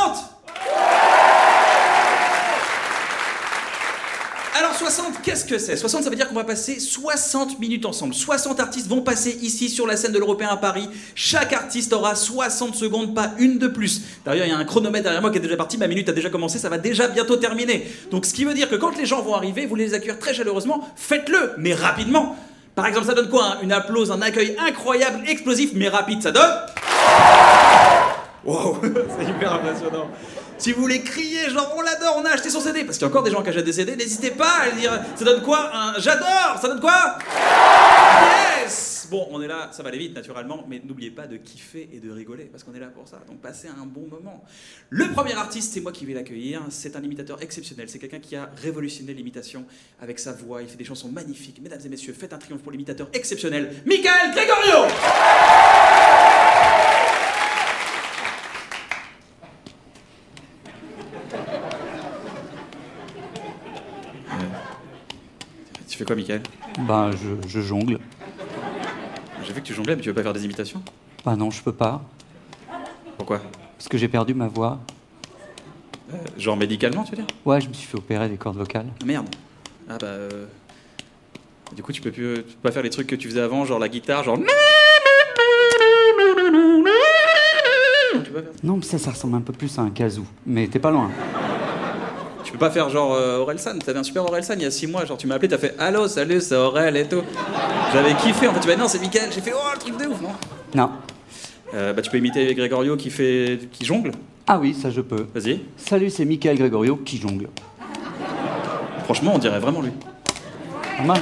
Speaker 9: Alors 60, qu'est-ce que c'est 60, ça veut dire qu'on va passer 60 minutes ensemble. 60 artistes vont passer ici sur la scène de l'Européen à Paris. Chaque artiste aura 60 secondes, pas une de plus. D'ailleurs, il y a un chronomètre derrière moi qui est déjà parti, ma minute a déjà commencé, ça va déjà bientôt terminer. Donc ce qui veut dire que quand les gens vont arriver, vous les accueillir très chaleureusement, faites-le, mais rapidement. Par exemple, ça donne quoi hein Une applause, un accueil incroyable, explosif, mais rapide, ça donne... Wow, c'est hyper impressionnant. Si vous voulez crier, genre on l'adore, on a acheté son CD, parce qu'il y a encore des gens qui achètent des CD, n'hésitez pas à le dire ça donne quoi un J'adore Ça donne quoi Yes Bon, on est là, ça va aller vite naturellement, mais n'oubliez pas de kiffer et de rigoler, parce qu'on est là pour ça. Donc passez un bon moment. Le premier artiste, c'est moi qui vais l'accueillir. C'est un imitateur exceptionnel. C'est quelqu'un qui a révolutionné l'imitation avec sa voix. Il fait des chansons magnifiques. Mesdames et messieurs, faites un triomphe pour l'imitateur exceptionnel, Michael Gregorio Tu fais quoi, Michael
Speaker 12: Ben, je, je jongle.
Speaker 9: J'ai vu que tu jonglais, mais tu veux pas faire des imitations
Speaker 12: Ben non, je peux pas.
Speaker 9: Pourquoi
Speaker 12: Parce que j'ai perdu ma voix.
Speaker 9: Genre médicalement, tu veux dire
Speaker 12: Ouais, je me suis fait opérer des cordes vocales.
Speaker 9: Ah, Merde. Ah bah. euh, Du coup, tu peux plus euh, tu peux pas faire les trucs que tu faisais avant, genre la guitare, genre.
Speaker 12: Non, mais ça, ça ressemble un peu plus à un kazoo. Mais t'es pas loin.
Speaker 9: Tu peux pas faire genre euh, Orelsan. T'avais un super Orelsan il y a 6 mois, genre tu m'as appelé, t'as fait Allô, salut, c'est Aurel et tout. J'avais kiffé, en fait, tu m'as dit non, c'est Michael. J'ai fait Oh, le truc de ouf, non
Speaker 12: Non.
Speaker 9: Euh, Bah, tu peux imiter Gregorio qui fait. qui jongle.
Speaker 12: Ah oui, ça je peux.
Speaker 9: Vas-y.
Speaker 12: Salut, c'est Michael Gregorio qui jongle.
Speaker 9: Franchement, on dirait vraiment lui.
Speaker 12: Ah, mince.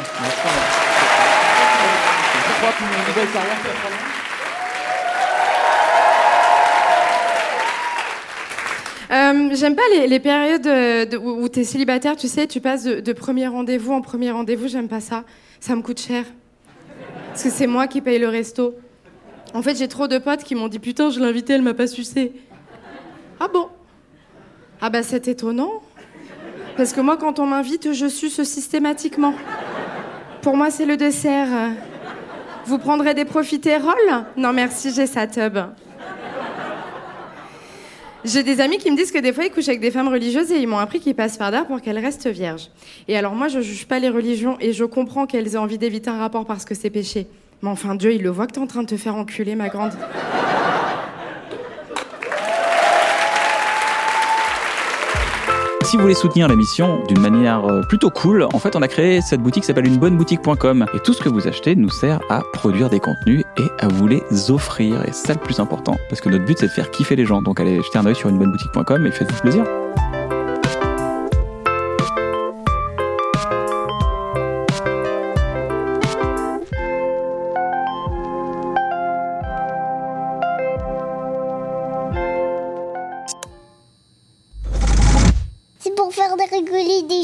Speaker 2: Euh, J'aime pas les, les périodes euh, de- où, où t'es célibataire, tu sais, tu passes de, de premier rendez-vous en premier rendez-vous, j'aime pas ça. Ça me coûte cher. Parce que c'est moi qui paye le resto. En fait, j'ai trop de potes qui m'ont dit Putain, je l'ai invitée, elle m'a pas sucé. Ah bon Ah bah, c'est étonnant. Parce que moi, quand on m'invite, je suce systématiquement. Pour moi, c'est le dessert. Vous prendrez des profiteroles Non, merci, j'ai sa tub. J'ai des amis qui me disent que des fois ils couchent avec des femmes religieuses et ils m'ont appris qu'ils passent par d'art pour qu'elles restent vierges. Et alors moi je juge pas les religions et je comprends qu'elles aient envie d'éviter un rapport parce que c'est péché. Mais enfin Dieu il le voit que t'es en train de te faire enculer ma grande.
Speaker 9: Si vous voulez soutenir l'émission d'une manière euh, plutôt cool, en fait, on a créé cette boutique qui s'appelle unebonneboutique.com. Et tout ce que vous achetez nous sert à produire des contenus et à vous les offrir. Et c'est ça le plus important. Parce que notre but, c'est de faire kiffer les gens. Donc allez jeter un oeil sur unebonneboutique.com et faites-vous plaisir.
Speaker 13: C'est pour faire rigoler des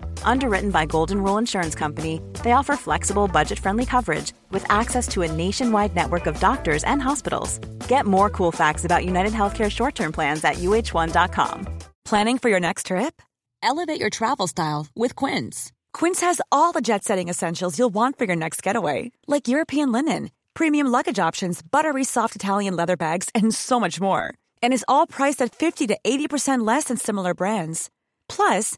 Speaker 14: Underwritten by Golden Rule Insurance Company, they offer flexible, budget friendly coverage with access to a nationwide network of doctors and hospitals. Get more cool facts about United Healthcare short term plans at uh1.com.
Speaker 12: Planning for your next trip? Elevate your travel style with Quince. Quince has all the jet setting essentials you'll want for your next getaway, like European linen, premium luggage options, buttery soft Italian leather bags, and so much more. And is all priced at 50 to 80% less than similar brands. Plus,